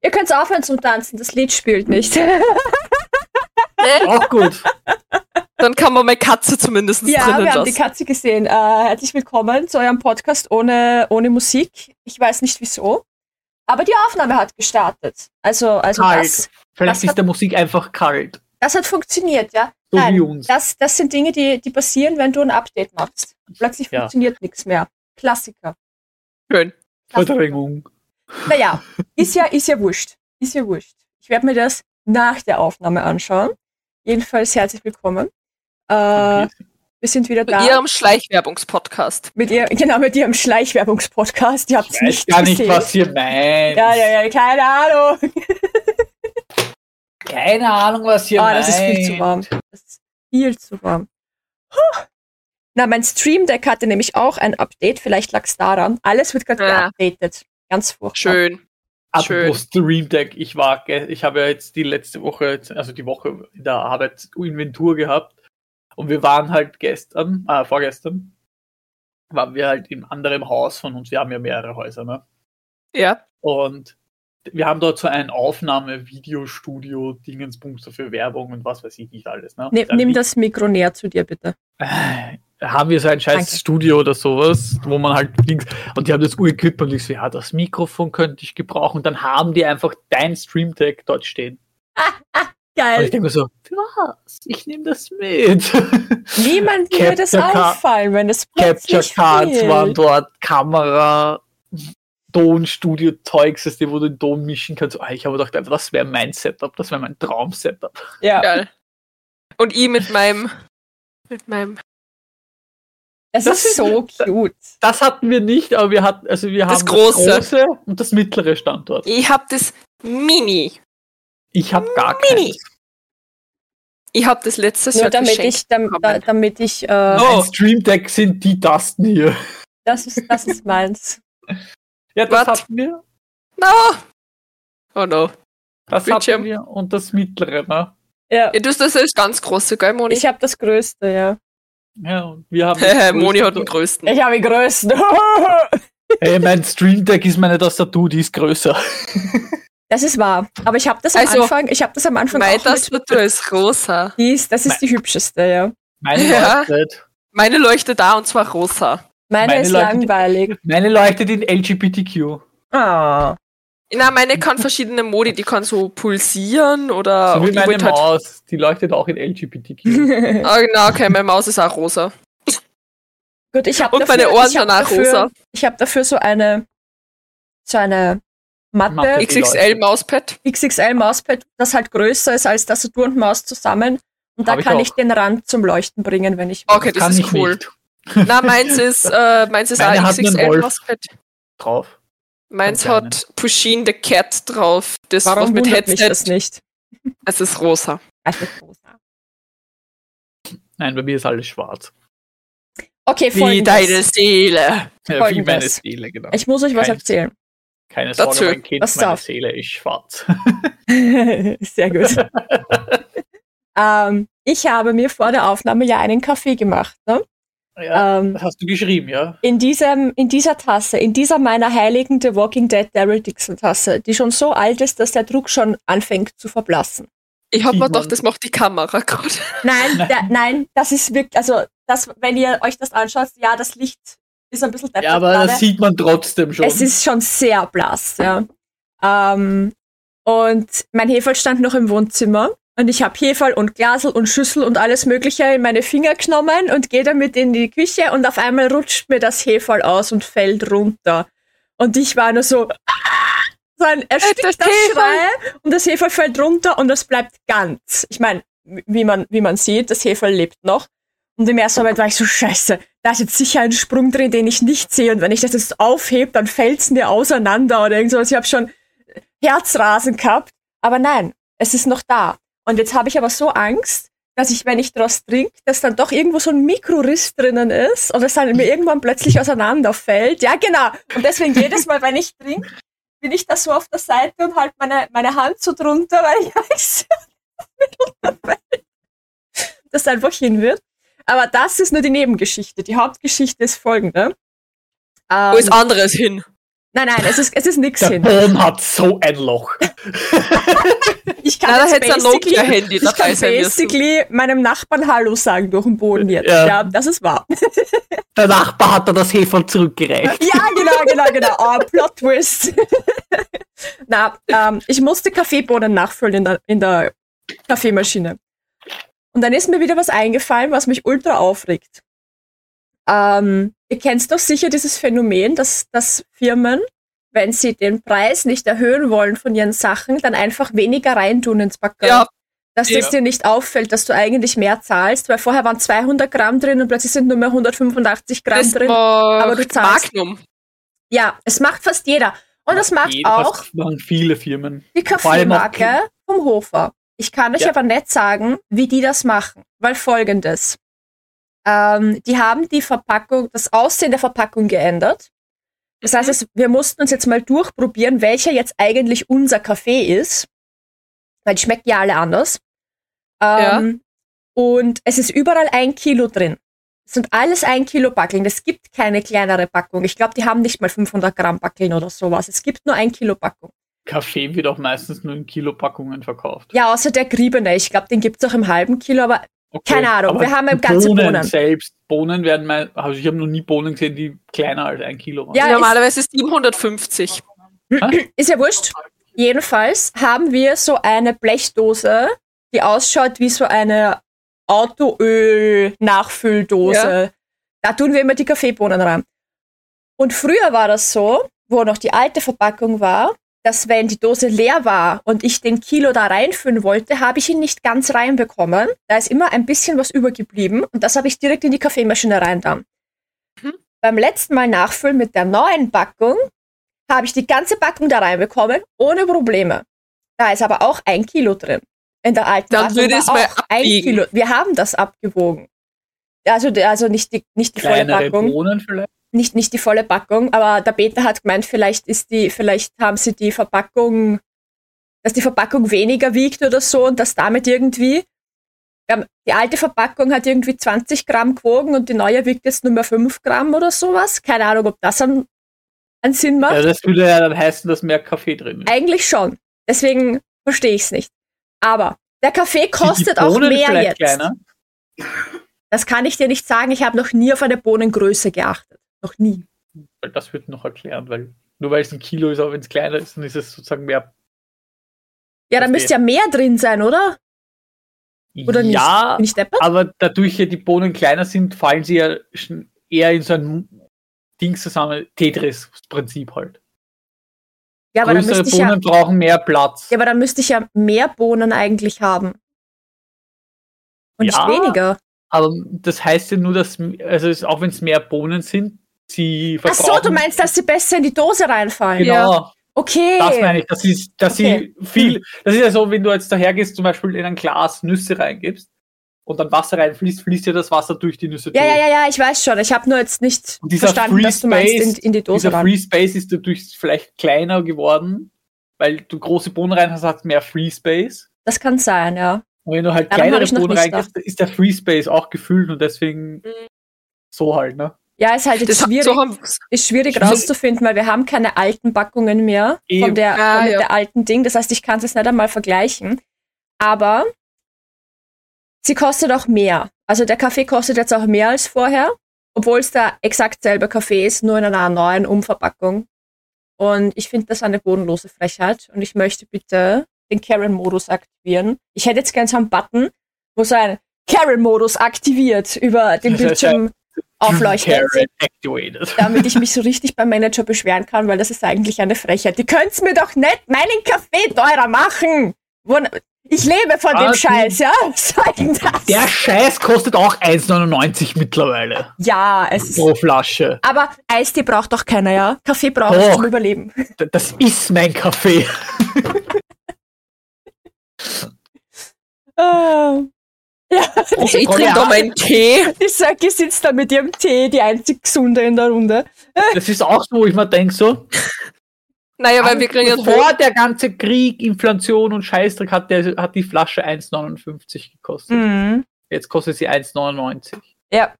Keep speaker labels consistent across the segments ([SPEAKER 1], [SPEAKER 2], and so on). [SPEAKER 1] Ihr könnt aufhören zum Tanzen, das Lied spielt nicht.
[SPEAKER 2] Auch gut.
[SPEAKER 3] Dann kann man meine Katze zumindest
[SPEAKER 1] ja,
[SPEAKER 3] drinnen
[SPEAKER 1] wir haben die
[SPEAKER 3] lassen.
[SPEAKER 1] Katze gesehen. Äh, herzlich willkommen zu eurem Podcast ohne, ohne Musik. Ich weiß nicht wieso. Aber die Aufnahme hat gestartet. Also, also
[SPEAKER 2] Kalt.
[SPEAKER 1] das,
[SPEAKER 2] Vielleicht
[SPEAKER 1] Das
[SPEAKER 2] ist
[SPEAKER 1] hat-
[SPEAKER 2] der Musik einfach kalt.
[SPEAKER 1] das hat funktioniert, ja.
[SPEAKER 2] So
[SPEAKER 1] Nein.
[SPEAKER 2] wie uns.
[SPEAKER 1] Das, das sind Dinge, die, die passieren, wenn du ein Update machst. Plötzlich
[SPEAKER 2] Ja.
[SPEAKER 1] funktioniert nichts mehr. Klassiker.
[SPEAKER 3] Schön.
[SPEAKER 2] Verdrängung.
[SPEAKER 1] Naja, ist ja, ist ja wurscht. Ist ja wurscht. Ich werde mir das nach der Aufnahme anschauen. Jedenfalls herzlich willkommen. Äh, wir sind wieder
[SPEAKER 3] Mit
[SPEAKER 1] da.
[SPEAKER 3] ihrem Schleichwerbungspodcast.
[SPEAKER 1] Mit ihr, genau, mit ihrem Schleichwerbungspodcast. Ihr habt es
[SPEAKER 2] Ich weiß
[SPEAKER 1] nicht
[SPEAKER 2] gar nicht,
[SPEAKER 1] gesehen.
[SPEAKER 2] was ihr meint.
[SPEAKER 1] ja, ja, ja, keine Ahnung.
[SPEAKER 2] Keine Ahnung, was ihr
[SPEAKER 1] Ah,
[SPEAKER 2] meint.
[SPEAKER 1] das ist viel zu warm. Das ist viel zu warm. Huh. Na, mein Stream Deck hatte nämlich auch ein Update. Vielleicht lag es daran. Alles wird gerade
[SPEAKER 3] Ja.
[SPEAKER 1] geupdatet. Ganz furchtbar.
[SPEAKER 3] Schön.
[SPEAKER 2] Apropos Stream Deck, ich war, ge- ich habe ja jetzt die letzte Woche, also die Woche in der Arbeit Inventur gehabt und wir waren halt gestern, äh, vorgestern, waren wir halt im anderen Haus von uns, wir haben ja mehrere Häuser, ne?
[SPEAKER 3] Ja.
[SPEAKER 2] Und wir haben dort so ein Aufnahme-Videostudio, Dingenspunkte für Werbung und was weiß ich nicht alles, ne?
[SPEAKER 1] Ne,
[SPEAKER 2] Da
[SPEAKER 1] nimm
[SPEAKER 2] liegt-
[SPEAKER 1] das Mikro näher zu dir, bitte.
[SPEAKER 2] haben wir so ein scheiß
[SPEAKER 1] Danke.
[SPEAKER 2] Studio oder sowas, wo man halt links, und die haben das Equipment und ich so, ja, das Mikrofon könnte ich gebrauchen, und dann haben die einfach dein Stream Deck dort stehen. Und ich
[SPEAKER 1] Geil.
[SPEAKER 2] denke mir so, für was? Ich nehme das mit.
[SPEAKER 1] Niemand würde das
[SPEAKER 2] Capture Card-
[SPEAKER 1] auffallen, wenn es
[SPEAKER 2] Capture
[SPEAKER 1] plötzlich
[SPEAKER 2] Cards waren
[SPEAKER 1] fehlt.
[SPEAKER 2] dort, Kamera, Tonstudio Zeugs, das dir, wo du den Ton mischen kannst. Ah, Ich habe gedacht, Alter, das wäre mein Setup, das wäre mein Traum-Setup.
[SPEAKER 1] Ja,
[SPEAKER 3] Geil. Und ich mit meinem. Mit meinem.
[SPEAKER 1] das,
[SPEAKER 2] Das
[SPEAKER 1] ist
[SPEAKER 2] ist-
[SPEAKER 1] so cute.
[SPEAKER 2] Das hatten wir nicht, aber wir hatten, also wir
[SPEAKER 3] Das
[SPEAKER 2] haben
[SPEAKER 3] Große.
[SPEAKER 2] das große und das mittlere Standort.
[SPEAKER 3] Ich hab das Mini.
[SPEAKER 2] Ich habe gar
[SPEAKER 3] Mini.
[SPEAKER 2] keins.
[SPEAKER 3] Ich hab das letztes
[SPEAKER 1] Nur
[SPEAKER 3] Jahr
[SPEAKER 1] damit
[SPEAKER 3] geschenkt.
[SPEAKER 1] ich, dam, da,
[SPEAKER 3] bekommen.
[SPEAKER 1] damit ich, äh,
[SPEAKER 3] Oh.
[SPEAKER 2] Ein Stream Deck sind die Tasten hier.
[SPEAKER 1] das ist, das ist meins.
[SPEAKER 2] Ja, das
[SPEAKER 3] What?
[SPEAKER 2] hatten wir.
[SPEAKER 3] No! Oh no.
[SPEAKER 2] Das
[SPEAKER 3] Bildschirm.
[SPEAKER 2] hatten wir und das mittlere, ne?
[SPEAKER 1] Ja,
[SPEAKER 3] Ja, du hast das ist ganz große, gell, Moni?
[SPEAKER 1] ich habe das Größte, ja.
[SPEAKER 2] Ja, und wir haben. das
[SPEAKER 3] Hehe, Moni hat den
[SPEAKER 2] größte-
[SPEAKER 3] größten.
[SPEAKER 1] Ich habe den Größten.
[SPEAKER 2] Ey, mein Stream Deck ist meine Tastatur, die ist größer.
[SPEAKER 1] Das ist wahr. Aber ich habe das am
[SPEAKER 3] Also,
[SPEAKER 1] Anfang, ich habe das am Anfang
[SPEAKER 3] Meine
[SPEAKER 1] auch mit,
[SPEAKER 3] Tastatur ist rosa.
[SPEAKER 1] dies, das ist die hübscheste, ja.
[SPEAKER 2] Meine
[SPEAKER 3] Ja.
[SPEAKER 2] leuchtet.
[SPEAKER 3] Meine leuchte da und zwar rosa.
[SPEAKER 1] Meine,
[SPEAKER 2] Meine
[SPEAKER 1] ist
[SPEAKER 2] Leute-
[SPEAKER 1] langweilig.
[SPEAKER 2] Meine leuchtet in LGBTQ.
[SPEAKER 1] Ah.
[SPEAKER 3] Na, meine kann verschiedene Modi, die kann so pulsieren oder
[SPEAKER 2] so
[SPEAKER 3] und
[SPEAKER 2] wie
[SPEAKER 3] ich
[SPEAKER 2] meine
[SPEAKER 3] wollt halt-
[SPEAKER 2] Maus, die leuchtet auch in LGBTQ.
[SPEAKER 1] Gut,
[SPEAKER 3] Ah, genau, okay, meine Maus ist auch rosa.
[SPEAKER 1] ich habe
[SPEAKER 3] Und meine Ohren sind auch rosa.
[SPEAKER 1] Ich habe dafür so eine so eine Matte,
[SPEAKER 3] Äh,
[SPEAKER 2] Matte. Die
[SPEAKER 3] XXL Mauspad.
[SPEAKER 1] XXL Mauspad, das halt größer ist als Tastatur und Maus zusammen. Und da
[SPEAKER 2] Hab ich
[SPEAKER 1] kann
[SPEAKER 2] auch.
[SPEAKER 1] ich den Rand zum Leuchten bringen, wenn ich
[SPEAKER 3] Okay, das,
[SPEAKER 2] kann
[SPEAKER 3] ist
[SPEAKER 2] ich
[SPEAKER 3] cool.
[SPEAKER 2] nicht
[SPEAKER 3] Na, meins ist, äh, meins ist
[SPEAKER 2] Meine
[SPEAKER 3] auch
[SPEAKER 2] hat einen
[SPEAKER 3] XXL
[SPEAKER 2] Wolf.
[SPEAKER 3] Mauspad.
[SPEAKER 2] drauf.
[SPEAKER 3] Meins
[SPEAKER 2] Kann
[SPEAKER 3] hat Pusheen the Cat drauf. Das was
[SPEAKER 1] Warum
[SPEAKER 3] mit
[SPEAKER 1] wundert mich
[SPEAKER 3] Headset.
[SPEAKER 1] das nicht?
[SPEAKER 3] Es ist rosa.
[SPEAKER 1] Also rosa.
[SPEAKER 2] Nein, bei mir ist alles schwarz.
[SPEAKER 1] Okay,
[SPEAKER 3] Wie deine
[SPEAKER 1] folgendes.
[SPEAKER 3] Seele.
[SPEAKER 2] Ja, wie
[SPEAKER 1] Folgendes.
[SPEAKER 2] meine Seele, genau.
[SPEAKER 1] Ich muss euch was
[SPEAKER 2] Kein-
[SPEAKER 1] erzählen.
[SPEAKER 2] Keine
[SPEAKER 3] Dazu.
[SPEAKER 2] Sorge, mein Kind,
[SPEAKER 1] Was
[SPEAKER 2] meine
[SPEAKER 1] darf?
[SPEAKER 2] Seele ist schwarz.
[SPEAKER 1] Sehr gut. ähm, ich habe mir vor der Aufnahme ja einen Kaffee gemacht. Ne?
[SPEAKER 2] ja,
[SPEAKER 1] Ähm,
[SPEAKER 2] das hast du geschrieben, ja?
[SPEAKER 1] in, diesem, in dieser Tasse, in dieser meiner heiligen The Walking Dead Daryl Dixon Tasse, die schon so alt ist, dass der Druck schon anfängt zu verblassen.
[SPEAKER 3] Ich hab mir
[SPEAKER 2] Simon.
[SPEAKER 3] gedacht, das macht die Kamera gerade.
[SPEAKER 1] Nein, da, nein, das ist wirklich, also das, wenn ihr euch das anschaut, ja, das Licht ist ein bisschen deppert
[SPEAKER 2] Ja, aber
[SPEAKER 1] gerade.
[SPEAKER 2] das sieht man trotzdem schon.
[SPEAKER 1] Es ist schon sehr blass, ja. Ähm, und mein Heferl stand noch im Wohnzimmer. Und ich habe Heferl und Glasel und Schüssel und alles Mögliche in meine Finger genommen und gehe damit in die Küche und auf einmal rutscht mir das Heferl aus und fällt runter. Und ich war nur so, "Ah!" so ein erstickter
[SPEAKER 3] Äh, Das Heferl.
[SPEAKER 1] Schrei und das Heferl fällt runter und es bleibt ganz. Ich meine, wie man, wie man sieht, das Heferl lebt noch. Und im ersten Moment war ich so, scheiße, da ist jetzt sicher ein Sprung drin, den ich nicht sehe. Und wenn ich das jetzt aufhebe, dann fällt's mir auseinander oder irgend sowas. Ich habe schon Herzrasen gehabt. Aber nein, es ist noch da. Und jetzt habe ich aber so Angst, dass ich, wenn ich draus trinke, dass dann doch irgendwo so ein Mikroriss drinnen ist und es dann mir irgendwann plötzlich auseinanderfällt. Ja, genau. Und deswegen jedes Mal, wenn ich trinke, bin ich da so auf der Seite und halt meine, meine Hand so drunter, weil ich weiß, dass es einfach hin wird. Aber das ist nur die Nebengeschichte. Die Hauptgeschichte ist folgende. Ähm,
[SPEAKER 3] Wo ist anderes hin?
[SPEAKER 1] Nein, nein, es ist, es ist nix
[SPEAKER 2] Der
[SPEAKER 1] hin.
[SPEAKER 2] Baum hat so ein Loch.
[SPEAKER 1] Ich kann
[SPEAKER 3] Ja, da
[SPEAKER 1] jetzt
[SPEAKER 3] hättest du ein
[SPEAKER 1] basically-
[SPEAKER 3] Nokia-Handy
[SPEAKER 1] Ich
[SPEAKER 3] dabei
[SPEAKER 1] kann
[SPEAKER 3] sein müssen.
[SPEAKER 1] basically meinem Nachbarn Hallo sagen durch den Boden jetzt. Ja,
[SPEAKER 2] Ja.
[SPEAKER 1] das ist wahr.
[SPEAKER 2] Der Nachbar hat da das Heferl zurückgereicht.
[SPEAKER 1] Ja, genau, genau, genau. Oh, Plot Twist. Na, ähm, ich musste Kaffeebohnen nachfüllen in der, in der Kaffeemaschine. Und dann ist mir wieder was eingefallen, was mich ultra aufregt. Ähm, ihr kennt doch sicher dieses Phänomen, dass, dass Firmen, wenn sie den Preis nicht erhöhen wollen von ihren Sachen, dann einfach weniger reintun ins Backen.
[SPEAKER 3] Ja.
[SPEAKER 1] Dass
[SPEAKER 2] Ja.
[SPEAKER 1] es dir nicht auffällt, dass du eigentlich mehr zahlst, weil vorher waren 200 Gramm drin und plötzlich sind nur mehr 185 Gramm
[SPEAKER 3] Das
[SPEAKER 1] drin.
[SPEAKER 3] war
[SPEAKER 1] aber du zahlst.
[SPEAKER 3] Magnum.
[SPEAKER 1] Ja, es macht fast jeder. Und das macht auch
[SPEAKER 2] Das machen viele Firmen.
[SPEAKER 1] die
[SPEAKER 2] vor allem auch
[SPEAKER 1] Kaffeemarke vom Hofer. Ich kann euch
[SPEAKER 2] Ja.
[SPEAKER 1] aber nicht sagen, wie die das machen, weil folgendes. Ähm, die haben die Verpackung, das Aussehen der Verpackung geändert. Das
[SPEAKER 2] Mhm.
[SPEAKER 1] heißt, es, wir mussten uns jetzt mal durchprobieren, welcher jetzt eigentlich unser Kaffee ist. Weil die schmecken ja alle anders. Ähm, Und es ist überall ein Kilo drin. Es sind alles ein Kilo Backeln. Es gibt keine kleinere Packung. Ich glaube, die haben nicht mal 500 Gramm Backeln oder sowas. Es gibt nur ein Kilo Packung.
[SPEAKER 2] Kaffee wird auch meistens nur in Kilopackungen verkauft.
[SPEAKER 1] Ja, außer der Griebene. Ich glaube, den gibt's auch im halben Kilo, aber
[SPEAKER 2] Okay,
[SPEAKER 1] keine Ahnung,
[SPEAKER 2] aber
[SPEAKER 1] wir haben
[SPEAKER 2] die
[SPEAKER 1] eben ganze Bohnen.
[SPEAKER 2] selbst. Bohnen werden mal, also ich habe noch nie Bohnen gesehen, die kleiner als ein Kilo waren.
[SPEAKER 1] Ja, es-
[SPEAKER 3] Normalerweise 750.
[SPEAKER 1] ist ja wurscht. Jedenfalls haben wir so eine Blechdose, die ausschaut wie so eine Autoöl-Nachfülldose. Da tun wir immer die Kaffeebohnen rein. Und früher war das so, wo noch die alte Verpackung war, dass wenn die Dose leer war und ich den Kilo da reinfüllen wollte, habe ich ihn nicht ganz reinbekommen. Da ist immer ein bisschen was übergeblieben und das habe ich direkt in die Kaffeemaschine rein dann.
[SPEAKER 3] Mhm.
[SPEAKER 1] Beim letzten Mal nachfüllen mit der neuen Packung habe ich die ganze Packung da reinbekommen, ohne Probleme. Da ist aber auch ein Kilo drin. In der alten
[SPEAKER 3] Dann
[SPEAKER 1] Packung
[SPEAKER 3] würde
[SPEAKER 1] war
[SPEAKER 3] es mal
[SPEAKER 1] auch ein
[SPEAKER 3] abwiegen.
[SPEAKER 1] Kilo. Wir haben das abgewogen. Also, also nicht die, nicht die volle
[SPEAKER 2] Kleinere
[SPEAKER 1] Packung
[SPEAKER 2] Bohnen vielleicht.
[SPEAKER 1] nicht, nicht die volle Packung, aber der Peter hat gemeint, vielleicht ist die, vielleicht haben sie die Verpackung, dass die Verpackung weniger wiegt oder so und dass damit irgendwie, ähm, die alte Verpackung hat irgendwie 20 Gramm gewogen und die neue wiegt jetzt nur mehr 5 Gramm oder sowas. Keine Ahnung, ob das einen, einen Sinn macht.
[SPEAKER 2] Ja, das würde ja dann heißen, dass mehr Kaffee drin ist.
[SPEAKER 1] Eigentlich schon. Deswegen verstehe ich es nicht. Aber der Kaffee
[SPEAKER 2] Sind die
[SPEAKER 1] kostet auch
[SPEAKER 2] Bohnen
[SPEAKER 1] mehr jetzt.
[SPEAKER 2] vielleicht Kleiner?
[SPEAKER 1] Das kann ich dir nicht sagen. Ich habe noch nie auf eine Bohnengröße geachtet. Noch nie.
[SPEAKER 2] Weil das wird noch erklären, weil nur weil es ein Kilo ist, aber wenn es kleiner ist, dann ist es sozusagen mehr.
[SPEAKER 1] Ja, da
[SPEAKER 2] Verstehe.
[SPEAKER 1] müsste ja mehr drin sein, oder? Oder nicht?
[SPEAKER 2] ja,
[SPEAKER 1] Bin ich deppert?
[SPEAKER 2] aber dadurch ja die Bohnen kleiner sind, fallen sie ja schon eher in so ein Ding zusammen, Tetris-Prinzip halt.
[SPEAKER 1] Ja, aber dann
[SPEAKER 2] Größere
[SPEAKER 1] müsste ich ja,
[SPEAKER 2] Bohnen brauchen mehr Platz.
[SPEAKER 1] ja, aber dann müsste ich ja mehr Bohnen eigentlich haben. Und
[SPEAKER 2] Ja.
[SPEAKER 1] nicht weniger.
[SPEAKER 2] Aber das heißt ja nur, dass, also es, auch wenn es mehr Bohnen sind, sie
[SPEAKER 1] Ach
[SPEAKER 2] verbrauchen.
[SPEAKER 1] so, du meinst, dass sie besser in die Dose reinfallen.
[SPEAKER 2] Genau,
[SPEAKER 1] Okay.
[SPEAKER 2] das meine ich. Dass sie, dass
[SPEAKER 1] Okay. Hm.
[SPEAKER 2] sie viel, das ist ja so, wenn du jetzt dahergehst, zum Beispiel in ein Glas Nüsse reingibst und dann Wasser reinfließt, fließt ja das Wasser durch die Nüsse
[SPEAKER 1] ja,
[SPEAKER 2] durch.
[SPEAKER 1] ja, ja, ja, ich weiß schon. Ich habe nur jetzt nicht
[SPEAKER 2] Und dieser
[SPEAKER 1] verstanden,
[SPEAKER 2] Free
[SPEAKER 1] dass du meinst, in,
[SPEAKER 2] Space,
[SPEAKER 1] in die Dose
[SPEAKER 2] Dieser
[SPEAKER 1] rein.
[SPEAKER 2] Free Space ist dadurch vielleicht kleiner geworden, weil du große Bohnen rein hast, hast mehr Free Space.
[SPEAKER 1] Das kann sein, ja.
[SPEAKER 2] Und wenn du halt
[SPEAKER 1] Daran hab
[SPEAKER 2] kleinere
[SPEAKER 1] ich noch
[SPEAKER 2] Bohnen
[SPEAKER 1] nicht Mhm.
[SPEAKER 2] reingibst, ist der Free Space auch gefüllt und deswegen so halt, ne?
[SPEAKER 1] Ja, ist halt jetzt
[SPEAKER 3] Das
[SPEAKER 1] schwierig,
[SPEAKER 3] so haben,
[SPEAKER 1] ist schwierig
[SPEAKER 2] Ich muss-
[SPEAKER 1] rauszufinden, weil wir haben keine alten Packungen mehr von
[SPEAKER 2] Eben.
[SPEAKER 1] der,
[SPEAKER 3] Ah,
[SPEAKER 1] von
[SPEAKER 3] ja.
[SPEAKER 1] der alten Ding. Das heißt, ich kann es jetzt nicht einmal vergleichen. Aber sie kostet auch mehr. Also der Kaffee kostet jetzt auch mehr als vorher, obwohl es der exakt selbe Kaffee ist, nur in einer neuen Umverpackung. Und ich finde das eine bodenlose Frechheit. Und ich möchte bitte den Karen-Modus aktivieren. Ich hätte jetzt gern so einen Button, wo so ein Karen-Modus aktiviert über den
[SPEAKER 2] Das heißt ja,
[SPEAKER 1] Bildschirm aufleuchtet
[SPEAKER 2] Carrot activated.
[SPEAKER 1] damit ich mich so richtig beim Manager beschweren kann, weil das ist eigentlich eine Frechheit. Die könnt's mir doch nicht meinen Kaffee teurer machen. Wun- Ich lebe von dem
[SPEAKER 2] Ah,
[SPEAKER 1] Scheiß, ja? Was soll denn das?
[SPEAKER 2] Der Scheiß kostet auch 1,99 mittlerweile
[SPEAKER 1] ja, es ist.
[SPEAKER 2] pro Flasche.
[SPEAKER 1] Aber Eistee braucht doch keiner, ja? Kaffee braucht
[SPEAKER 2] Doch.
[SPEAKER 1] ich zum Überleben.
[SPEAKER 2] D- Das ist mein Kaffee.
[SPEAKER 1] Ah. Ja,
[SPEAKER 3] Oh, ich trinke
[SPEAKER 2] Ja.
[SPEAKER 3] da meinen Tee.
[SPEAKER 1] die Söcki sitzt da mit ihrem Tee, die einzig gesunde in der Runde.
[SPEAKER 2] Das ist auch so, wo ich mir denke so,
[SPEAKER 3] Naja, weil wir kriegen
[SPEAKER 2] vor der ganze Krieg, Inflation und Scheißdreck hat, der, hat die Flasche 1,59 gekostet.
[SPEAKER 1] Mhm.
[SPEAKER 2] Jetzt kostet sie 1,99.
[SPEAKER 1] Ja.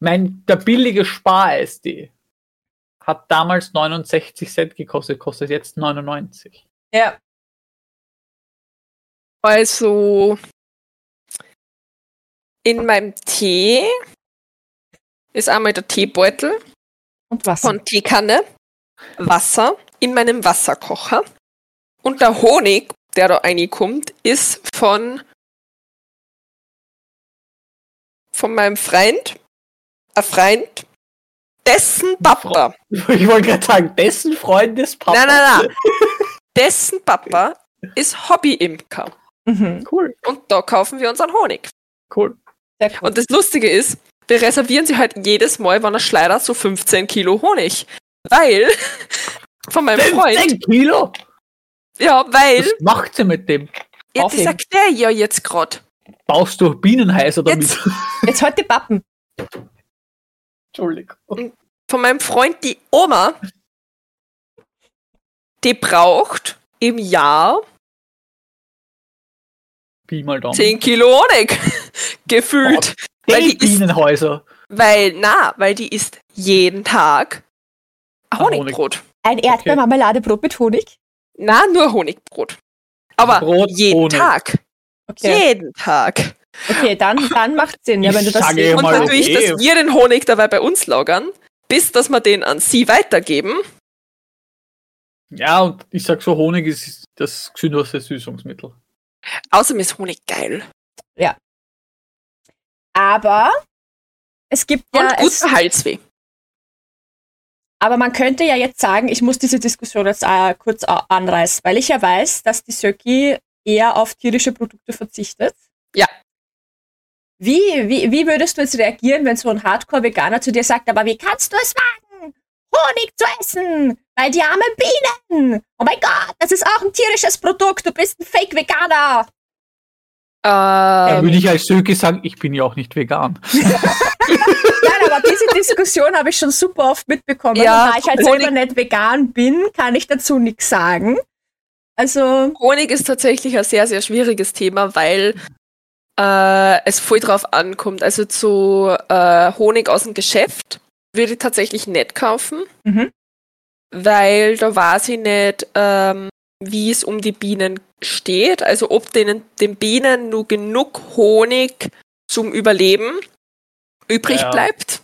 [SPEAKER 2] Mein, der billige Spar-SD hat damals 69 Cent gekostet, kostet jetzt 99.
[SPEAKER 1] Ja.
[SPEAKER 3] Also in meinem Tee ist einmal der Teebeutel
[SPEAKER 1] Und was?
[SPEAKER 3] von Teekanne, Wasser in meinem Wasserkocher und der Honig, der da reinkommt, ist von von meinem Freund, ein Freund, dessen Papa,
[SPEAKER 2] Ich wollte gerade sagen, dessen Freund des Papas.
[SPEAKER 3] Nein, nein, dessen Papa ist Hobbyimker
[SPEAKER 1] Mhm.
[SPEAKER 2] Cool,
[SPEAKER 3] und da kaufen wir unseren Honig.
[SPEAKER 2] cool.
[SPEAKER 1] Sehr gut.
[SPEAKER 3] Und das Lustige ist, wir reservieren sie halt jedes Mal, wenn er schleudert, so 15 Kilo Honig. Weil, von meinem Freund,
[SPEAKER 2] 10 Kilo?
[SPEAKER 3] ja, weil,
[SPEAKER 2] Was macht sie mit dem?
[SPEAKER 3] ja, das
[SPEAKER 2] aufheben?
[SPEAKER 3] erkläre ich ja jetzt gerade.
[SPEAKER 2] Baust du Bienenhäuser damit?
[SPEAKER 3] Jetzt-
[SPEAKER 1] Jetzt halt die Pappen.
[SPEAKER 2] Entschuldigung.
[SPEAKER 3] Von meinem Freund die Oma, die braucht im Jahr
[SPEAKER 2] Pi mal Daumen.
[SPEAKER 3] 10 Kilo Honig. Gefühlt. weil
[SPEAKER 2] Die
[SPEAKER 3] die ist-
[SPEAKER 2] Bienenhäuser.
[SPEAKER 3] Weil, na, weil die isst jeden Tag ein
[SPEAKER 2] Ein Honig.
[SPEAKER 3] Honigbrot.
[SPEAKER 1] Ein Erdbeermarmeladebrot mit Honig.
[SPEAKER 3] Na, nur Honigbrot. Aber
[SPEAKER 2] Brot
[SPEAKER 3] jeden
[SPEAKER 2] ohne.
[SPEAKER 3] Tag.
[SPEAKER 1] Okay.
[SPEAKER 3] Jeden Tag.
[SPEAKER 1] Okay, dann, dann macht Sinn. Ja,
[SPEAKER 2] Ich
[SPEAKER 1] wenn du das
[SPEAKER 2] sage
[SPEAKER 1] siehst.
[SPEAKER 3] Und
[SPEAKER 2] mal,
[SPEAKER 3] dadurch,
[SPEAKER 2] okay.
[SPEAKER 3] dass wir den Honig dabei bei uns lagern, bis dass wir den an sie weitergeben,
[SPEAKER 2] Ja, und ich sag so, Honig ist das gesündeste
[SPEAKER 3] Ähm.
[SPEAKER 2] Süßungsmittel.
[SPEAKER 3] außerdem ist Honig geil.
[SPEAKER 1] Aber es gibt ja.
[SPEAKER 3] und gut
[SPEAKER 1] es,
[SPEAKER 3] für Halsweh.
[SPEAKER 1] Aber man könnte ja jetzt sagen, ich muss diese Diskussion jetzt äh, kurz a- anreißen, weil ich ja weiß, dass die Söki eher auf tierische Produkte verzichtet.
[SPEAKER 3] Ja.
[SPEAKER 1] Wie, wie, wie würdest du jetzt reagieren, wenn so ein Hardcore-Veganer zu dir sagt, aber wie kannst du es wagen, Honig zu essen? Weil die armen Bienen! Oh mein Gott, das ist auch ein tierisches Produkt, du bist ein Fake-Veganer!
[SPEAKER 2] Da
[SPEAKER 3] Ähm,
[SPEAKER 2] würde ich als Söki sagen, ich bin ja auch nicht vegan.
[SPEAKER 1] Nein, aber diese Diskussion habe ich schon super oft mitbekommen.
[SPEAKER 3] Ja,
[SPEAKER 1] und da ich halt
[SPEAKER 3] Honig-
[SPEAKER 1] selber nicht vegan bin, kann ich dazu nichts sagen. Also,
[SPEAKER 3] Honig ist tatsächlich ein sehr, sehr schwieriges Thema, weil äh, es voll drauf ankommt. Also zu äh, Honig aus dem Geschäft würde ich tatsächlich nicht kaufen,
[SPEAKER 1] Mhm.
[SPEAKER 3] weil da weiß ich nicht, ähm, wie es um die Bienen steht. Also ob denen, den Bienen nur genug Honig zum Überleben übrig
[SPEAKER 2] Ja.
[SPEAKER 3] bleibt.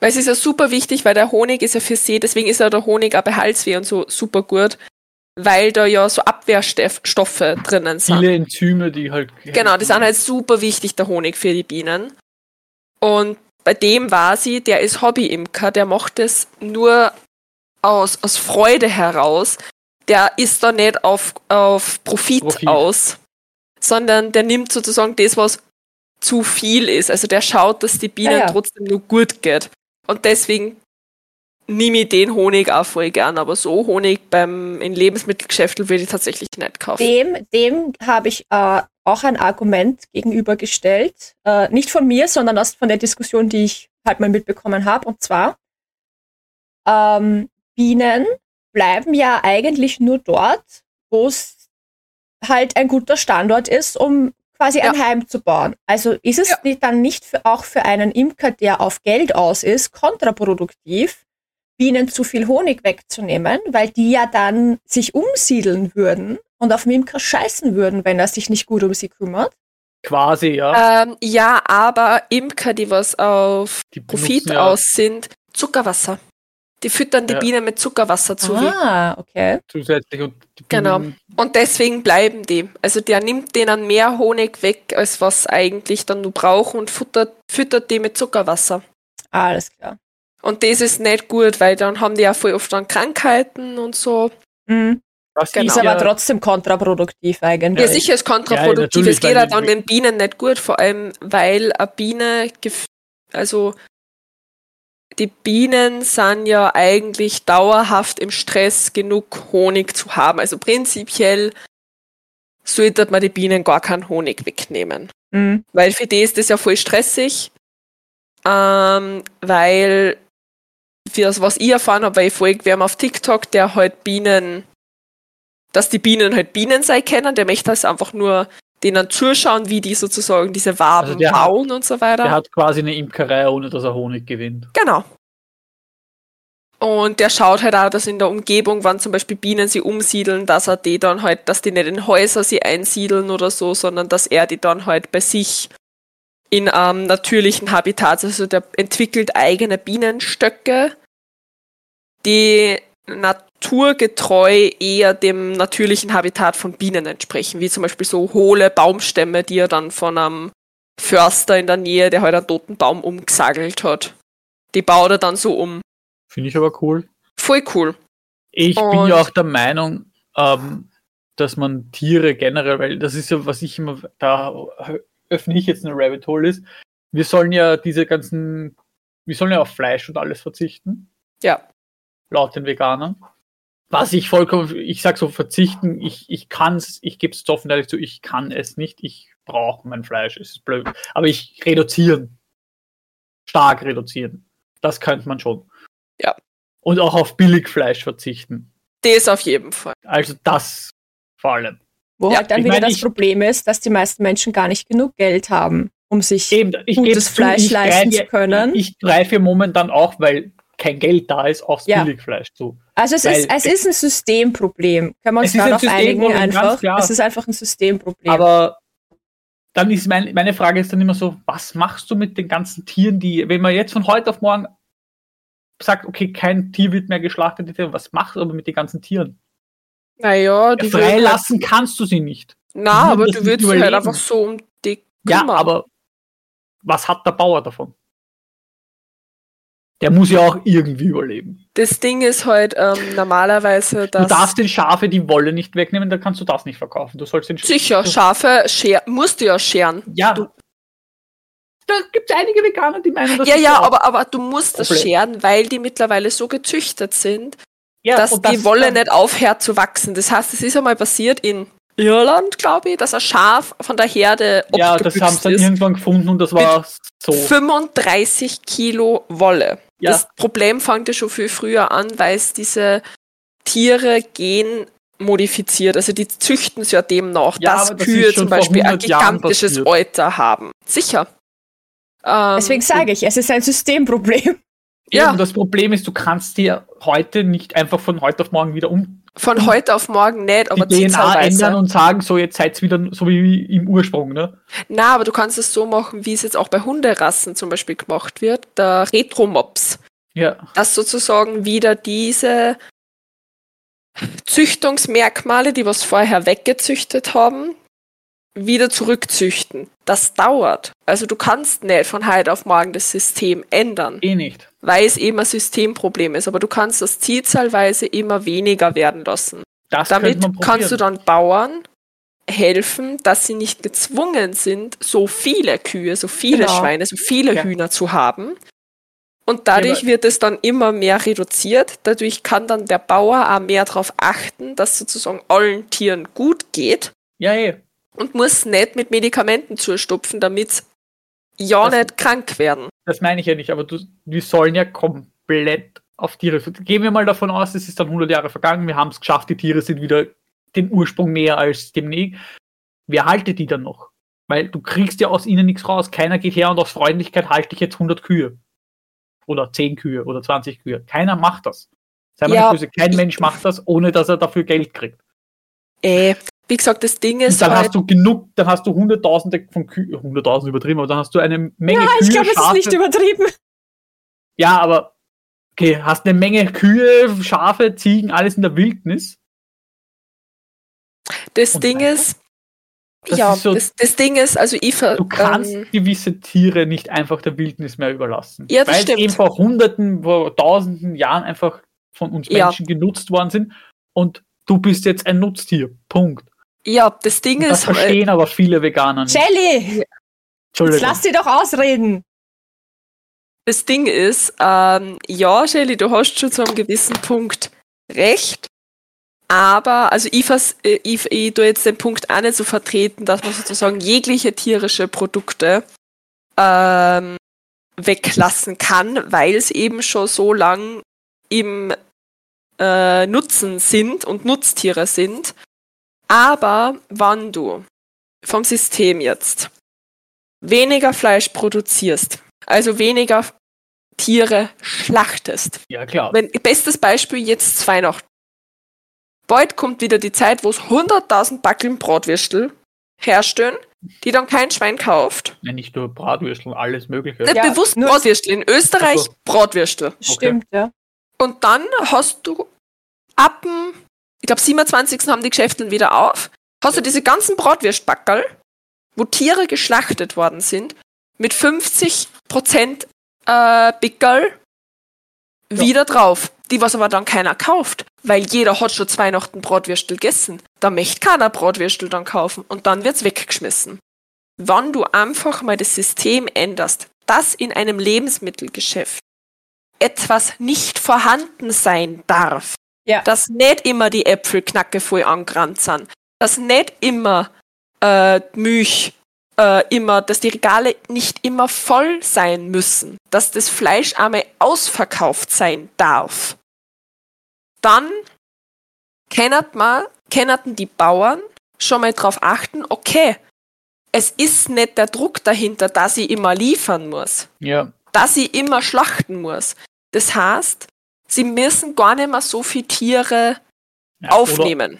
[SPEAKER 3] Weil es ist ja super wichtig, weil der Honig ist ja für sie, deswegen ist ja der Honig auch bei Halsweh und so super gut, weil da ja so Abwehrstoffe drinnen sind.
[SPEAKER 2] Viele Enzyme, die halt.
[SPEAKER 3] Genau, die sind halt super wichtig, der Honig für die Bienen. Und bei dem war sie, der ist Hobbyimker, der macht es nur aus, aus Freude heraus. Der ist da nicht auf, auf Profit,
[SPEAKER 2] Profit.
[SPEAKER 3] aus, sondern der nimmt sozusagen das, was zu viel ist. Also der schaut, dass die Bienen
[SPEAKER 1] Ja, ja.
[SPEAKER 3] trotzdem nur gut geht. Und deswegen nehme ich den Honig auch voll gern. Aber so Honig beim, in Lebensmittelgeschäften würde ich tatsächlich nicht kaufen.
[SPEAKER 1] dem, dem habe ich äh, auch ein Argument gegenübergestellt. Äh, nicht von mir, sondern aus von der Diskussion, die ich halt mal mitbekommen habe. Und zwar, ähm, Bienen bleiben ja eigentlich nur dort, wo es halt ein guter Standort ist, um quasi ein Heim zu bauen. Also ist es
[SPEAKER 3] Ja.
[SPEAKER 1] nicht, dann nicht für, auch für einen Imker, der auf Geld aus ist, kontraproduktiv, Bienen zu viel Honig wegzunehmen, weil die ja dann sich umsiedeln würden und auf den Imker scheißen würden, wenn er sich nicht gut um sie kümmert.
[SPEAKER 2] Quasi, ja.
[SPEAKER 3] Ähm, ja, aber Imker, die was auf
[SPEAKER 2] Die benutzen
[SPEAKER 3] Profit
[SPEAKER 2] ja
[SPEAKER 3] aus sind, Zuckerwasser. Die füttern die
[SPEAKER 2] Ja.
[SPEAKER 3] Bienen mit Zuckerwasser zu.
[SPEAKER 1] ah, okay.
[SPEAKER 2] Zusätzlich und die
[SPEAKER 3] Genau.
[SPEAKER 2] Bienen-
[SPEAKER 3] Und deswegen bleiben die. Also der nimmt denen mehr Honig weg, als was eigentlich dann nur brauchen und futtert, füttert die mit Zuckerwasser.
[SPEAKER 1] Alles klar.
[SPEAKER 3] Und das ist nicht gut, weil dann haben die ja voll oft dann Krankheiten und so.
[SPEAKER 1] Mhm.
[SPEAKER 2] Was
[SPEAKER 3] Genau.
[SPEAKER 1] Ist
[SPEAKER 2] ich
[SPEAKER 1] aber
[SPEAKER 2] ja,
[SPEAKER 1] trotzduktiv kontraproduktiv eigentlich.
[SPEAKER 3] Ja, sicher ist kontraproduktiv.
[SPEAKER 2] Ja,
[SPEAKER 3] es geht
[SPEAKER 2] natürlich,
[SPEAKER 3] ja dann
[SPEAKER 2] weil
[SPEAKER 3] den Bienen nicht gut, vor allem weil eine Biene, gef- also die Bienen sind ja eigentlich dauerhaft im Stress, genug Honig zu haben. Also prinzipiell sollte man die Bienen gar keinen Honig wegnehmen.
[SPEAKER 1] Mhm.
[SPEAKER 3] Weil für die ist das ja voll stressig, ähm, weil für das, was ich erfahren habe, weil ich folge wem auf TikTok, der halt Bienen, dass die Bienen halt Bienen sei kennen, der möchte das einfach nur denen zuschauen, wie die sozusagen diese Waben
[SPEAKER 2] Also der hat-
[SPEAKER 3] bauen und so
[SPEAKER 2] der
[SPEAKER 3] weiter.
[SPEAKER 2] hat quasi eine Imkerei, ohne dass er Honig gewinnt.
[SPEAKER 3] Genau. Und der schaut halt auch, dass in der Umgebung, wann zum Beispiel Bienen sie umsiedeln, dass er die dann halt, dass die nicht in Häuser sie einsiedeln oder so, sondern dass er die dann halt bei sich in einem natürlichen Habitat, also der entwickelt eigene Bienenstöcke, die naturgetreu eher dem natürlichen Habitat von Bienen entsprechen, wie zum Beispiel so hohle Baumstämme, die er dann von einem Förster in der Nähe, der halt einen toten Baum umgesagelt hat. Die baut er dann so um.
[SPEAKER 2] Finde ich aber cool.
[SPEAKER 3] Voll cool.
[SPEAKER 2] Ich bin
[SPEAKER 3] Und-
[SPEAKER 2] ja auch der Meinung, ähm, dass man Tiere generell, weil das ist ja, was ich immer, da öffne ich jetzt eine Rabbit Hole ist, wir sollen ja diese ganzen, wir sollen ja auf Fleisch und alles verzichten,
[SPEAKER 3] Ja.
[SPEAKER 2] laut den Veganern. Was ich vollkommen, ich sag so verzichten, ich, ich kann's, ich gebe es offen ehrlich zu, ich kann es nicht, ich brauche mein Fleisch, es ist blöd. Aber ich reduzieren. Stark reduzieren. Das könnte man schon.
[SPEAKER 3] Ja.
[SPEAKER 2] Und auch auf Billigfleisch verzichten.
[SPEAKER 3] Das auf jeden Fall.
[SPEAKER 2] Also das vor allem.
[SPEAKER 1] Wo
[SPEAKER 3] Ja,
[SPEAKER 1] halt dann
[SPEAKER 2] ich
[SPEAKER 1] wieder
[SPEAKER 2] meine,
[SPEAKER 1] das
[SPEAKER 2] ich-
[SPEAKER 1] Problem ist, dass die meisten Menschen gar nicht genug Geld haben, um sich.
[SPEAKER 2] Eben, ich
[SPEAKER 1] Gutes
[SPEAKER 2] geb's
[SPEAKER 1] Fleisch
[SPEAKER 2] ich
[SPEAKER 1] leisten
[SPEAKER 2] greife-
[SPEAKER 1] zu können.
[SPEAKER 2] Ich, ich greife momentan auch, weil kein Geld da ist, aufs
[SPEAKER 1] Ja.
[SPEAKER 2] Billigfleisch zu.
[SPEAKER 1] Also es ist,
[SPEAKER 2] weil-
[SPEAKER 1] es ist ein Systemproblem. Können wir uns
[SPEAKER 2] Es ist ein
[SPEAKER 1] darauf
[SPEAKER 2] Systemproblem,
[SPEAKER 1] einigen
[SPEAKER 2] ganz
[SPEAKER 1] einfach.
[SPEAKER 2] klar.
[SPEAKER 1] Es ist einfach ein Systemproblem.
[SPEAKER 2] Aber dann ist mein, meine Frage ist dann immer so, was machst du mit den ganzen Tieren, die, wenn man jetzt von heute auf morgen sagt, okay, kein Tier wird mehr geschlachtet, was machst du aber mit den ganzen Tieren?
[SPEAKER 3] Naja, die würden halt-
[SPEAKER 2] Freilassen kannst du sie nicht.
[SPEAKER 3] Na,
[SPEAKER 2] würden
[SPEAKER 3] aber
[SPEAKER 2] das
[SPEAKER 3] du
[SPEAKER 2] nicht
[SPEAKER 3] würdest dich halt
[SPEAKER 2] überleben.
[SPEAKER 3] einfach so um die
[SPEAKER 2] Ja,
[SPEAKER 3] kümmern.
[SPEAKER 2] aber was hat der Bauer davon? Der muss ja auch irgendwie überleben.
[SPEAKER 3] Das Ding ist halt ähm, normalerweise, dass.
[SPEAKER 2] du darfst den Schafe die Wolle nicht wegnehmen, dann kannst du das nicht verkaufen. Du sollst den Sch-
[SPEAKER 3] sicher,
[SPEAKER 2] du-
[SPEAKER 3] Schafe scher musst du ja scheren.
[SPEAKER 2] Ja. da gibt es einige Veganer, die meinen, das
[SPEAKER 3] ja,
[SPEAKER 2] ist
[SPEAKER 3] ja,
[SPEAKER 2] auch-
[SPEAKER 3] aber, aber du musst das
[SPEAKER 2] Problem.
[SPEAKER 3] scheren, weil die mittlerweile so gezüchtet sind,
[SPEAKER 2] ja,
[SPEAKER 3] dass
[SPEAKER 2] und
[SPEAKER 3] die Wolle
[SPEAKER 2] dann-
[SPEAKER 3] nicht aufhört zu wachsen. Das heißt, es ist einmal passiert in Irland, glaube ich, dass ein Schaf von der Herde
[SPEAKER 2] Ja, das haben
[SPEAKER 3] abgebüxt
[SPEAKER 2] sie dann
[SPEAKER 3] ist.
[SPEAKER 2] irgendwann gefunden und das war so.
[SPEAKER 3] 35 Kilo Wolle.
[SPEAKER 2] Ja.
[SPEAKER 3] Das Problem fängt ja schon viel früher an, weil es diese Tiere genmodifiziert. Also die züchten es ja dem nach,
[SPEAKER 2] Ja,
[SPEAKER 3] dass
[SPEAKER 2] aber das
[SPEAKER 3] Kühe
[SPEAKER 2] ist schon
[SPEAKER 3] zum
[SPEAKER 2] vor
[SPEAKER 3] Beispiel ein
[SPEAKER 2] 100 Jahren
[SPEAKER 3] gigantisches
[SPEAKER 2] passiert.
[SPEAKER 3] Euter haben. Sicher. Ähm,
[SPEAKER 1] Deswegen sage ich, es ist ein Systemproblem.
[SPEAKER 3] ja.
[SPEAKER 2] Ja. Und das Problem ist, du kannst dir heute nicht einfach von heute auf morgen wieder um
[SPEAKER 3] von heute auf morgen nicht, aber halt
[SPEAKER 2] die DNA
[SPEAKER 3] zielweise.
[SPEAKER 2] ändern und sagen, so jetzt seid's wieder so wie im Ursprung, ne?
[SPEAKER 3] Na, aber du kannst es so machen, wie es jetzt auch bei Hunderassen zum Beispiel gemacht wird, der Retromops.
[SPEAKER 2] Ja.
[SPEAKER 3] dass sozusagen wieder diese Züchtungsmerkmale, die wir vorher weggezüchtet haben, wieder zurückzüchten. Das dauert. Also du kannst nicht von heute auf morgen das System ändern,
[SPEAKER 2] Eh nicht.
[SPEAKER 3] weil es eben ein Systemproblem ist. Aber du kannst das zielzahlweise immer weniger werden lassen.
[SPEAKER 2] Das
[SPEAKER 3] Damit
[SPEAKER 2] könnte man
[SPEAKER 3] kannst du
[SPEAKER 2] probieren.
[SPEAKER 3] dann Bauern helfen, dass sie nicht gezwungen sind, so viele Kühe, so viele
[SPEAKER 1] Genau.
[SPEAKER 3] Schweine, so viele
[SPEAKER 2] Ja. Genau.
[SPEAKER 3] Hühner zu haben. Und dadurch
[SPEAKER 2] aber-
[SPEAKER 3] wird es dann immer mehr reduziert. Dadurch kann dann der Bauer auch mehr darauf achten, dass sozusagen allen Tieren gut geht
[SPEAKER 2] Ja, eh.
[SPEAKER 3] und muss nicht mit Medikamenten zustopfen, damit sie ja
[SPEAKER 2] Das-
[SPEAKER 3] nicht krank werden.
[SPEAKER 2] Das meine ich ja nicht, aber du, wir sollen ja komplett auf Tiere. Gehen wir mal davon aus, es ist dann 100 Jahre vergangen, wir haben es geschafft, die Tiere sind wieder den Ursprung näher als dem Neg. Wer haltet die dann noch? Weil du kriegst ja aus ihnen nichts raus. Keiner geht her und aus Freundlichkeit halte ich jetzt 100 Kühe. Oder 10 Kühe oder 20 Kühe. Keiner macht das. Sei mal
[SPEAKER 3] Ja,
[SPEAKER 2] nicht böse, kein
[SPEAKER 3] ich-
[SPEAKER 2] Mensch macht das, ohne dass er dafür Geld kriegt.
[SPEAKER 3] Äh, wie gesagt, das Ding
[SPEAKER 2] Und
[SPEAKER 3] ist
[SPEAKER 2] dann
[SPEAKER 3] halt,
[SPEAKER 2] hast du genug, dann hast du hunderttausende von Kühen, hunderttausend übertrieben, aber dann hast du eine Menge
[SPEAKER 1] Ah, ich
[SPEAKER 2] Kühe.
[SPEAKER 1] glaube, es ist
[SPEAKER 2] Schafe.
[SPEAKER 1] nicht übertrieben.
[SPEAKER 2] Ja, aber okay, hast eine Menge Kühe, Schafe, Ziegen, alles in der Wildnis.
[SPEAKER 3] das
[SPEAKER 2] und
[SPEAKER 3] Ding
[SPEAKER 2] weiter?
[SPEAKER 3] ist,
[SPEAKER 2] Das
[SPEAKER 3] ja,
[SPEAKER 2] ist so-
[SPEAKER 3] das, das Ding ist, also ich ver-
[SPEAKER 2] Du kannst
[SPEAKER 3] ähm,
[SPEAKER 2] gewisse Tiere nicht einfach der Wildnis mehr überlassen.
[SPEAKER 3] Ja, das
[SPEAKER 2] weil
[SPEAKER 3] stimmt.
[SPEAKER 2] sie eben vor hunderten, vor tausenden Jahren einfach von uns
[SPEAKER 3] Ja.
[SPEAKER 2] Menschen genutzt worden sind und du bist jetzt ein Nutztier. Punkt.
[SPEAKER 3] ja, das Ding
[SPEAKER 2] Und das
[SPEAKER 3] ist halt,
[SPEAKER 2] verstehen aber viele Veganer nicht.
[SPEAKER 1] Jelly, jetzt
[SPEAKER 2] Entschuldigung.
[SPEAKER 1] lass sie doch ausreden.
[SPEAKER 3] Das Ding ist, ähm, ja, Shelly, du hast schon zu einem gewissen Punkt recht. Aber, also ich, vers äh, ich, ich tu jetzt den Punkt auch nicht so vertreten, dass man sozusagen jegliche tierische Produkte ähm, weglassen kann, weil es eben schon so lang im äh, Nutzen sind und Nutztiere sind. Aber wann du vom System jetzt weniger Fleisch produzierst, also weniger Tiere schlachtest.
[SPEAKER 2] Ja, klar.
[SPEAKER 3] Wenn, bestes Beispiel jetzt zu Weihnachten. Bald kommt wieder die Zeit, wo es 100.000 Backeln Bratwürstel herstellen, die dann kein Schwein kauft.
[SPEAKER 2] Nein, nicht nur Bratwürsteln, alles Mögliche.
[SPEAKER 3] Nicht
[SPEAKER 1] Ja,
[SPEAKER 3] bewusst
[SPEAKER 1] nur-
[SPEAKER 3] Bratwürstel. In Österreich
[SPEAKER 2] Ach so.
[SPEAKER 3] Bratwürstel.
[SPEAKER 1] Stimmt, ja.
[SPEAKER 3] Und dann hast du ab dem, ich glaube 27. haben die Geschäfte wieder auf, hast du diese ganzen Bratwürstbackerl, wo Tiere geschlachtet worden sind, mit 50% äh, Pickerl wieder drauf. Die, was aber dann keiner kauft, weil jeder hat schon zu Weihnachten Bratwürstel gegessen. Da möchte keiner Bratwürstel dann kaufen und dann wird's weggeschmissen. Wann du einfach mal das System änderst, dass in einem Lebensmittelgeschäft etwas nicht vorhanden sein darf.
[SPEAKER 1] Ja.
[SPEAKER 3] Dass nicht immer die Äpfel knackevoll angerannt sind. Dass nicht immer äh, die Milch äh, immer, dass die Regale nicht immer voll sein müssen. Dass das Fleisch einmal ausverkauft sein darf. Dann kennt man, kennten die Bauern schon mal drauf achten, okay, es ist nicht der Druck dahinter, dass ich immer liefern muss
[SPEAKER 2] Ja,
[SPEAKER 3] dass sie immer schlachten muss. Das heißt, sie müssen gar nicht mehr so viele Tiere
[SPEAKER 2] Ja,
[SPEAKER 3] aufnehmen.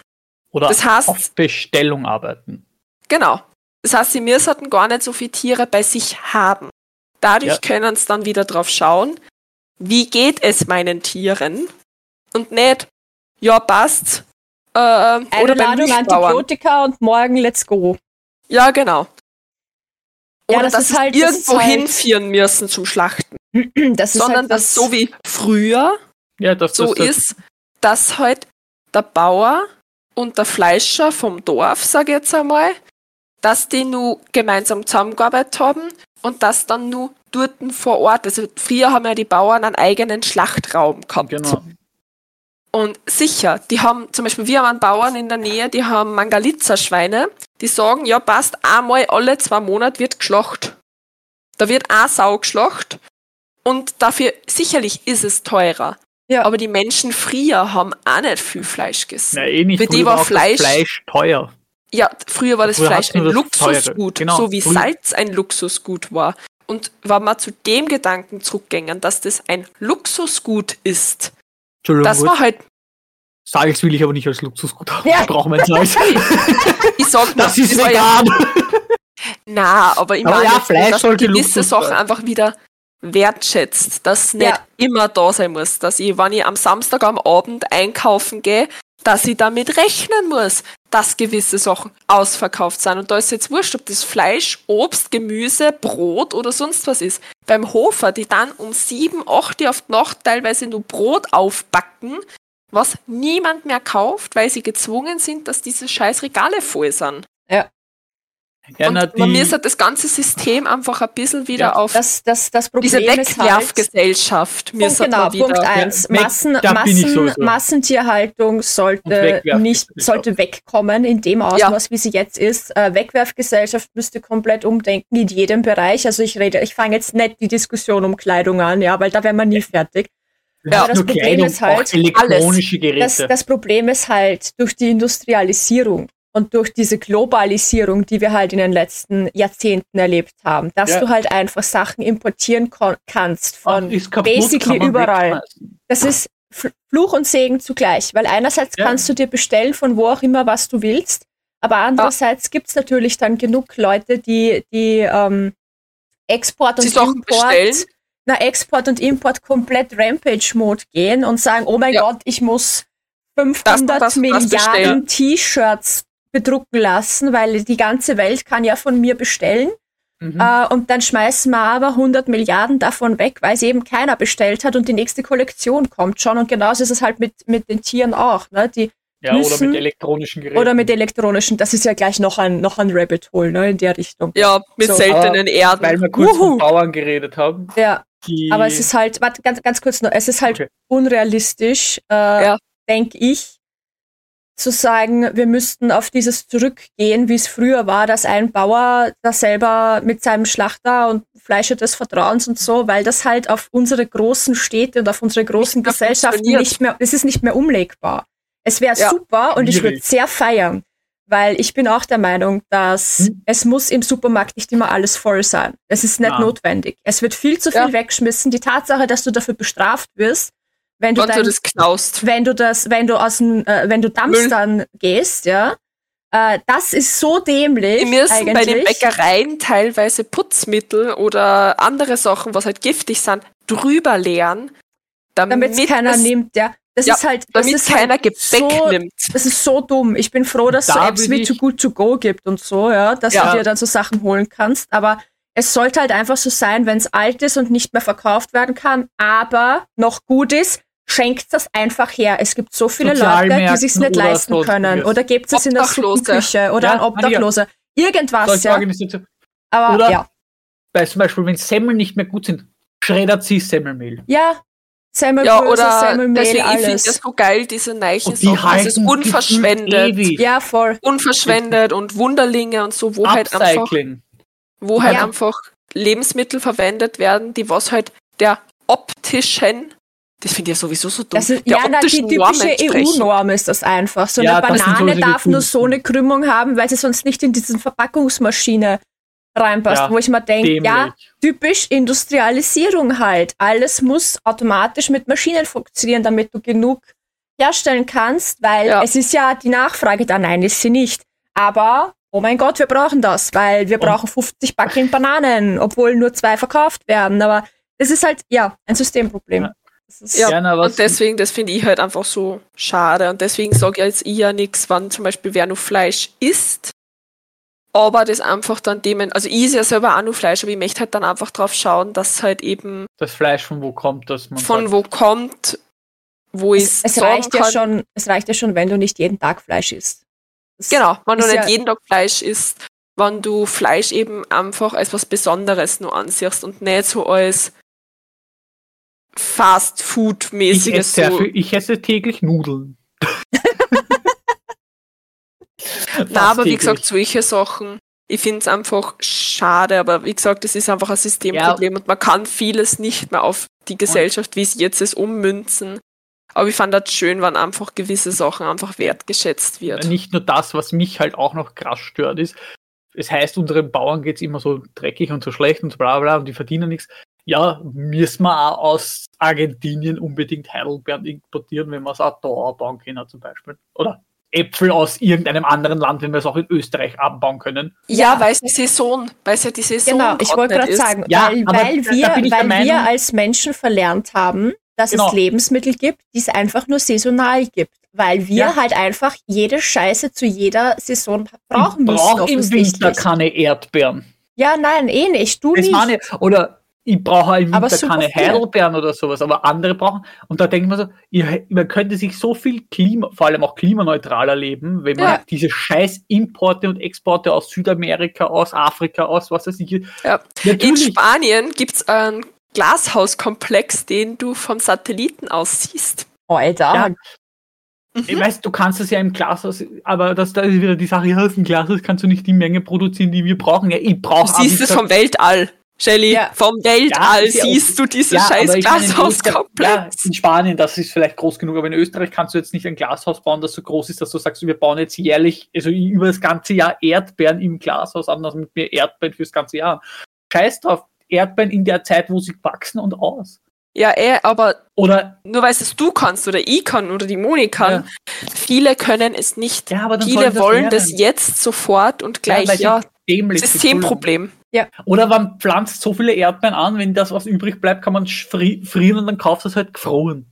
[SPEAKER 2] Oder, oder
[SPEAKER 3] Das heißt-
[SPEAKER 2] auf Bestellung arbeiten.
[SPEAKER 3] Genau. Das heißt, sie müssen gar nicht so viele Tiere bei sich haben. Dadurch
[SPEAKER 2] Ja.
[SPEAKER 3] können sie dann wieder drauf schauen, wie geht es meinen Tieren und nicht, ja, passt. Äh,
[SPEAKER 1] Eine
[SPEAKER 3] oder beim
[SPEAKER 1] Ladung
[SPEAKER 3] Milchbauern.
[SPEAKER 1] Antibiotika und morgen let's go.
[SPEAKER 3] Ja, genau.
[SPEAKER 1] Ja,
[SPEAKER 3] Oder
[SPEAKER 1] das
[SPEAKER 3] dass
[SPEAKER 1] ist
[SPEAKER 3] sie es
[SPEAKER 1] halt- das ist
[SPEAKER 3] irgendwo
[SPEAKER 1] halt-
[SPEAKER 3] hinführen müssen zum Schlachten.
[SPEAKER 1] Das ist
[SPEAKER 3] Sondern
[SPEAKER 1] halt
[SPEAKER 3] dass so wie früher
[SPEAKER 2] Ja, dass
[SPEAKER 3] so
[SPEAKER 2] das
[SPEAKER 3] ist, dass halt der Bauer und der Fleischer vom Dorf, sage ich jetzt einmal, dass die nur gemeinsam zusammengearbeitet haben und dass dann nur dort vor Ort, also früher haben ja die Bauern einen eigenen Schlachtraum gehabt.
[SPEAKER 2] Genau.
[SPEAKER 3] Und sicher, die haben, zum Beispiel, wir haben einen Bauern in der Nähe, die haben Mangalitza-Schweine, die sagen, ja passt, einmal alle zwei Monate wird geschlacht. Da wird eine Sau geschlacht und dafür, sicherlich ist es teurer.
[SPEAKER 1] Ja.
[SPEAKER 3] Aber die Menschen früher haben auch nicht viel Fleisch gegessen.
[SPEAKER 2] Na, eh nicht.
[SPEAKER 3] Für die
[SPEAKER 2] Früher
[SPEAKER 3] war
[SPEAKER 2] auch das
[SPEAKER 3] Fleisch-
[SPEAKER 2] Fleisch teuer.
[SPEAKER 3] Ja, früher war das
[SPEAKER 2] Früher
[SPEAKER 3] Fleisch
[SPEAKER 2] hatten wir
[SPEAKER 3] ein
[SPEAKER 2] das
[SPEAKER 3] Luxusgut,
[SPEAKER 2] Teure. Genau,
[SPEAKER 3] so wie
[SPEAKER 2] früher-
[SPEAKER 3] Salz ein Luxusgut war. Und wenn man zu dem Gedanken zurückgängen, dass das ein Luxusgut ist,
[SPEAKER 2] Entschuldigung,
[SPEAKER 3] dass
[SPEAKER 2] gut.
[SPEAKER 3] man halt,
[SPEAKER 2] Salz will ich aber nicht als Luxusgut haben.
[SPEAKER 1] Ja.
[SPEAKER 2] Ich brauche mein Salz.
[SPEAKER 3] ich sag mal,
[SPEAKER 2] Das ist
[SPEAKER 3] war ja
[SPEAKER 2] vegan.
[SPEAKER 3] Na, aber ich
[SPEAKER 2] Aber
[SPEAKER 3] meine,
[SPEAKER 2] ja,
[SPEAKER 3] jetzt,
[SPEAKER 2] Fleisch
[SPEAKER 3] dass man
[SPEAKER 2] sollte
[SPEAKER 3] gewisse
[SPEAKER 2] Luxus
[SPEAKER 3] Sachen
[SPEAKER 2] sein.
[SPEAKER 3] einfach wieder wertschätzt, dass es nicht
[SPEAKER 1] Ja.
[SPEAKER 3] immer da sein muss, dass ich, wenn ich am Samstag am Abend einkaufen gehe, dass ich damit rechnen muss, dass gewisse Sachen ausverkauft sind. Und da ist jetzt wurscht, ob das Fleisch, Obst, Gemüse, Brot oder sonst was ist. Beim Hofer, die dann um sieben, acht Uhr auf die Nacht teilweise nur Brot aufbacken, was niemand mehr kauft, weil sie gezwungen sind, dass diese scheiß Regale voll sind
[SPEAKER 2] Ja,
[SPEAKER 3] und
[SPEAKER 2] na,
[SPEAKER 3] man
[SPEAKER 2] die,
[SPEAKER 3] müsste halt das ganze System einfach ein bisschen wieder
[SPEAKER 2] Ja,
[SPEAKER 3] auf
[SPEAKER 1] das, das, das Problem
[SPEAKER 3] diese
[SPEAKER 1] ist halt,
[SPEAKER 3] Wegwerfgesellschaft
[SPEAKER 1] Punkt,
[SPEAKER 3] müsste
[SPEAKER 1] genau,
[SPEAKER 3] man wieder.
[SPEAKER 1] Punkt eins.
[SPEAKER 2] Ja, weg-
[SPEAKER 1] Massen,
[SPEAKER 2] da bin ich
[SPEAKER 1] Massen,
[SPEAKER 2] sowieso.
[SPEAKER 1] Massentierhaltung
[SPEAKER 2] Und
[SPEAKER 1] sollte,
[SPEAKER 2] Wegwerf-
[SPEAKER 1] nicht, sollte wegkommen in dem Ausmaß, wie sie jetzt ist. Äh, Wegwerfgesellschaft müsste komplett umdenken in jedem Bereich. Also ich rede, ich fange jetzt nicht die Diskussion um Kleidung an, ja, weil da wären wir nie fertig.
[SPEAKER 2] ja,
[SPEAKER 1] das
[SPEAKER 2] nur
[SPEAKER 1] Problem
[SPEAKER 2] Kleidung,
[SPEAKER 1] ist halt
[SPEAKER 2] auch elektronische Geräte.
[SPEAKER 1] Das, das Problem ist halt durch die Industrialisierung und durch diese Globalisierung, die wir halt in den letzten Jahrzehnten erlebt haben, dass
[SPEAKER 2] Ja.
[SPEAKER 1] du halt einfach Sachen importieren kon- kannst
[SPEAKER 2] Ah,
[SPEAKER 1] von
[SPEAKER 2] ist kaputt,
[SPEAKER 1] basically
[SPEAKER 2] kann man
[SPEAKER 1] überall.
[SPEAKER 2] wegschmeißen.
[SPEAKER 1] das ist Fl- Fluch und Segen zugleich, weil einerseits
[SPEAKER 2] Ja.
[SPEAKER 1] kannst du dir bestellen von wo auch immer, was du willst, aber andererseits gibt's natürlich dann genug Leute, die, die ähm, Export und
[SPEAKER 3] Die Sachen
[SPEAKER 1] Import,
[SPEAKER 3] bestellen.
[SPEAKER 1] na, Export und Import komplett Rampage-Mode gehen und sagen, oh mein
[SPEAKER 3] Ja.
[SPEAKER 1] Gott, ich muss
[SPEAKER 3] das und
[SPEAKER 1] 500
[SPEAKER 3] das bestellen.
[SPEAKER 1] Milliarden T-Shirts bedrucken lassen, weil die ganze Welt kann ja von mir bestellen.
[SPEAKER 2] Mhm.
[SPEAKER 1] Äh, und dann schmeißen wir aber 100 Milliarden davon weg, weil es eben keiner bestellt hat und die nächste Kollektion kommt schon. Und genauso ist es halt mit, mit den Tieren auch, ne? Die,
[SPEAKER 2] ja, oder
[SPEAKER 1] müssen-
[SPEAKER 2] mit elektronischen Geräten.
[SPEAKER 1] oder mit elektronischen. Das ist ja gleich noch ein, noch ein Rabbit Hole, ne? In der Richtung.
[SPEAKER 3] Ja, mit
[SPEAKER 1] So, äh,
[SPEAKER 3] seltenen Erden.
[SPEAKER 2] weil wir kurz
[SPEAKER 1] Wuhu.
[SPEAKER 2] von Bauern geredet haben.
[SPEAKER 1] Ja,
[SPEAKER 2] Die
[SPEAKER 1] aber es ist halt, warte, ganz, ganz kurz noch, es ist halt
[SPEAKER 2] Okay.
[SPEAKER 1] unrealistisch, äh,
[SPEAKER 3] Ja.
[SPEAKER 1] denke ich, zu sagen, wir müssten auf dieses zurückgehen, wie es früher war, dass ein Bauer da selber mit seinem Schlachter und Fleischer des Vertrauens und so, weil das halt auf unsere großen Städte und auf unsere großen
[SPEAKER 3] Nicht mehr
[SPEAKER 1] Gesellschaften
[SPEAKER 3] funktioniert.
[SPEAKER 1] nicht mehr, es ist nicht mehr umlegbar. Es wäre
[SPEAKER 3] Ja.
[SPEAKER 1] super und ich würde
[SPEAKER 2] Schwierig.
[SPEAKER 1] sehr feiern, Weil ich bin auch der Meinung, dass
[SPEAKER 2] Hm.
[SPEAKER 1] es muss im Supermarkt nicht immer alles voll sein. Es ist nicht
[SPEAKER 2] Nein.
[SPEAKER 1] notwendig. Es wird viel zu viel
[SPEAKER 3] Ah. Ja.
[SPEAKER 1] weggeschmissen. Die Tatsache, dass du dafür bestraft wirst, wenn du,
[SPEAKER 3] Wenn du
[SPEAKER 1] dein,
[SPEAKER 3] das knaust.
[SPEAKER 1] wenn du das, wenn du aus dem, äh, wenn du Dumpstern gehst, ja, äh, das ist so dämlich.
[SPEAKER 3] Die müssen
[SPEAKER 1] eigentlich.
[SPEAKER 3] bei den Bäckereien teilweise Putzmittel oder andere Sachen, was halt giftig sind, drüber leeren, damit,
[SPEAKER 1] damit es keiner
[SPEAKER 3] es-
[SPEAKER 1] nimmt, ja. Das
[SPEAKER 3] Ja,
[SPEAKER 1] ist halt, das
[SPEAKER 3] damit
[SPEAKER 1] ist
[SPEAKER 3] keiner
[SPEAKER 1] halt
[SPEAKER 3] Gebäck
[SPEAKER 1] so,
[SPEAKER 3] nimmt.
[SPEAKER 1] Das ist so dumm. Ich bin froh, dass so
[SPEAKER 2] Da
[SPEAKER 1] Apps
[SPEAKER 2] bin
[SPEAKER 1] wie
[SPEAKER 2] ich-
[SPEAKER 1] Too Good To Go gibt und so, ja, dass
[SPEAKER 3] Ja.
[SPEAKER 1] du dir dann so Sachen holen kannst. Aber es sollte halt einfach so sein, wenn es alt ist und nicht mehr verkauft werden kann, aber noch gut ist, schenkt das einfach her. Es gibt so viele Leute, die
[SPEAKER 2] Sozialmärkten
[SPEAKER 1] sich's nicht
[SPEAKER 2] oder
[SPEAKER 1] leisten können.
[SPEAKER 2] Sonstiges.
[SPEAKER 1] Oder gibt es in der
[SPEAKER 3] Obdachlose.
[SPEAKER 1] Suppenküche oder
[SPEAKER 2] Ja,
[SPEAKER 1] an Obdachlose. Irgendwas,
[SPEAKER 2] Solche
[SPEAKER 1] ja.
[SPEAKER 2] Organisationen.
[SPEAKER 1] Aber
[SPEAKER 2] Oder-
[SPEAKER 1] ja.
[SPEAKER 2] Weil zum Beispiel, wenn Semmeln nicht mehr gut sind, schreddert sie Semmelmehl.
[SPEAKER 1] Ja.
[SPEAKER 3] Ja,
[SPEAKER 1] Semmelbrösel,
[SPEAKER 3] oder
[SPEAKER 1] Semmelmehl,
[SPEAKER 3] deswegen, ich finde
[SPEAKER 1] alles.
[SPEAKER 3] das so geil, diese Neichen
[SPEAKER 2] Und die
[SPEAKER 3] Sachen. Das ist
[SPEAKER 2] halten
[SPEAKER 3] unverschwendet.
[SPEAKER 2] gefühlt ewig.
[SPEAKER 1] ja, voll.
[SPEAKER 3] Unverschwendet und Wunderlinge und so, wo halt einfach,
[SPEAKER 2] Upcycling.
[SPEAKER 3] wo halt
[SPEAKER 1] Ja.
[SPEAKER 3] einfach Lebensmittel verwendet werden, die was halt der optischen, das finde ich ja sowieso so dumm,
[SPEAKER 1] Das ist,
[SPEAKER 3] der
[SPEAKER 1] Also, ja, na, die
[SPEAKER 3] optischen Norm
[SPEAKER 1] typische E
[SPEAKER 3] entsprechen.
[SPEAKER 1] EU-Norm ist das einfach. So
[SPEAKER 2] Ja,
[SPEAKER 1] eine
[SPEAKER 2] das sind
[SPEAKER 1] Banane
[SPEAKER 2] solche
[SPEAKER 1] darf nur so
[SPEAKER 2] Gefunken.
[SPEAKER 1] eine Krümmung haben, weil sie sonst nicht in diese Verpackungsmaschine reinpasst,
[SPEAKER 2] Ja,
[SPEAKER 1] wo ich mir denke,
[SPEAKER 2] Dämlich.
[SPEAKER 1] ja, typisch Industrialisierung halt. Alles muss automatisch mit Maschinen funktionieren, damit du genug herstellen kannst, weil
[SPEAKER 3] Ja.
[SPEAKER 1] es ist ja die Nachfrage da. Nein, ist sie nicht. Aber, oh mein Gott, wir brauchen das, weil wir
[SPEAKER 2] Und-
[SPEAKER 1] brauchen 50 Backen Bananen, obwohl nur zwei verkauft werden. Aber es ist halt, ja, ein Systemproblem.
[SPEAKER 2] Ja.
[SPEAKER 1] Das ist,
[SPEAKER 3] Ja,
[SPEAKER 2] Ja, na, was,
[SPEAKER 3] Und deswegen, das finde ich halt einfach so schade. Und deswegen sage jetzt ich ja nichts, wann zum Beispiel wer nur Fleisch isst. Aber das einfach dann demen, also ich esse ja selber auch nur Fleisch, aber ich möchte halt dann einfach drauf schauen, dass halt eben
[SPEAKER 2] das Fleisch von wo kommt, dass man
[SPEAKER 3] von
[SPEAKER 2] sagt,
[SPEAKER 3] wo kommt, wo ich
[SPEAKER 1] Es, es reicht ja schon, es reicht ja schon, wenn du nicht jeden Tag Fleisch isst. Das-
[SPEAKER 3] Genau, wenn du
[SPEAKER 1] Ist
[SPEAKER 3] nicht
[SPEAKER 1] ja-
[SPEAKER 3] jeden Tag Fleisch isst, wenn du Fleisch eben einfach als was Besonderes nur ansiehst und nicht so als Fast
[SPEAKER 2] ich esse
[SPEAKER 3] Food-mäßiges
[SPEAKER 2] sehr
[SPEAKER 3] so.
[SPEAKER 2] viel, ich esse täglich Nudeln. Fast
[SPEAKER 3] Na, aber wie
[SPEAKER 2] täglich.
[SPEAKER 3] gesagt, solche Sachen, ich finde es einfach schade, aber wie gesagt, es ist einfach ein Systemproblem und man kann vieles nicht mehr auf die Gesellschaft, wie es jetzt ist, ummünzen. Aber ich fand das schön, wenn einfach gewisse Sachen einfach wertgeschätzt wird.
[SPEAKER 2] Nicht nur das, was mich halt auch noch krass stört, ist, es heißt, unseren Bauern geht's immer so dreckig und so schlecht und so bla bla und die verdienen nichts. Ja, müssen wir auch aus Argentinien unbedingt Heidelbeeren importieren, wenn wir es auch da anbauen können zum Beispiel. Oder Äpfel aus irgendeinem anderen Land, wenn wir es auch in Österreich anbauen können.
[SPEAKER 3] Ja, weil es die Saison, weil es ja die Saison
[SPEAKER 1] Genau, ich wollte
[SPEAKER 3] geordnet
[SPEAKER 1] gerade
[SPEAKER 3] ist.
[SPEAKER 1] sagen,
[SPEAKER 2] Ja,
[SPEAKER 1] weil,
[SPEAKER 2] aber
[SPEAKER 1] weil,
[SPEAKER 2] da-
[SPEAKER 1] wir,
[SPEAKER 2] da bin ich der
[SPEAKER 1] weil wir
[SPEAKER 2] Meinung-
[SPEAKER 1] als Menschen verlernt haben, dass
[SPEAKER 2] Genau.
[SPEAKER 1] es Lebensmittel gibt, die es einfach nur saisonal gibt. Weil wir
[SPEAKER 2] Ja.
[SPEAKER 1] halt einfach jede Scheiße zu jeder Saison brauchen müssen.
[SPEAKER 2] ich brauch im Winter
[SPEAKER 1] offensichtlich.
[SPEAKER 2] keine Erdbeeren.
[SPEAKER 1] Ja, nein, eh nicht. Du
[SPEAKER 2] Das
[SPEAKER 1] nicht.
[SPEAKER 2] meine ich. Oder ich brauche im
[SPEAKER 1] Aber
[SPEAKER 2] Winter
[SPEAKER 1] super
[SPEAKER 2] keine
[SPEAKER 1] viel.
[SPEAKER 2] Heidelbeeren oder sowas, aber andere brauchen. Und da denkt man so, ihr, man könnte sich so viel Klima, vor allem auch klimaneutraler leben, wenn man
[SPEAKER 1] Ja.
[SPEAKER 2] diese scheiß Importe und Exporte aus Südamerika, aus Afrika, aus was weiß ich.
[SPEAKER 3] Ja. In
[SPEAKER 2] Natürlich,
[SPEAKER 3] Spanien gibt's einen Glashauskomplex, den du vom Satelliten aus siehst.
[SPEAKER 1] Alter.
[SPEAKER 2] Ja.
[SPEAKER 1] Mhm.
[SPEAKER 2] ich weiß, du kannst es ja im Glas, aber das, da ist wieder die Sache, ja, das ist ein Glas, das kannst du nicht die Menge produzieren, die wir brauchen. Ja, ich
[SPEAKER 3] Du
[SPEAKER 2] brauche
[SPEAKER 3] siehst es vom Weltall. Shelly,
[SPEAKER 1] Ja.
[SPEAKER 3] vom Weltall
[SPEAKER 2] ist ja auch-
[SPEAKER 3] siehst du diesen
[SPEAKER 2] Ja,
[SPEAKER 3] scheiß
[SPEAKER 2] aber ich meine, in Österreich-
[SPEAKER 3] Glashauskomplex.
[SPEAKER 2] Ja, in Spanien, das ist vielleicht groß genug, aber in Österreich kannst du jetzt nicht ein Glashaus bauen, das so groß ist, dass du sagst, wir bauen jetzt jährlich, also über das ganze Jahr Erdbeeren im Glashaus an, dass mit mir Erdbeeren fürs ganze Jahr. Scheiß drauf, Erdbeeren in der Zeit, wo sie wachsen und aus.
[SPEAKER 3] Ja, eh, aber
[SPEAKER 2] Oder,
[SPEAKER 3] nur weil es du kannst oder ich kann oder die Moni kann, viele können es nicht.
[SPEAKER 2] ja, aber dann
[SPEAKER 3] viele
[SPEAKER 2] sollen
[SPEAKER 3] wollen das
[SPEAKER 2] lernen.
[SPEAKER 3] jetzt sofort und gleich,
[SPEAKER 2] weil sie
[SPEAKER 3] ja,
[SPEAKER 2] dämlich sind.
[SPEAKER 3] Systemproblem.
[SPEAKER 2] Oder man pflanzt so viele Erdbeeren an, wenn das, was übrig bleibt, kann man sch- fri frieren und dann kaufst du es halt gefroren.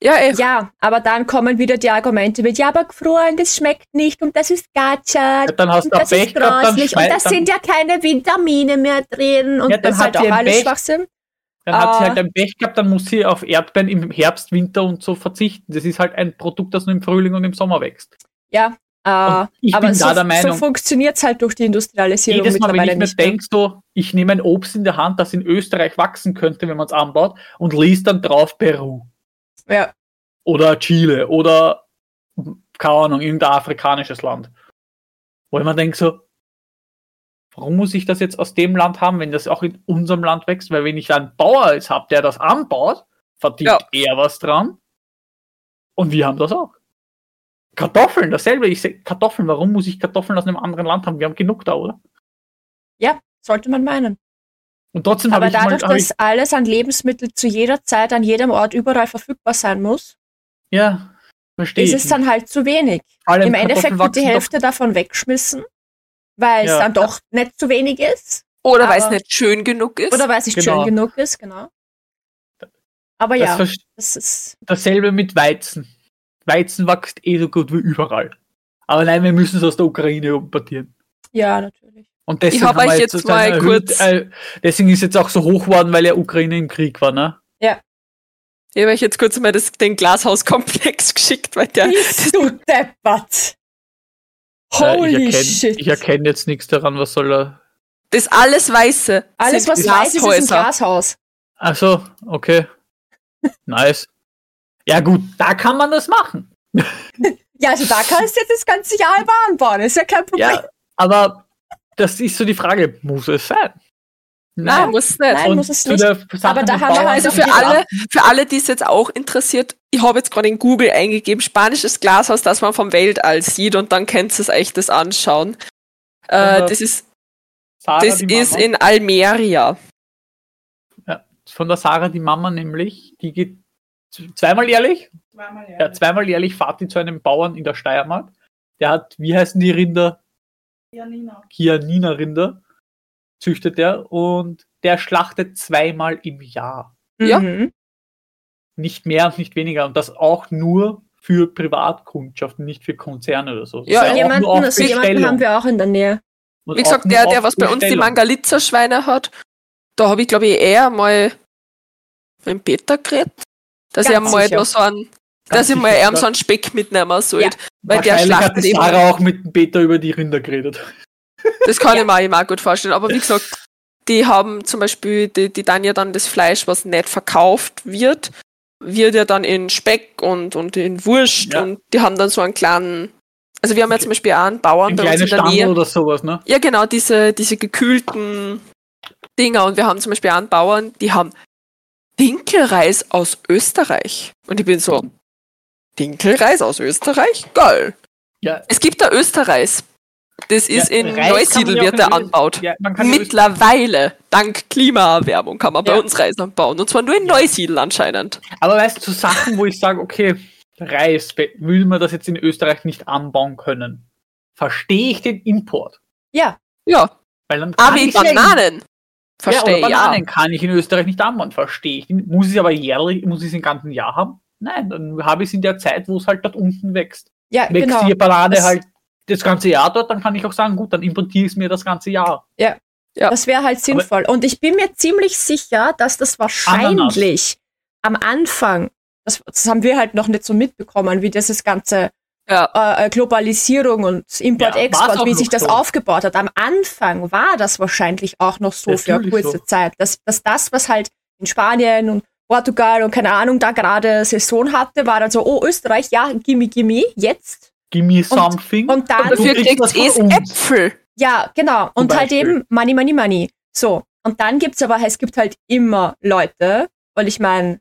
[SPEAKER 3] Ja, eh.
[SPEAKER 1] Ja, aber dann kommen wieder die Argumente mit, ja, aber gefroren, das schmeckt nicht und das ist Gacha.
[SPEAKER 2] Ja, dann hast du
[SPEAKER 1] Und das
[SPEAKER 2] Pech
[SPEAKER 1] ist
[SPEAKER 2] gehabt, dann
[SPEAKER 1] grauslich und
[SPEAKER 2] schmeißt-
[SPEAKER 1] das
[SPEAKER 2] dann-
[SPEAKER 1] sind ja keine Vitamine mehr drin und
[SPEAKER 2] Ja, dann
[SPEAKER 1] das ist halt
[SPEAKER 2] hat sie
[SPEAKER 1] auch
[SPEAKER 2] ein
[SPEAKER 1] alles
[SPEAKER 2] Pech.
[SPEAKER 1] Schwachsinn.
[SPEAKER 2] Dann hat sie
[SPEAKER 1] Ah.
[SPEAKER 2] halt ein Pech gehabt, dann muss sie auf Erdbeeren im Herbst, Winter und so verzichten. Das ist halt ein Produkt, das nur im Frühling und im Sommer wächst.
[SPEAKER 1] Ja, äh,
[SPEAKER 2] Und ich
[SPEAKER 1] aber
[SPEAKER 2] bin
[SPEAKER 1] so,
[SPEAKER 2] da der Meinung,
[SPEAKER 1] so funktioniert's halt durch die Industrialisierung
[SPEAKER 2] jedes Mal, wenn
[SPEAKER 1] um mittlerweile
[SPEAKER 2] ich mir
[SPEAKER 1] nicht. mehr.
[SPEAKER 2] denke, so, ich nehme ein Obst in der Hand, das in Österreich wachsen könnte, wenn man es anbaut, und lese dann drauf Peru
[SPEAKER 1] Ja,
[SPEAKER 2] oder Chile oder, keine Ahnung, irgendein afrikanisches Land. Wo ich mir denke, so, warum muss ich das jetzt aus dem Land haben, wenn das auch in unserem Land wächst? Weil wenn ich einen Bauer jetzt habe, der das anbaut, verdient
[SPEAKER 3] Ja.
[SPEAKER 2] er was dran. Und wir haben das auch. Kartoffeln, dasselbe. Ich sag, Kartoffeln, warum muss ich Kartoffeln aus einem anderen Land haben? Wir haben genug da, oder?
[SPEAKER 1] Ja, sollte man meinen.
[SPEAKER 2] Und trotzdem habe
[SPEAKER 1] Aber
[SPEAKER 2] ich mal,
[SPEAKER 1] dadurch,
[SPEAKER 2] hab ich,
[SPEAKER 1] dass alles an Lebensmitteln zu jeder Zeit, an jedem Ort überall verfügbar sein muss,
[SPEAKER 2] ja, verstehe
[SPEAKER 1] ist
[SPEAKER 2] ich.
[SPEAKER 1] es dann halt zu wenig.
[SPEAKER 2] Vor allem
[SPEAKER 1] Im Endeffekt
[SPEAKER 2] Kartoffeln
[SPEAKER 1] wird die
[SPEAKER 2] wachsen doch-
[SPEAKER 1] Hälfte davon weggeschmissen, weil es
[SPEAKER 2] Ja.
[SPEAKER 1] dann doch nicht zu wenig ist
[SPEAKER 3] Oder weil es
[SPEAKER 1] Aber-
[SPEAKER 3] nicht schön genug ist.
[SPEAKER 1] oder weil es nicht
[SPEAKER 2] Genau.
[SPEAKER 1] schön genug ist, genau. Aber
[SPEAKER 2] Das
[SPEAKER 1] ja,
[SPEAKER 2] verste-
[SPEAKER 1] das ist
[SPEAKER 2] dasselbe mit Weizen. Weizen wächst eh so gut wie überall. Aber nein, wir müssen es aus der Ukraine importieren.
[SPEAKER 1] ja natürlich.
[SPEAKER 2] Und deswegen
[SPEAKER 3] hab
[SPEAKER 2] haben wir
[SPEAKER 3] euch
[SPEAKER 2] jetzt
[SPEAKER 3] jetzt
[SPEAKER 2] sozusagen
[SPEAKER 3] mal
[SPEAKER 2] erhöht,
[SPEAKER 3] kurz-
[SPEAKER 2] äh, deswegen ist jetzt auch so hoch geworden, weil ja Ukraine im Krieg war, ne?
[SPEAKER 3] Ich habe euch jetzt kurz mal das, den Glashauskomplex geschickt, weil der.
[SPEAKER 1] Bist du deppert? Holy
[SPEAKER 2] äh, ich erkenne,
[SPEAKER 1] shit.
[SPEAKER 2] Ich erkenne jetzt nichts daran, was soll er.
[SPEAKER 3] Das alles Weiße.
[SPEAKER 1] Alles,
[SPEAKER 3] sind
[SPEAKER 1] was weiß ist, ist ein
[SPEAKER 3] Glashäuser.
[SPEAKER 1] Glashaus.
[SPEAKER 2] Achso, okay. nice. Ja gut, da kann man das machen.
[SPEAKER 1] Ja, also da kannst du jetzt das ganze Jahr über anbauen, ist ja kein Problem.
[SPEAKER 2] Ja, aber das ist so die Frage, muss es sein?
[SPEAKER 3] Nein, muss nicht.
[SPEAKER 1] Nein,
[SPEAKER 2] Und
[SPEAKER 1] muss es
[SPEAKER 2] zu
[SPEAKER 1] nicht.
[SPEAKER 2] der Sache
[SPEAKER 1] Aber da
[SPEAKER 2] mit
[SPEAKER 1] haben wir
[SPEAKER 2] Bauern-
[SPEAKER 1] halt
[SPEAKER 3] Also für alle, für alle, die es jetzt auch interessiert, ich habe jetzt gerade in Google eingegeben, spanisches Glashaus, das man vom Weltall sieht und dann könnt ihr es euch das anschauen. Äh,
[SPEAKER 2] Und, äh,
[SPEAKER 3] das ist,
[SPEAKER 1] Ah,
[SPEAKER 2] Sarah,
[SPEAKER 3] das
[SPEAKER 2] die Mama.
[SPEAKER 3] ist in Almeria.
[SPEAKER 2] von der Sarah, die Mama nämlich, die geht z- zweimal jährlich,
[SPEAKER 4] Zweimal
[SPEAKER 2] ja, zweimal jährlich fahrt die zu einem Bauern in der Steiermark. Der hat, wie heißen die Rinder?
[SPEAKER 4] Ja, Nina.
[SPEAKER 2] Kianiner Rinder züchtet der und der schlachtet zweimal im Jahr.
[SPEAKER 3] Ja.
[SPEAKER 1] Mhm.
[SPEAKER 2] Nicht mehr und nicht weniger und das auch nur für Privatkundschaften, nicht für Konzerne oder so. Das
[SPEAKER 3] Ja,
[SPEAKER 2] ist auch
[SPEAKER 1] Jemanden,
[SPEAKER 2] nur auf
[SPEAKER 1] also jemanden
[SPEAKER 2] Bestellung.
[SPEAKER 1] haben wir auch in der Nähe.
[SPEAKER 2] Und
[SPEAKER 3] Wie
[SPEAKER 2] auch
[SPEAKER 3] gesagt,
[SPEAKER 2] nur
[SPEAKER 3] der,
[SPEAKER 2] auf
[SPEAKER 3] der was bei uns die
[SPEAKER 2] Bestellung.
[SPEAKER 3] Mangalitzer Schweine hat, da habe ich glaube ich eher mal mit dem Peter geredet, dass
[SPEAKER 1] Ganz
[SPEAKER 3] er mal
[SPEAKER 1] sicher.
[SPEAKER 3] da so einen,
[SPEAKER 2] Ganz
[SPEAKER 3] dass ich mal
[SPEAKER 2] sicher,
[SPEAKER 3] eher so einen Speck mitnehmen soll.
[SPEAKER 1] Ja.
[SPEAKER 3] weil der
[SPEAKER 2] wahrscheinlich hat
[SPEAKER 3] schlachtet
[SPEAKER 2] die
[SPEAKER 3] eben-
[SPEAKER 2] Sarah auch mit dem Peter über die Rinder geredet.
[SPEAKER 3] Das kann ich mir auch immer gut vorstellen. Aber wie gesagt, die haben zum Beispiel, die, die dann ja dann das Fleisch, was nicht verkauft wird, wird ja dann in Speck und, und in Wurst
[SPEAKER 2] Ja.
[SPEAKER 3] und die haben dann so einen kleinen, also wir haben ja
[SPEAKER 2] Okay.
[SPEAKER 3] zum Beispiel auch einen Bauern
[SPEAKER 2] Ein
[SPEAKER 3] bei uns in
[SPEAKER 2] kleines
[SPEAKER 3] der
[SPEAKER 2] Stammel
[SPEAKER 3] Nähe.
[SPEAKER 2] oder sowas, ne?
[SPEAKER 3] Ja, genau, diese, diese gekühlten Dinger. Und wir haben zum Beispiel auch einen Bauern, die haben Dinkelreis aus Österreich. Und ich bin so, Dinkelreis aus Österreich? Geil.
[SPEAKER 2] Ja.
[SPEAKER 3] Es gibt da Österreich. Das ist
[SPEAKER 2] Ja,
[SPEAKER 3] in
[SPEAKER 2] Reis kann man
[SPEAKER 3] Neusiedl,
[SPEAKER 2] ja auch
[SPEAKER 3] wird der
[SPEAKER 2] in Österreich-
[SPEAKER 3] anbaut.
[SPEAKER 2] Ja, man kann ja
[SPEAKER 3] Mittlerweile, dank Klimaerwärmung, kann man bei
[SPEAKER 2] Ja.
[SPEAKER 3] uns Reis anbauen. Und zwar nur in Neusiedl anscheinend.
[SPEAKER 2] Aber weißt du, zu Sachen, wo ich sage, okay, Reis, be- will man das jetzt in Österreich nicht anbauen können, verstehe ich den Import.
[SPEAKER 1] Ja,
[SPEAKER 3] Ja,
[SPEAKER 2] Weil dann
[SPEAKER 3] aber
[SPEAKER 2] kann
[SPEAKER 3] Ah, wie
[SPEAKER 2] ich ja-
[SPEAKER 3] Bananen.
[SPEAKER 2] ja,
[SPEAKER 3] Verstehe,
[SPEAKER 2] oder
[SPEAKER 3] ja.
[SPEAKER 2] Bananen kann ich in Österreich nicht anbauen, verstehe ich. Den- Muss ich aber jährlich, muss ich es im ganzen Jahr haben? Nein, dann habe ich es in der Zeit, wo es halt dort unten wächst.
[SPEAKER 1] ja,
[SPEAKER 2] Wächst
[SPEAKER 1] genau.
[SPEAKER 2] die Banane
[SPEAKER 1] Das-
[SPEAKER 2] halt das ganze Jahr dort, dann kann ich auch sagen, gut, dann importiere ich es mir das ganze Jahr.
[SPEAKER 3] Ja.
[SPEAKER 1] Das wäre halt sinnvoll. Und ich bin mir ziemlich sicher, dass das wahrscheinlich am Anfang, das, das haben wir halt noch nicht so mitbekommen, wie dieses ganze
[SPEAKER 3] Ja.
[SPEAKER 1] äh, äh, Globalisierung und
[SPEAKER 2] Ja, war's
[SPEAKER 1] Import-Export,
[SPEAKER 2] auch
[SPEAKER 1] wie
[SPEAKER 2] noch
[SPEAKER 1] sich das
[SPEAKER 2] so.
[SPEAKER 1] aufgebaut hat. Am Anfang war das wahrscheinlich auch noch so für eine
[SPEAKER 2] Natürlich
[SPEAKER 1] kurze
[SPEAKER 2] so.
[SPEAKER 1] Zeit, dass, dass das, was halt in Spanien und Portugal und keine Ahnung, da gerade Saison hatte, war dann so, oh, Österreich, ja, gimme, gimme, jetzt.
[SPEAKER 2] Give me something.
[SPEAKER 1] und dann-
[SPEAKER 2] du
[SPEAKER 3] Dafür
[SPEAKER 2] kriegst
[SPEAKER 3] kriegt
[SPEAKER 2] was von
[SPEAKER 3] es
[SPEAKER 2] uns.
[SPEAKER 3] Äpfel.
[SPEAKER 1] Ja, genau. Und halt
[SPEAKER 2] Beispiel.
[SPEAKER 1] eben Money, Money, Money. So. Und dann gibt's aber, es gibt halt immer Leute, weil ich meine,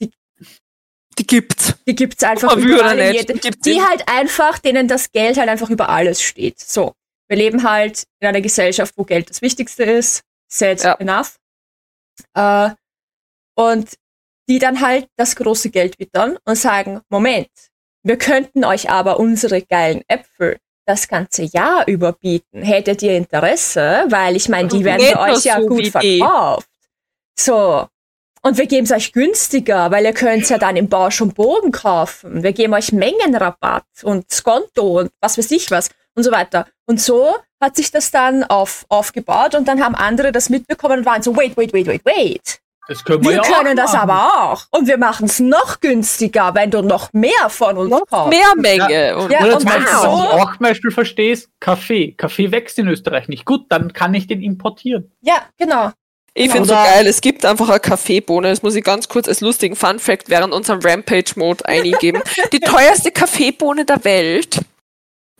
[SPEAKER 3] Die gibt's.
[SPEAKER 1] die gibt's einfach
[SPEAKER 3] Aber würde
[SPEAKER 1] überall. in
[SPEAKER 3] nicht.
[SPEAKER 1] jede-
[SPEAKER 3] Die gibt's
[SPEAKER 1] Die
[SPEAKER 3] nicht.
[SPEAKER 1] halt einfach, denen das Geld halt einfach über alles steht. So. Wir leben halt in einer Gesellschaft, wo Geld das Wichtigste ist. Sad
[SPEAKER 3] Ja.
[SPEAKER 1] enough. Äh, und die dann halt das große Geld wittern und sagen, Moment, wir könnten euch aber unsere geilen Äpfel das ganze Jahr über bieten. Hättet ihr Interesse? Weil ich meine, die
[SPEAKER 2] Also
[SPEAKER 1] werden
[SPEAKER 3] nicht
[SPEAKER 1] bei
[SPEAKER 3] nur
[SPEAKER 1] euch ja
[SPEAKER 3] so
[SPEAKER 1] gut
[SPEAKER 3] wie die.
[SPEAKER 1] verkauft. So. Und wir geben es euch günstiger, weil ihr könnt ja dann im Bausch und Bogen kaufen. Wir geben euch Mengenrabatt und Skonto und was weiß ich was und so weiter. Und so hat sich das dann auf, aufgebaut und dann haben andere das mitbekommen und waren so, wait, wait, wait, wait, wait.
[SPEAKER 2] Das können wir,
[SPEAKER 1] Wir
[SPEAKER 2] ja auch
[SPEAKER 1] können das
[SPEAKER 2] machen.
[SPEAKER 1] aber auch. Und wir machen es noch günstiger, wenn du noch mehr von uns kaufst.
[SPEAKER 3] Mehr Menge. Und,
[SPEAKER 1] Ja,
[SPEAKER 2] Oder
[SPEAKER 1] und
[SPEAKER 2] zum Beispiel,
[SPEAKER 1] wow.
[SPEAKER 2] was ich auch zum Beispiel verstehe, ist Kaffee. Kaffee wächst in Österreich nicht. Gut, dann kann ich den importieren.
[SPEAKER 1] Ja, genau.
[SPEAKER 3] Ich finde so
[SPEAKER 2] Oder-
[SPEAKER 3] geil, es gibt einfach eine Kaffeebohne. Das muss ich ganz kurz als lustigen Fun-Fact während unserem Rampage-Mode eingeben. Die teuerste Kaffeebohne der Welt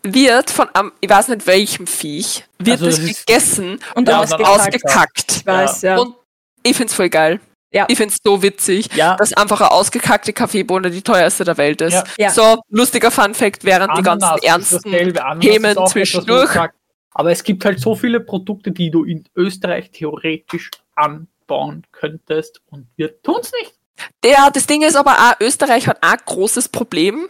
[SPEAKER 3] wird von einem, ich weiß nicht welchem Viech, wird
[SPEAKER 2] Also
[SPEAKER 3] es
[SPEAKER 2] das ist-
[SPEAKER 3] gegessen
[SPEAKER 1] Und
[SPEAKER 2] Ja,
[SPEAKER 1] ja,
[SPEAKER 2] und dann
[SPEAKER 1] ausgekackt.
[SPEAKER 3] ausgekackt.
[SPEAKER 1] Ich weiß, ja.
[SPEAKER 3] Und ich find's voll geil.
[SPEAKER 1] Ja.
[SPEAKER 3] Ich find's so witzig,
[SPEAKER 2] Ja.
[SPEAKER 3] dass einfach eine ausgekackte Kaffeebohne die teuerste der Welt ist.
[SPEAKER 2] Ja.
[SPEAKER 1] Ja.
[SPEAKER 3] So, lustiger Fun Fact, während die ganzen ernsten Themen zwischendurch.
[SPEAKER 2] Sagt. Aber es gibt halt so viele Produkte, die du in Österreich theoretisch anbauen könntest und wir tun's nicht.
[SPEAKER 3] Ja, das Ding ist aber auch, Österreich hat auch ein großes Problem.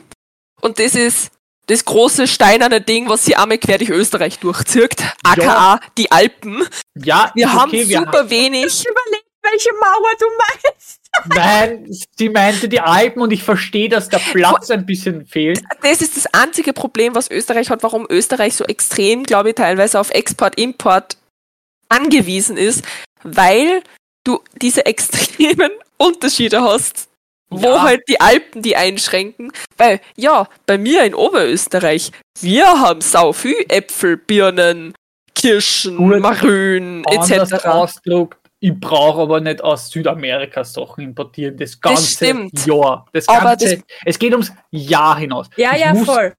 [SPEAKER 3] Und das ist das große steinerne Ding, was sie einmal quer durch Österreich durchzirkt. AKA die Alpen.
[SPEAKER 2] Ja,
[SPEAKER 3] Wir
[SPEAKER 2] ist
[SPEAKER 3] haben
[SPEAKER 2] okay, wir
[SPEAKER 3] super wenig.
[SPEAKER 1] Überleg, welche Mauer du meinst.
[SPEAKER 2] Nein, sie meinte die Alpen und ich verstehe, dass der Platz ein bisschen fehlt.
[SPEAKER 3] Das ist das einzige Problem, was Österreich hat, warum Österreich so extrem, glaube ich, teilweise auf Export, Import angewiesen ist, weil du diese extremen Unterschiede hast, wo
[SPEAKER 2] Ja.
[SPEAKER 3] halt die Alpen die einschränken. Weil, ja, bei mir in Oberösterreich, wir haben sau viel Äpfel, Birnen, Kirschen,
[SPEAKER 2] Gut.
[SPEAKER 3] Marühen,
[SPEAKER 2] Anders
[SPEAKER 3] etc.
[SPEAKER 2] ausgedrückt, ich brauche aber nicht aus Südamerika Sachen importieren. Das ganze
[SPEAKER 3] stimmt.
[SPEAKER 2] Jahr. Das ganze,
[SPEAKER 3] Aber
[SPEAKER 2] es geht ums Jahr hinaus.
[SPEAKER 1] Ja,
[SPEAKER 2] Ich
[SPEAKER 1] ja,
[SPEAKER 2] muss
[SPEAKER 1] voll.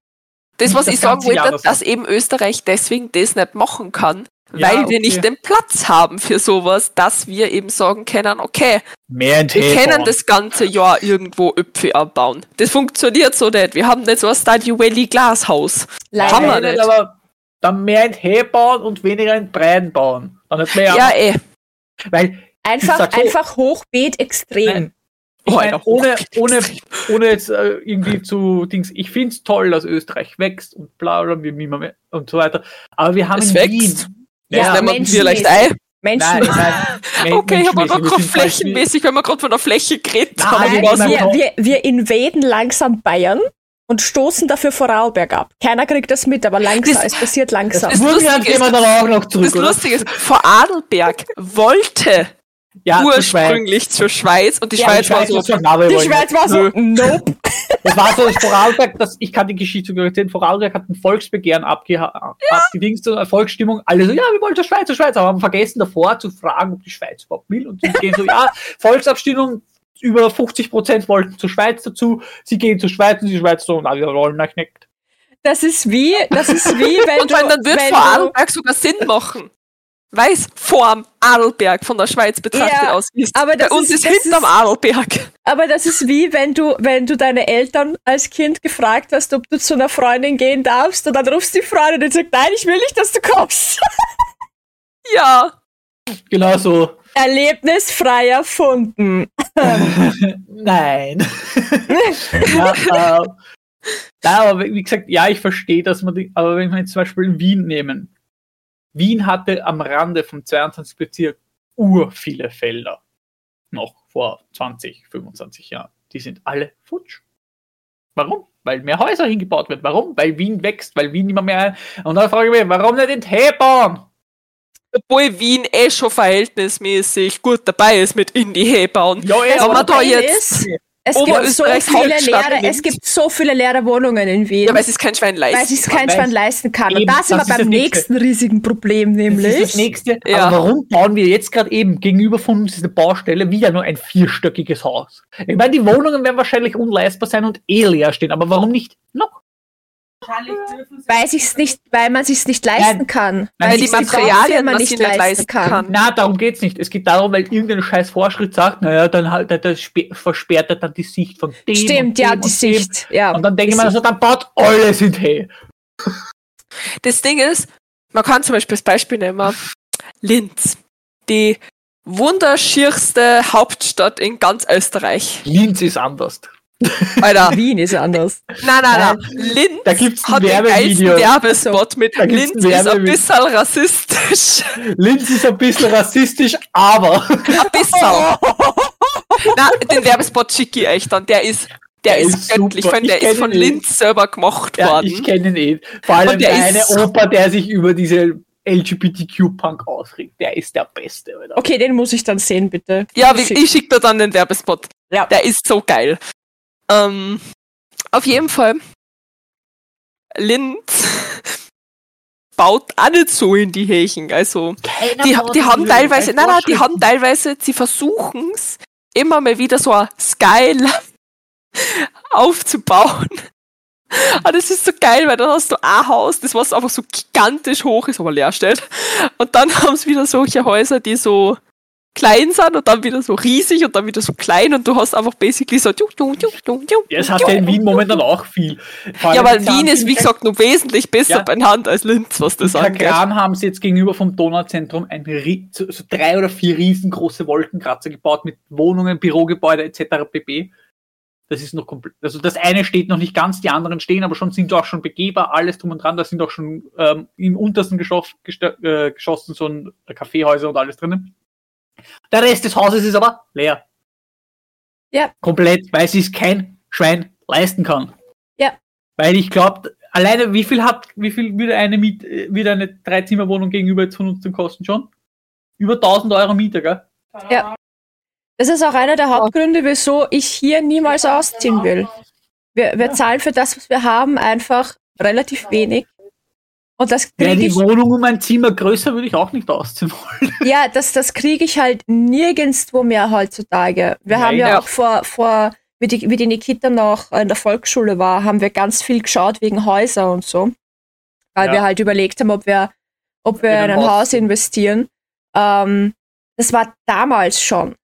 [SPEAKER 3] Das, was
[SPEAKER 2] das
[SPEAKER 3] ich sagen
[SPEAKER 2] ganze Jahr
[SPEAKER 3] wollte,
[SPEAKER 2] das
[SPEAKER 3] dass eben Österreich deswegen das nicht machen kann,
[SPEAKER 2] Ja,
[SPEAKER 3] weil wir
[SPEAKER 2] okay.
[SPEAKER 3] nicht den Platz haben für sowas, dass wir eben sagen können, okay,
[SPEAKER 2] Mehr in
[SPEAKER 3] wir
[SPEAKER 2] Tee
[SPEAKER 3] können
[SPEAKER 2] bauen.
[SPEAKER 3] das ganze Jahr irgendwo Äpfel abbauen. Das funktioniert so nicht. Wir haben nicht so ein Stardew Valley Glashaus.
[SPEAKER 1] Leider.
[SPEAKER 3] Kann man
[SPEAKER 2] Nein,
[SPEAKER 3] nicht.
[SPEAKER 2] Aber dann mehr in Tee bauen und weniger in Breien bauen. Dann hat man ja,
[SPEAKER 3] Ja, eh.
[SPEAKER 2] weil Ich
[SPEAKER 1] Einfach,
[SPEAKER 2] sag so-
[SPEAKER 1] einfach Hochbeet extrem.
[SPEAKER 2] ich
[SPEAKER 3] Oh,
[SPEAKER 2] mein,
[SPEAKER 3] Alter,
[SPEAKER 2] ohne,
[SPEAKER 3] hochgeht
[SPEAKER 2] ohne,
[SPEAKER 3] extrem.
[SPEAKER 2] ohne jetzt äh, irgendwie zu Dings, ich find's toll, dass Österreich wächst und bla bla bla, wie immer mehr und so weiter. Aber wir haben
[SPEAKER 3] Es
[SPEAKER 2] in
[SPEAKER 3] wächst.
[SPEAKER 2] Wien.
[SPEAKER 1] Ja,
[SPEAKER 3] das nehmen wir
[SPEAKER 1] Menschen-
[SPEAKER 3] vielleicht ein.
[SPEAKER 1] Menschen.
[SPEAKER 2] Nein, nein, men-
[SPEAKER 3] Okay, ich habe aber gerade
[SPEAKER 2] menschenmäßig. Wir sind halt nicht-
[SPEAKER 3] flächenmäßig, wenn wir gerade von der Fläche geredet
[SPEAKER 2] Nein,
[SPEAKER 3] haben.
[SPEAKER 2] nein,
[SPEAKER 3] ich weiß
[SPEAKER 2] nein.
[SPEAKER 3] nicht.
[SPEAKER 2] Genau.
[SPEAKER 1] Ah, Wir, wir, wir invaden langsam Bayern und stoßen dafür Vorarlberg ab. Keiner kriegt das mit, aber langsam,
[SPEAKER 3] Das-
[SPEAKER 1] es passiert langsam.
[SPEAKER 3] das-
[SPEAKER 2] Burgenland
[SPEAKER 3] Lustige
[SPEAKER 2] gehen wir
[SPEAKER 3] ist-
[SPEAKER 2] dann auch halt noch
[SPEAKER 3] Das
[SPEAKER 2] zurück. oder?
[SPEAKER 3] Lustige ist, Vorarlberg wollte
[SPEAKER 2] Ja, zur Schweiz.
[SPEAKER 3] ursprünglich zur Schweiz und die
[SPEAKER 1] Ja,
[SPEAKER 3] Schweiz war
[SPEAKER 2] Schweiz
[SPEAKER 3] so,
[SPEAKER 2] ist so nah, wir
[SPEAKER 1] die
[SPEAKER 2] wollen
[SPEAKER 1] Schweiz
[SPEAKER 2] nicht.
[SPEAKER 1] war so, nope.
[SPEAKER 2] Das war so, dass Vorarlberg, das, ich kann die Geschichte sogar erzählen, Vorarlberg hat ein Volksbegehren abge abgedingst, eine Volksstimmung, alle so, ja, wir wollen zur Schweiz, zur Schweiz, aber haben vergessen davor zu fragen, ob die Schweiz überhaupt will und sie gehen so, ja, Volksabstimmung, über 50 Prozent wollten zur Schweiz dazu, sie gehen zur Schweiz und die Schweiz so, na, wir wollen nach Knecht.
[SPEAKER 1] Das ist wie, das ist wie, wenn
[SPEAKER 3] Und
[SPEAKER 1] du,
[SPEAKER 3] wenn, dann wird
[SPEAKER 1] wenn du,
[SPEAKER 3] Vorarlberg sogar Sinn machen. Weiß vorm Adelberg von der Schweiz betrachtet
[SPEAKER 1] Ja,
[SPEAKER 3] aus ist.
[SPEAKER 1] aber das
[SPEAKER 3] Bei uns
[SPEAKER 1] ist-
[SPEAKER 3] ist,
[SPEAKER 1] das
[SPEAKER 3] hinterm
[SPEAKER 1] ist-
[SPEAKER 3] Adelberg.
[SPEAKER 1] aber das ist wie, wenn du, wenn du deine Eltern als Kind gefragt hast, ob du zu einer Freundin gehen darfst, und dann rufst die Freundin und sagt, nein, ich will nicht, dass du kommst.
[SPEAKER 3] Ja.
[SPEAKER 2] Genau so.
[SPEAKER 1] Erlebnis frei erfunden.
[SPEAKER 2] Nein. ja, äh, ja, aber wie wie gesagt, ja, ich verstehe, dass man die, aber wenn wir jetzt zum Beispiel in Wien nehmen. Wien hatte am Rande vom 22. Bezirk ur viele Felder. Noch vor 20, 25 Jahren. Die sind alle futsch. Warum? Weil mehr Häuser hingebaut wird. Warum? Weil Wien wächst, weil Wien immer mehr. Und dann frage ich mich, warum nicht in Tee bauen?
[SPEAKER 3] Obwohl Wien eh schon verhältnismäßig gut dabei ist mit Indie bauen.
[SPEAKER 2] Ja, eh,
[SPEAKER 1] Das
[SPEAKER 3] Aber da
[SPEAKER 1] Problem
[SPEAKER 3] jetzt.
[SPEAKER 1] ist- Es gibt so
[SPEAKER 3] Oberösterreichs
[SPEAKER 1] viele
[SPEAKER 3] Hauptstadt
[SPEAKER 1] leere,
[SPEAKER 3] links.
[SPEAKER 1] es gibt so viele leere Wohnungen in Wien.
[SPEAKER 3] Ja, weil es ist kein Schwein
[SPEAKER 1] weil sich
[SPEAKER 3] leisten.
[SPEAKER 1] kein
[SPEAKER 2] Weil-
[SPEAKER 1] Schwein leisten kann. Und
[SPEAKER 2] Eben,
[SPEAKER 1] da sind wir
[SPEAKER 2] das ist
[SPEAKER 1] beim
[SPEAKER 2] das nächste.
[SPEAKER 1] nächsten riesigen Problem,
[SPEAKER 2] Das ist das
[SPEAKER 1] nämlich.
[SPEAKER 2] nächste.
[SPEAKER 3] Ja.
[SPEAKER 2] Aber warum bauen wir jetzt gerade eben gegenüber von uns ist eine Baustelle wieder nur ein vierstöckiges Haus? Ich meine, die Wohnungen werden wahrscheinlich unleistbar sein und eh leer stehen, aber warum nicht noch?
[SPEAKER 1] Weil, sich's nicht, weil man sich's nicht leisten
[SPEAKER 2] Nein.
[SPEAKER 1] kann.
[SPEAKER 2] Nein,
[SPEAKER 3] Weil
[SPEAKER 2] es
[SPEAKER 3] die
[SPEAKER 1] sich's
[SPEAKER 2] ist
[SPEAKER 1] Baufirma
[SPEAKER 3] Materialien, was sie nicht leisten kann.
[SPEAKER 2] Na, darum geht's nicht. Es geht darum, weil irgendein scheiß Vorschritt sagt, naja, dann halt, dann das spe- versperrt er dann die Sicht von dem. und
[SPEAKER 1] Stimmt,
[SPEAKER 2] dem
[SPEAKER 1] ja,
[SPEAKER 2] und
[SPEAKER 1] die
[SPEAKER 2] dem.
[SPEAKER 1] Sicht. Ja.
[SPEAKER 2] Und dann denke ich
[SPEAKER 1] Die
[SPEAKER 2] mir,
[SPEAKER 1] Sicht.
[SPEAKER 2] also, dann baut alles in Tee.
[SPEAKER 3] Das Ding ist, man kann zum Beispiel das Beispiel nehmen, Linz. Die wunderschierste Hauptstadt in ganz Österreich.
[SPEAKER 2] Linz ist anders.
[SPEAKER 3] Alter,
[SPEAKER 1] Wien ist anders.
[SPEAKER 3] Nein, nein, nein. Linz
[SPEAKER 2] Da gibt's ein
[SPEAKER 3] hat den
[SPEAKER 2] Werbevideo.
[SPEAKER 3] geilsten Werbespot mit
[SPEAKER 2] Da gibt's
[SPEAKER 3] Linz
[SPEAKER 2] ein
[SPEAKER 3] ist ein
[SPEAKER 2] Werbevideo.
[SPEAKER 3] bisschen rassistisch.
[SPEAKER 2] Linz ist ein bisschen rassistisch, aber
[SPEAKER 3] Ein bisschen. nein, den Werbespot schicke ich euch dann. Der ist, der
[SPEAKER 2] Der
[SPEAKER 3] ist,
[SPEAKER 2] ist
[SPEAKER 3] göttlich.
[SPEAKER 2] super.
[SPEAKER 3] Vor allem, der
[SPEAKER 2] Ich
[SPEAKER 3] ist von
[SPEAKER 2] kenn ihn.
[SPEAKER 3] Linz selber gemacht
[SPEAKER 2] Ja,
[SPEAKER 3] worden.
[SPEAKER 2] ich kenne ihn eh. Vor allem
[SPEAKER 3] Und der
[SPEAKER 2] der eine
[SPEAKER 3] ist-
[SPEAKER 2] Opa, der sich über diese LGBTQ-Punk ausregt, der ist der Beste, oder?
[SPEAKER 1] Okay, den muss ich dann sehen, bitte.
[SPEAKER 3] Ja, wie-
[SPEAKER 1] Schick.
[SPEAKER 3] ich schicke dir dann den Werbespot.
[SPEAKER 1] Ja.
[SPEAKER 3] Der ist so geil. Ähm, auf jeden Fall, Linz baut auch nicht so in die Hächen. Also, die, ha- die haben teilweise, nein, nein, die haben teilweise, sie versuchen es immer mal wieder so ein Skyline aufzubauen. Aber das ist so geil, weil dann hast du ein Haus, das was einfach so gigantisch hoch ist, aber leer steht. Und dann haben sie wieder solche Häuser, die so klein sind und dann wieder so riesig und dann wieder so klein und du hast einfach basically so. Tju, tju, tju, tju, tju,
[SPEAKER 2] Ja, es hat ja in Wien momentan auch viel. Vor allem
[SPEAKER 3] Ja, weil
[SPEAKER 2] die
[SPEAKER 3] Wien ist, wie
[SPEAKER 2] Zahnfleisch-
[SPEAKER 3] gesagt, nur wesentlich besser
[SPEAKER 2] Ja.
[SPEAKER 3] beieinander als Linz, was das
[SPEAKER 2] In
[SPEAKER 3] angeht.
[SPEAKER 2] Kagran haben sie jetzt gegenüber vom Donauzentrum ein, ri- so, so drei oder vier riesengroße Wolkenkratzer gebaut mit Wohnungen, Bürogebäude etc. pp. Das ist noch komplett. Also das eine steht noch nicht ganz, die anderen stehen, aber schon sind auch schon begehbar, alles drum und dran. Da sind auch schon ähm, im untersten Geschoss, gestö- äh, Geschossen so ein Kaffeehäuser und alles drinnen. Der Rest des Hauses ist aber leer.
[SPEAKER 1] Ja.
[SPEAKER 2] Komplett, weil sich kein Schwein leisten kann. Weil ich glaube, alleine wie viel habt, wie viel würde eine Miet, äh, würde eine Dreizimmerwohnung gegenüber jetzt von uns zum Kosten schon? Über 1000 Euro Miete, gell?
[SPEAKER 1] Ja. Das ist auch einer der Hauptgründe, wieso ich hier niemals ausziehen will. Wir, wir zahlen für das, was wir haben, einfach relativ wenig. Und das
[SPEAKER 2] Wäre
[SPEAKER 1] kriege
[SPEAKER 2] die
[SPEAKER 1] ich,
[SPEAKER 2] Wohnung um ein Zimmer größer, würde ich auch nicht ausziehen wollen.
[SPEAKER 1] ja, das, das kriege ich halt nirgendwo mehr heutzutage. Wir haben
[SPEAKER 2] Nein,
[SPEAKER 1] ja
[SPEAKER 3] ja.
[SPEAKER 1] auch vor, vor wie, die, wie die Nikita noch in der Volksschule war, haben wir ganz viel geschaut wegen Häuser und so. Weil
[SPEAKER 2] Ja.
[SPEAKER 1] wir halt überlegt haben, ob wir, ob wir
[SPEAKER 2] In
[SPEAKER 1] in
[SPEAKER 2] ein
[SPEAKER 1] ein
[SPEAKER 2] Haus.
[SPEAKER 1] Haus investieren. Ähm, das war damals schon.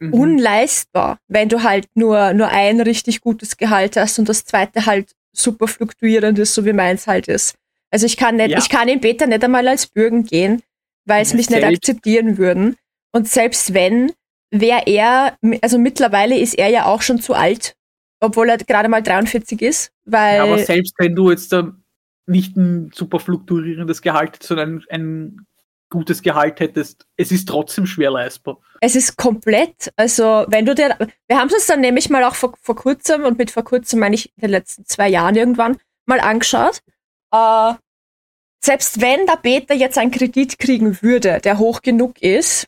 [SPEAKER 3] Mhm.
[SPEAKER 2] Mhm.
[SPEAKER 1] unleistbar, wenn du halt nur, nur ein richtig gutes Gehalt hast und das zweite halt super fluktuierend ist, so wie meins halt ist. Also ich kann nicht,
[SPEAKER 2] Ja.
[SPEAKER 1] ich kann in Beta nicht einmal als Bürgen gehen, weil sie
[SPEAKER 2] Ja,
[SPEAKER 1] mich nicht
[SPEAKER 2] selbst-
[SPEAKER 1] akzeptieren würden. Und selbst wenn, wäre er, also mittlerweile ist er ja auch schon zu alt, obwohl er gerade mal 43 ist, weil
[SPEAKER 2] ja, aber selbst wenn du jetzt ähm, nicht ein super fluktuierendes Gehalt, hättest, sondern ein gutes Gehalt hättest, es ist trotzdem schwer leistbar.
[SPEAKER 1] Es ist komplett, also wenn du dir, wir haben es uns dann nämlich mal auch vor, vor kurzem, und mit vor kurzem meine ich in den letzten zwei Jahren irgendwann, mal angeschaut. Äh, selbst wenn der Beta jetzt einen Kredit kriegen würde, der hoch genug ist,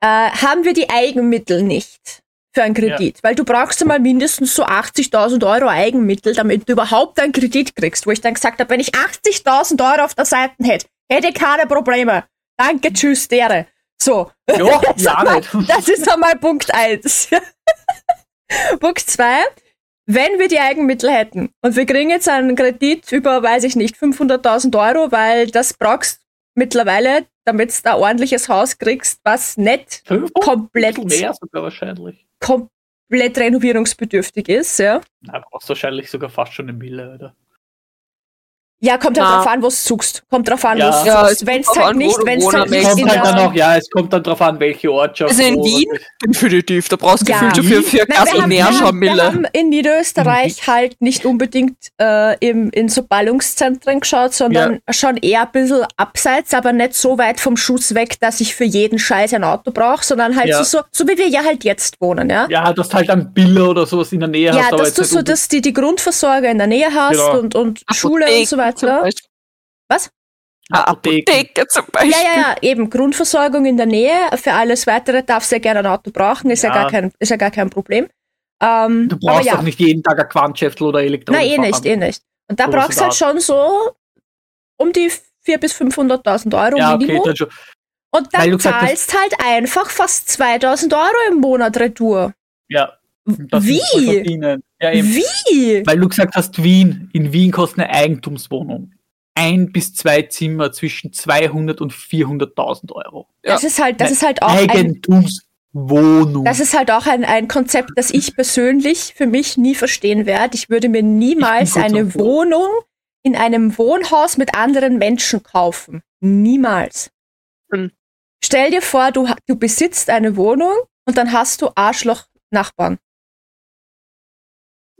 [SPEAKER 1] äh, haben wir die Eigenmittel nicht für einen Kredit. Weil du brauchst mal mindestens so 80.000 Euro Eigenmittel, damit du überhaupt einen Kredit kriegst. Wo ich dann gesagt habe, wenn ich 80.000 Euro auf der Seite hätte, hätte ich keine Probleme. Danke, tschüss, dere. So.
[SPEAKER 2] Ja,
[SPEAKER 1] Das,
[SPEAKER 2] ja
[SPEAKER 1] ist mal,
[SPEAKER 2] nicht.
[SPEAKER 1] das ist einmal Punkt eins. Punkt zwei: Wenn wir die Eigenmittel hätten und wir kriegen jetzt einen Kredit über, weiß ich nicht, 500.000 Euro, weil das brauchst mittlerweile, damit du ein ordentliches Haus kriegst, was nicht
[SPEAKER 2] Fünf
[SPEAKER 1] komplett,
[SPEAKER 2] Ein bisschen Oh, mehr sogar wahrscheinlich.
[SPEAKER 1] komplett renovierungsbedürftig ist. Ja,
[SPEAKER 2] Na, brauchst wahrscheinlich sogar fast schon eine Mille, oder?
[SPEAKER 1] ja kommt halt
[SPEAKER 3] Na.
[SPEAKER 1] drauf an, wo du suchst. Kommt drauf an,
[SPEAKER 2] Ja.
[SPEAKER 1] wo
[SPEAKER 3] Ja,
[SPEAKER 1] du suchst.
[SPEAKER 3] es kommt
[SPEAKER 1] Wenn es
[SPEAKER 3] drauf
[SPEAKER 1] halt
[SPEAKER 3] an, wo
[SPEAKER 1] nicht,
[SPEAKER 3] du
[SPEAKER 1] wenn's halt
[SPEAKER 3] wohnen
[SPEAKER 1] nicht
[SPEAKER 3] möchtest.
[SPEAKER 2] Kommt
[SPEAKER 1] in
[SPEAKER 2] halt
[SPEAKER 1] der-
[SPEAKER 2] dann auch, ja, es kommt dann drauf an, welche Ortschaft.
[SPEAKER 3] genau. Also in
[SPEAKER 2] wo-
[SPEAKER 3] Wien? Definitiv, da brauchst du
[SPEAKER 1] Ja.
[SPEAKER 3] gefühlt schon für, für
[SPEAKER 1] Nein,
[SPEAKER 2] Also
[SPEAKER 3] Gas
[SPEAKER 1] wir,
[SPEAKER 3] und
[SPEAKER 1] haben, wir,
[SPEAKER 3] mehr schon
[SPEAKER 1] haben, wir
[SPEAKER 3] Mille.
[SPEAKER 1] haben in Niederösterreich
[SPEAKER 2] Mhm.
[SPEAKER 1] halt nicht unbedingt äh, im, in so Ballungszentren geschaut, sondern schon eher ein bisschen abseits, aber nicht so weit vom Schuss weg, dass ich für jeden Scheiß ein Auto brauche, sondern halt
[SPEAKER 2] Ja.
[SPEAKER 1] so, so, so wie wir ja halt jetzt wohnen, ja.
[SPEAKER 2] Ja, dass du halt einen Biller oder sowas in der Nähe
[SPEAKER 1] Ja,
[SPEAKER 2] hast.
[SPEAKER 1] dass du so dass die, die Grundversorger in der Nähe hast
[SPEAKER 2] Genau.
[SPEAKER 1] und, und Schule und so
[SPEAKER 3] Zum
[SPEAKER 1] weiter.
[SPEAKER 3] Beispiel.
[SPEAKER 1] Was?
[SPEAKER 3] Eine
[SPEAKER 2] Apotheken.
[SPEAKER 3] Apotheke zum Beispiel.
[SPEAKER 1] Ja, ja, ja, eben Grundversorgung in der Nähe. Für alles weitere darfst du ja gerne ein Auto brauchen, ist ja,
[SPEAKER 2] Ja.
[SPEAKER 1] gar, kein, ist ja gar kein Problem. Ähm,
[SPEAKER 2] du brauchst
[SPEAKER 1] aber ja.
[SPEAKER 2] auch nicht jeden Tag ein Quantschäftel oder Elektronik.
[SPEAKER 1] Na, eh nicht, eh nicht. Und da
[SPEAKER 2] So
[SPEAKER 1] brauchst
[SPEAKER 2] ist
[SPEAKER 1] du halt
[SPEAKER 2] es
[SPEAKER 1] schon so um die 400.000 bis 500.000 Euro
[SPEAKER 2] Ja, okay,
[SPEAKER 1] Minimum.
[SPEAKER 2] dann schon.
[SPEAKER 1] und
[SPEAKER 2] weil du
[SPEAKER 1] dann
[SPEAKER 2] gesagt hast-
[SPEAKER 1] zahlst halt einfach fast 2.000 Euro im Monat Retour.
[SPEAKER 2] Ja. Das
[SPEAKER 1] Wie?
[SPEAKER 2] muss man verdienen. Ja, eben.
[SPEAKER 1] Wie?
[SPEAKER 2] Weil du gesagt hast, Wien. In Wien kostet eine Eigentumswohnung. Ein bis zwei Zimmer zwischen 200 und 400.000 Euro.
[SPEAKER 3] Ja.
[SPEAKER 1] Das ist halt, das
[SPEAKER 2] Nein,
[SPEAKER 1] ist halt auch ein,
[SPEAKER 2] Eigentumswohnung.
[SPEAKER 1] das ist halt auch ein, ein Konzept, das ich persönlich für mich nie verstehen werde. Ich würde mir niemals
[SPEAKER 2] Ich bin kurz
[SPEAKER 1] eine
[SPEAKER 2] am Vor-
[SPEAKER 1] Wohnung in einem Wohnhaus mit anderen Menschen kaufen. Niemals.
[SPEAKER 3] Hm.
[SPEAKER 1] Stell dir vor, du, ha- du besitzt eine Wohnung und dann hast du Arschloch-Nachbarn.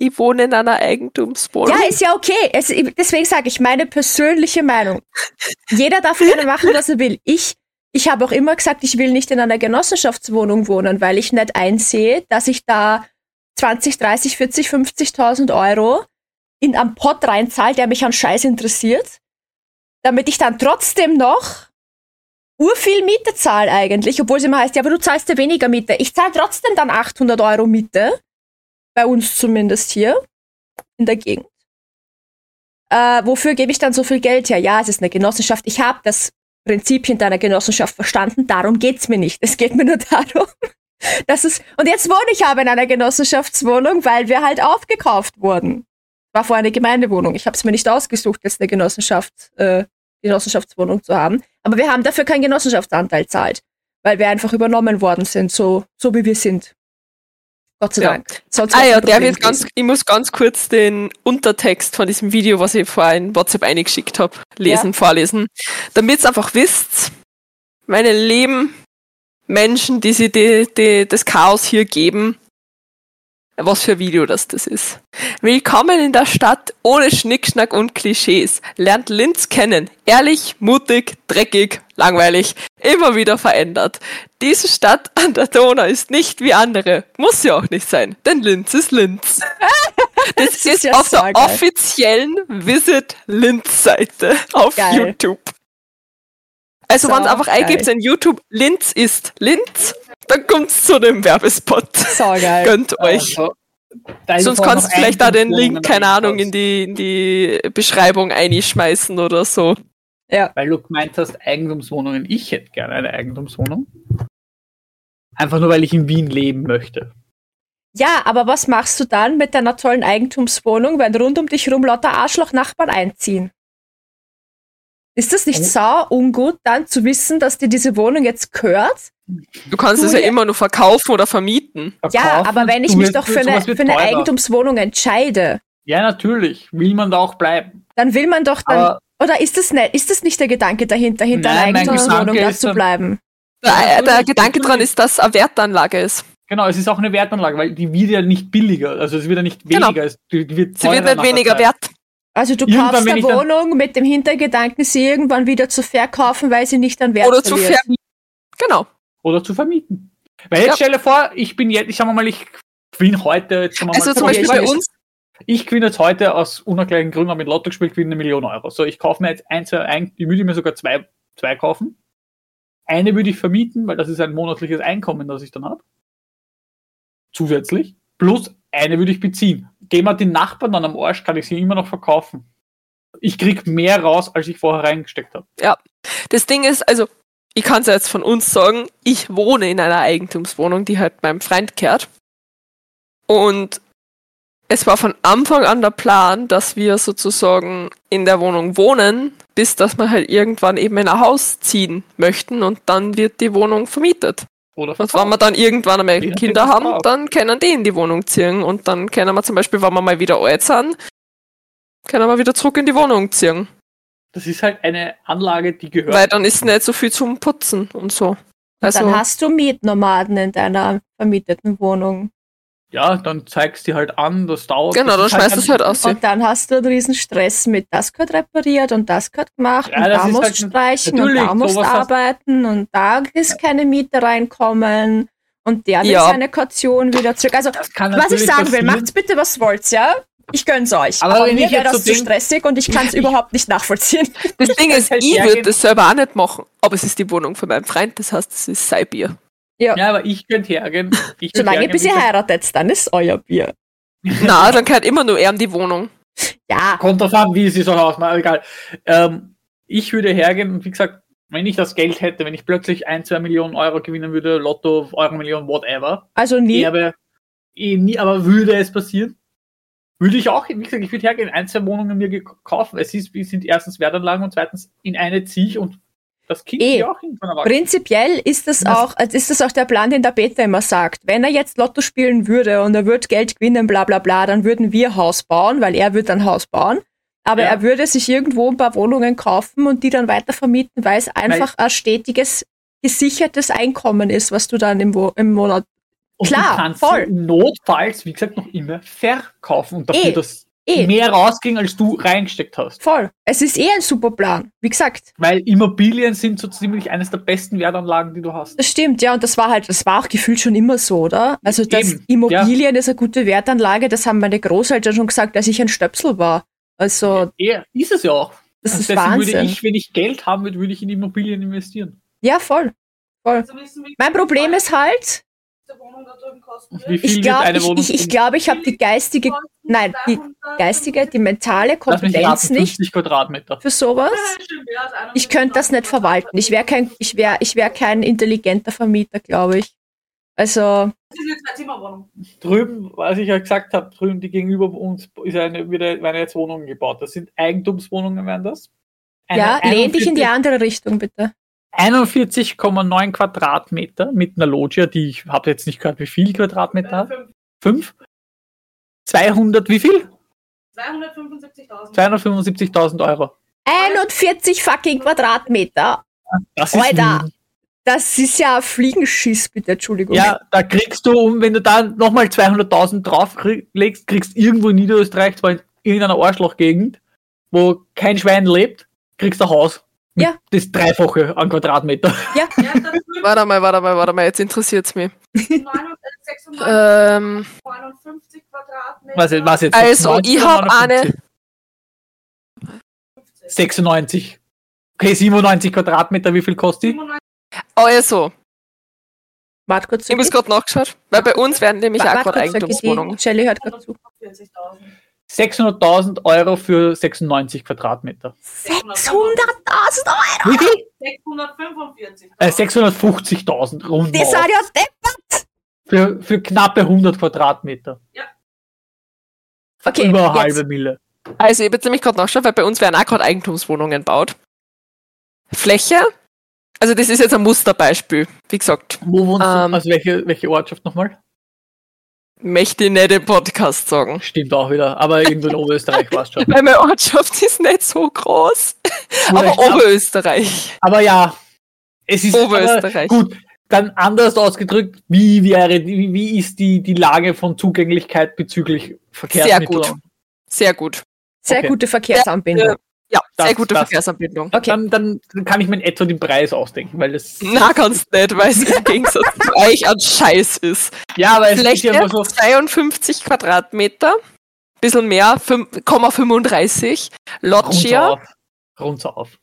[SPEAKER 3] Ich wohne in einer Eigentumswohnung.
[SPEAKER 1] Ja, ist ja okay. Es, deswegen sage ich meine persönliche Meinung. Jeder darf gerne machen, was er will. Ich, ich habe auch immer gesagt, ich will nicht in einer Genossenschaftswohnung wohnen, weil ich nicht einsehe, dass ich da 20, 30, 40, 50.000 Euro in einen Pott reinzahle, der mich an Scheiß interessiert, damit ich dann trotzdem noch urviel Miete zahle eigentlich, obwohl es immer heißt, ja, aber du zahlst ja weniger Miete. Ich zahle trotzdem dann 800 Euro Miete, bei uns zumindest hier in der Gegend. Äh, wofür gebe ich dann so viel Geld her? Ja, es ist eine Genossenschaft. Ich habe das Prinzip hinter einer Genossenschaft verstanden. Darum geht's mir nicht. Es geht mir nur darum, dass es. Und jetzt wohne ich aber in einer Genossenschaftswohnung, weil wir halt aufgekauft wurden. War vorher eine Gemeindewohnung. Ich habe es mir nicht ausgesucht, jetzt eine Genossenschaft, äh, Genossenschaftswohnung zu haben. Aber wir haben dafür keinen Genossenschaftsanteil zahlt. weil wir einfach übernommen worden sind, so, so wie wir sind. Gott sei
[SPEAKER 3] Ja.
[SPEAKER 1] Dank. Sonst
[SPEAKER 3] Ah
[SPEAKER 1] wär's
[SPEAKER 3] ja,
[SPEAKER 1] ein
[SPEAKER 3] der
[SPEAKER 1] Problem
[SPEAKER 3] wird ganz,
[SPEAKER 1] gewesen.
[SPEAKER 3] ich muss ganz kurz den Untertext von diesem Video, was ich vorher in WhatsApp eingeschickt habe, lesen, vorlesen. Damit ihr einfach wisst, meine lieben Menschen, die sie die, die, das Chaos hier geben, was für ein Video das, das ist. Willkommen in der Stadt ohne Schnickschnack und Klischees. Lernt Linz kennen. Ehrlich, mutig, dreckig, langweilig. Immer wieder verändert. Diese Stadt an der Donau ist nicht wie andere. Muss ja auch nicht sein, denn Linz ist Linz. Das,
[SPEAKER 1] ist
[SPEAKER 3] ist,
[SPEAKER 1] ja
[SPEAKER 3] auf der
[SPEAKER 1] saugeil.
[SPEAKER 3] offiziellen Visit Linz-Seite auf
[SPEAKER 1] Geil.
[SPEAKER 3] YouTube. Also, wenn es einfach
[SPEAKER 1] Saugeil.
[SPEAKER 3] eingibt in YouTube, Linz ist Linz, dann kommt's zu dem Werbespot.
[SPEAKER 1] saugeil.
[SPEAKER 3] Gönnt euch.
[SPEAKER 2] Also, da ist
[SPEAKER 3] Sonst
[SPEAKER 2] auch
[SPEAKER 3] kannst
[SPEAKER 2] noch
[SPEAKER 3] du vielleicht da den
[SPEAKER 2] Einführung
[SPEAKER 3] Link,
[SPEAKER 2] und
[SPEAKER 3] keine
[SPEAKER 2] dann
[SPEAKER 3] Ahnung, in die, in die Beschreibung einschmeißen oder so.
[SPEAKER 2] Weil du gemeint hast, Eigentumswohnungen. Ich hätte gerne eine Eigentumswohnung. Einfach nur, weil ich in Wien leben möchte.
[SPEAKER 1] Ja, aber was machst du dann mit deiner tollen Eigentumswohnung, wenn rund um dich rum lauter Arschloch-Nachbarn einziehen? Ist das nicht
[SPEAKER 2] Mhm.
[SPEAKER 1] sau ungut, dann zu wissen, dass dir diese Wohnung jetzt gehört?
[SPEAKER 3] Du kannst
[SPEAKER 1] Du,
[SPEAKER 3] es ja
[SPEAKER 1] ja.
[SPEAKER 3] immer nur verkaufen oder vermieten.
[SPEAKER 1] ja,
[SPEAKER 2] Verkaufen,
[SPEAKER 1] aber wenn ich
[SPEAKER 2] du
[SPEAKER 1] mich
[SPEAKER 2] wirst-
[SPEAKER 1] doch für eine,
[SPEAKER 2] sowas wird
[SPEAKER 1] für eine
[SPEAKER 2] teurer.
[SPEAKER 1] Eigentumswohnung entscheide,
[SPEAKER 2] Ja, natürlich. Will man da auch bleiben.
[SPEAKER 1] dann will man doch dann.
[SPEAKER 2] Aber
[SPEAKER 1] oder ist das, nicht, ist das nicht der Gedanke dahinter, hinter
[SPEAKER 2] Nein,
[SPEAKER 1] einer
[SPEAKER 2] mein
[SPEAKER 1] Eigentumswohnung
[SPEAKER 2] Gedanke
[SPEAKER 1] da
[SPEAKER 2] ist
[SPEAKER 1] zu
[SPEAKER 2] dann-
[SPEAKER 1] bleiben?
[SPEAKER 3] Der,
[SPEAKER 2] natürlich,
[SPEAKER 3] der Gedanke
[SPEAKER 2] natürlich.
[SPEAKER 3] dran ist, dass eine Wertanlage ist.
[SPEAKER 2] genau, es ist auch eine Wertanlage, weil die wird ja nicht billiger. Also es wird ja nicht
[SPEAKER 3] Genau.
[SPEAKER 2] weniger. Es die wird
[SPEAKER 3] Sie wird
[SPEAKER 1] halt
[SPEAKER 2] teurer
[SPEAKER 3] nicht
[SPEAKER 2] nach
[SPEAKER 3] weniger
[SPEAKER 2] der Zeit.
[SPEAKER 3] wert.
[SPEAKER 1] Also du
[SPEAKER 2] Irgendwann,
[SPEAKER 1] kaufst
[SPEAKER 2] wenn
[SPEAKER 1] eine
[SPEAKER 2] ich dann-
[SPEAKER 1] Wohnung mit dem Hintergedanken, sie irgendwann wieder zu verkaufen, weil sie nicht an Wert
[SPEAKER 3] Oder zu
[SPEAKER 1] verliert.
[SPEAKER 3] vermieten. Genau.
[SPEAKER 2] Oder zu vermieten. Weil jetzt
[SPEAKER 3] Ja.
[SPEAKER 2] stell dir vor, ich bin jetzt, ich sag mal, ich gewinne heute. Jetzt sagen wir
[SPEAKER 3] Also
[SPEAKER 2] mal,
[SPEAKER 3] zum
[SPEAKER 1] okay,
[SPEAKER 3] Beispiel bei
[SPEAKER 1] ich-
[SPEAKER 3] uns,
[SPEAKER 2] Ich gewinne jetzt heute aus unerklärlichen Gründen, habe mit Lotto gespielt, gewinne eine Million Euro. So, ich kaufe mir jetzt ein, zwei, ein, ich würde mir sogar zwei, zwei kaufen. Eine würde ich vermieten, weil das ist ein monatliches Einkommen, das ich dann habe. Zusätzlich. Plus eine würde ich beziehen. Gehen wir den Nachbarn dann am Arsch, kann ich sie immer noch verkaufen. Ich krieg mehr raus, als ich vorher reingesteckt habe.
[SPEAKER 3] das Ding ist, also ich kann es ja jetzt von uns sagen, ich wohne in einer Eigentumswohnung, die halt meinem Freund gehört. Und es war von Anfang an der Plan, dass wir sozusagen in der Wohnung wohnen, bis dass wir halt irgendwann eben in ein Haus ziehen möchten und dann wird die Wohnung vermietet.
[SPEAKER 2] Oder
[SPEAKER 3] Und wenn wir dann irgendwann einmal
[SPEAKER 2] Ja,
[SPEAKER 3] Kinder
[SPEAKER 2] das
[SPEAKER 3] haben,
[SPEAKER 2] auch.
[SPEAKER 3] dann können die in die Wohnung ziehen. Und dann können wir zum Beispiel, wenn wir mal wieder alt sind, können wir wieder zurück in die Wohnung ziehen.
[SPEAKER 2] Das ist halt eine Anlage, die gehört.
[SPEAKER 3] Weil dann ist nicht so viel zum Putzen und so. Also,
[SPEAKER 1] Dann hast du Mietnomaden in deiner vermieteten Wohnung.
[SPEAKER 2] ja, dann zeigst du halt an, das dauert.
[SPEAKER 3] genau, dann
[SPEAKER 2] das ist
[SPEAKER 3] schmeißt du es halt aus.
[SPEAKER 1] Und dann hast du einen riesen Stress mit, das gehört repariert und das gehört gemacht
[SPEAKER 2] Ja,
[SPEAKER 1] und
[SPEAKER 2] das
[SPEAKER 1] da
[SPEAKER 2] ist
[SPEAKER 1] musst
[SPEAKER 2] halt
[SPEAKER 1] streichen und
[SPEAKER 2] natürlich,
[SPEAKER 1] da musst
[SPEAKER 2] sowas hast-
[SPEAKER 1] arbeiten und da ist keine Miete reinkommen und der will
[SPEAKER 3] Ja.
[SPEAKER 1] seine Kaution wieder zurück. Also,
[SPEAKER 2] Das kann
[SPEAKER 1] was ich
[SPEAKER 2] natürlich
[SPEAKER 1] sagen will,
[SPEAKER 2] passieren.
[SPEAKER 1] macht's bitte, was wollt's, ja? Ich gönn's euch.
[SPEAKER 2] Aber
[SPEAKER 1] Aber,
[SPEAKER 2] wenn
[SPEAKER 1] mir
[SPEAKER 2] ich
[SPEAKER 1] wäre
[SPEAKER 2] jetzt
[SPEAKER 1] das
[SPEAKER 2] so
[SPEAKER 1] zu
[SPEAKER 2] denk-
[SPEAKER 1] stressig und ich kann's überhaupt nicht nachvollziehen.
[SPEAKER 3] Das Ding ist,
[SPEAKER 2] halt
[SPEAKER 3] ich würde
[SPEAKER 2] hergehen.
[SPEAKER 3] das selber auch nicht machen. Aber es ist die Wohnung von meinem Freund, das heißt, es ist sein Bier.
[SPEAKER 2] Ja, aber ich könnte hergehen. Ich könnte
[SPEAKER 1] Solange
[SPEAKER 2] hergehen,
[SPEAKER 1] bis
[SPEAKER 2] wie
[SPEAKER 1] ihr
[SPEAKER 2] gesagt,
[SPEAKER 1] heiratet, dann ist euer Bier.
[SPEAKER 3] Na, also dann gehört immer nur er in die Wohnung.
[SPEAKER 1] Ja,
[SPEAKER 2] Kommt drauf an, wie sie so ausmachen, egal. Ähm, ich würde hergehen und wie gesagt, wenn ich das Geld hätte, wenn ich plötzlich ein, zwei Millionen Euro gewinnen würde, Lotto, Euro Million, whatever,
[SPEAKER 1] also nie.
[SPEAKER 2] Erbe, eh nie, aber würde es passieren, würde ich auch, wie gesagt, ich würde hergehen, ein, zwei Wohnungen mir gek- kaufen. Es ist, es sind erstens Wertanlagen und zweitens in eine ziehe ich und das Kind
[SPEAKER 1] Eh.
[SPEAKER 2] eh. auch irgendwann erwachsen.
[SPEAKER 1] Prinzipiell ist das,
[SPEAKER 2] Was-
[SPEAKER 1] auch, also ist das auch der Plan, den der Peter immer sagt. Wenn er jetzt Lotto spielen würde und er würde Geld gewinnen, bla bla bla, dann würden wir Haus bauen, weil er würde ein Haus bauen. Aber
[SPEAKER 2] Ja.
[SPEAKER 1] er würde sich irgendwo ein paar Wohnungen kaufen und die dann weiter vermieten, weil es einfach ein stetiges, gesichertes Einkommen ist, was du dann im, Wo im Monat.
[SPEAKER 2] Und
[SPEAKER 1] Klar,
[SPEAKER 2] du kannst
[SPEAKER 1] voll.
[SPEAKER 2] sie notfalls, wie gesagt, noch immer verkaufen und dafür,
[SPEAKER 1] Eh,
[SPEAKER 2] dass
[SPEAKER 1] Eh,
[SPEAKER 2] mehr rausging, als du reingesteckt hast.
[SPEAKER 1] voll. Es ist eh ein super Plan. Wie gesagt,
[SPEAKER 2] Weil Immobilien sind so ziemlich eines der besten Wertanlagen, die du hast.
[SPEAKER 1] das stimmt, ja. Und das war halt, das war auch gefühlt schon immer so, oder? Also, das
[SPEAKER 2] Eben,
[SPEAKER 1] Immobilien ist eine gute Wertanlage, das haben meine Großeltern schon gesagt, als ich ein Stöpsel war. Also,
[SPEAKER 2] Ja, ist es ja auch.
[SPEAKER 1] Das
[SPEAKER 2] Und
[SPEAKER 1] ist
[SPEAKER 2] deswegen würde
[SPEAKER 1] Wahnsinn.
[SPEAKER 2] ich, wenn ich Geld haben würde, würde ich in Immobilien investieren.
[SPEAKER 1] ja, voll. voll. Mein Problem ist halt,
[SPEAKER 2] Und wie viel
[SPEAKER 1] ich
[SPEAKER 2] wird
[SPEAKER 1] glaube,
[SPEAKER 2] eine
[SPEAKER 1] ich,
[SPEAKER 2] Wohnung
[SPEAKER 1] ich, ich,
[SPEAKER 2] kosten?
[SPEAKER 1] glaub, ich habe die geistige, nein, die geistige, die mentale
[SPEAKER 2] Lass mich
[SPEAKER 1] Kompetenz
[SPEAKER 2] raten,
[SPEAKER 1] nicht
[SPEAKER 2] 50 Quadratmeter.
[SPEAKER 1] für sowas. Ich könnte das nicht verwalten. Ich wäre kein, ich wäre, ich wäre kein intelligenter Vermieter, glaube ich. Also,
[SPEAKER 2] Drüben, was ich ja gesagt habe, drüben die gegenüber uns ist eine, wird eine- werden jetzt Wohnungen gebaut. Das sind Eigentumswohnungen, wären das. Eine
[SPEAKER 1] ja, lehn dich in die
[SPEAKER 2] 41
[SPEAKER 1] andere Richtung, bitte.
[SPEAKER 2] 41,9 Quadratmeter mit einer Loggia, die ich habe jetzt nicht gehört, wie viel Quadratmeter hat. Fünf? 200, wie viel?
[SPEAKER 4] 275.000.
[SPEAKER 2] 275.000 Euro.
[SPEAKER 1] 41 fucking Quadratmeter.
[SPEAKER 2] Das ist
[SPEAKER 1] Alter.
[SPEAKER 2] Wien.
[SPEAKER 1] Das ist ja Fliegenschiss, bitte, Entschuldigung.
[SPEAKER 2] Ja, da kriegst du, und wenn du da nochmal 200.000 drauflegst, kriegst irgendwo in Niederösterreich, zwar in irgendeiner Arschlochgegend, wo kein Schwein lebt, kriegst du ein Haus. mit
[SPEAKER 1] Ja.
[SPEAKER 2] Das Dreifache an Quadratmeter.
[SPEAKER 4] Ja, dann
[SPEAKER 3] Warte mal, warte mal, warte mal, jetzt interessiert's mich.
[SPEAKER 4] 996,
[SPEAKER 3] Ähm,
[SPEAKER 4] 59 Quadratmeter.
[SPEAKER 2] Was, jetzt- was jetzt?
[SPEAKER 3] also,
[SPEAKER 2] 90,
[SPEAKER 3] ich hab
[SPEAKER 2] 59?
[SPEAKER 3] eine.
[SPEAKER 2] 96. Okay, 97 Quadratmeter, wie viel kostet die?
[SPEAKER 4] 97
[SPEAKER 3] Also,
[SPEAKER 1] Warte kurz.
[SPEAKER 3] ich hab's gerade nachgeschaut, weil bei uns werden nämlich auch
[SPEAKER 1] Warte
[SPEAKER 3] gerade
[SPEAKER 1] kurz, Saki, die
[SPEAKER 3] Eigentumswohnungen.
[SPEAKER 1] Shelley hört gerade zu.
[SPEAKER 4] 40.000.
[SPEAKER 2] 600.000 Euro für 96 Quadratmeter.
[SPEAKER 1] 600.000 Euro!
[SPEAKER 2] Wie viel?
[SPEAKER 4] 645.
[SPEAKER 2] Äh, 650.000 rund
[SPEAKER 1] Das
[SPEAKER 2] mal
[SPEAKER 1] hat
[SPEAKER 2] auf.
[SPEAKER 1] ja Depp!
[SPEAKER 2] für, für knappe 100 Quadratmeter.
[SPEAKER 1] Okay,
[SPEAKER 2] Über eine
[SPEAKER 1] jetzt.
[SPEAKER 2] halbe Mille.
[SPEAKER 3] Also, ich hab jetzt nämlich gerade nachgeschaut, weil bei uns werden auch gerade Eigentumswohnungen gebaut. Fläche, also das ist jetzt ein Musterbeispiel, wie gesagt.
[SPEAKER 2] Wo wohnst
[SPEAKER 3] Ähm.
[SPEAKER 2] du? Also welche, welche Ortschaft nochmal?
[SPEAKER 3] Möchte ich nicht im Podcast sagen.
[SPEAKER 2] Stimmt auch wieder, aber irgendwo in Oberösterreich warst schon.
[SPEAKER 3] Weil meine Ortschaft ist nicht so groß. Aber
[SPEAKER 2] Wurscht, ab-
[SPEAKER 3] Oberösterreich.
[SPEAKER 2] aber ja, es ist aber,
[SPEAKER 3] Oberösterreich.
[SPEAKER 2] gut. Dann anders ausgedrückt, wie wäre, wie, wie ist die, die Lage von Zugänglichkeit bezüglich
[SPEAKER 3] Sehr
[SPEAKER 2] Verkehrsmitteln?
[SPEAKER 3] gut. Sehr gut.
[SPEAKER 1] Sehr
[SPEAKER 2] Okay.
[SPEAKER 1] gute Verkehrsanbindung.
[SPEAKER 3] Ja,
[SPEAKER 2] Das-
[SPEAKER 3] sehr gute
[SPEAKER 2] das-
[SPEAKER 3] Verkehrsanbindung.
[SPEAKER 1] Okay.
[SPEAKER 2] Dann, dann kann ich mir in etwa den Preis ausdenken, weil das.
[SPEAKER 3] Na, kannst nicht, weil es im Gegensatz zu euch an Scheiß ist.
[SPEAKER 2] Ja, aber es ist
[SPEAKER 3] Fläche
[SPEAKER 2] ja immer so.
[SPEAKER 3] 52 Quadratmeter, bisschen mehr, 5,35. Loggia,
[SPEAKER 2] Runter auf. Runter auf.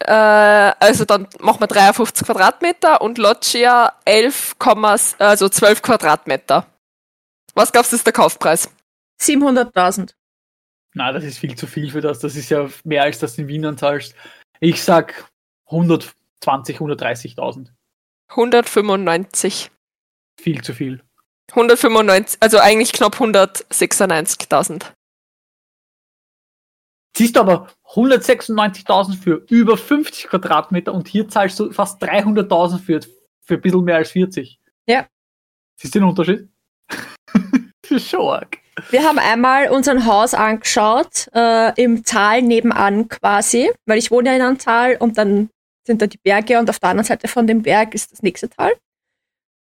[SPEAKER 3] äh, also dann machen wir 53 Quadratmeter und Loggia 11, also 12 Quadratmeter. Was glaubst du, ist der Kaufpreis?
[SPEAKER 1] 700.000.
[SPEAKER 2] Na, das ist viel zu viel für das. Das ist ja mehr als das in Wien anzahlst. Ich sag 120, 130.000.
[SPEAKER 3] 195.
[SPEAKER 2] Viel zu viel.
[SPEAKER 3] 195, also eigentlich knapp 196.000.
[SPEAKER 2] Siehst du aber 196.000 für über 50 Quadratmeter und hier zahlst du fast 300.000 für, für ein bisschen mehr als 40.
[SPEAKER 1] Ja.
[SPEAKER 2] Siehst du den Unterschied? das ist schon arg.
[SPEAKER 1] Wir haben einmal unseren Haus angeschaut, äh, im Tal nebenan quasi, weil ich wohne ja in einem Tal und dann sind da die Berge und auf der anderen Seite von dem Berg ist das nächste Tal.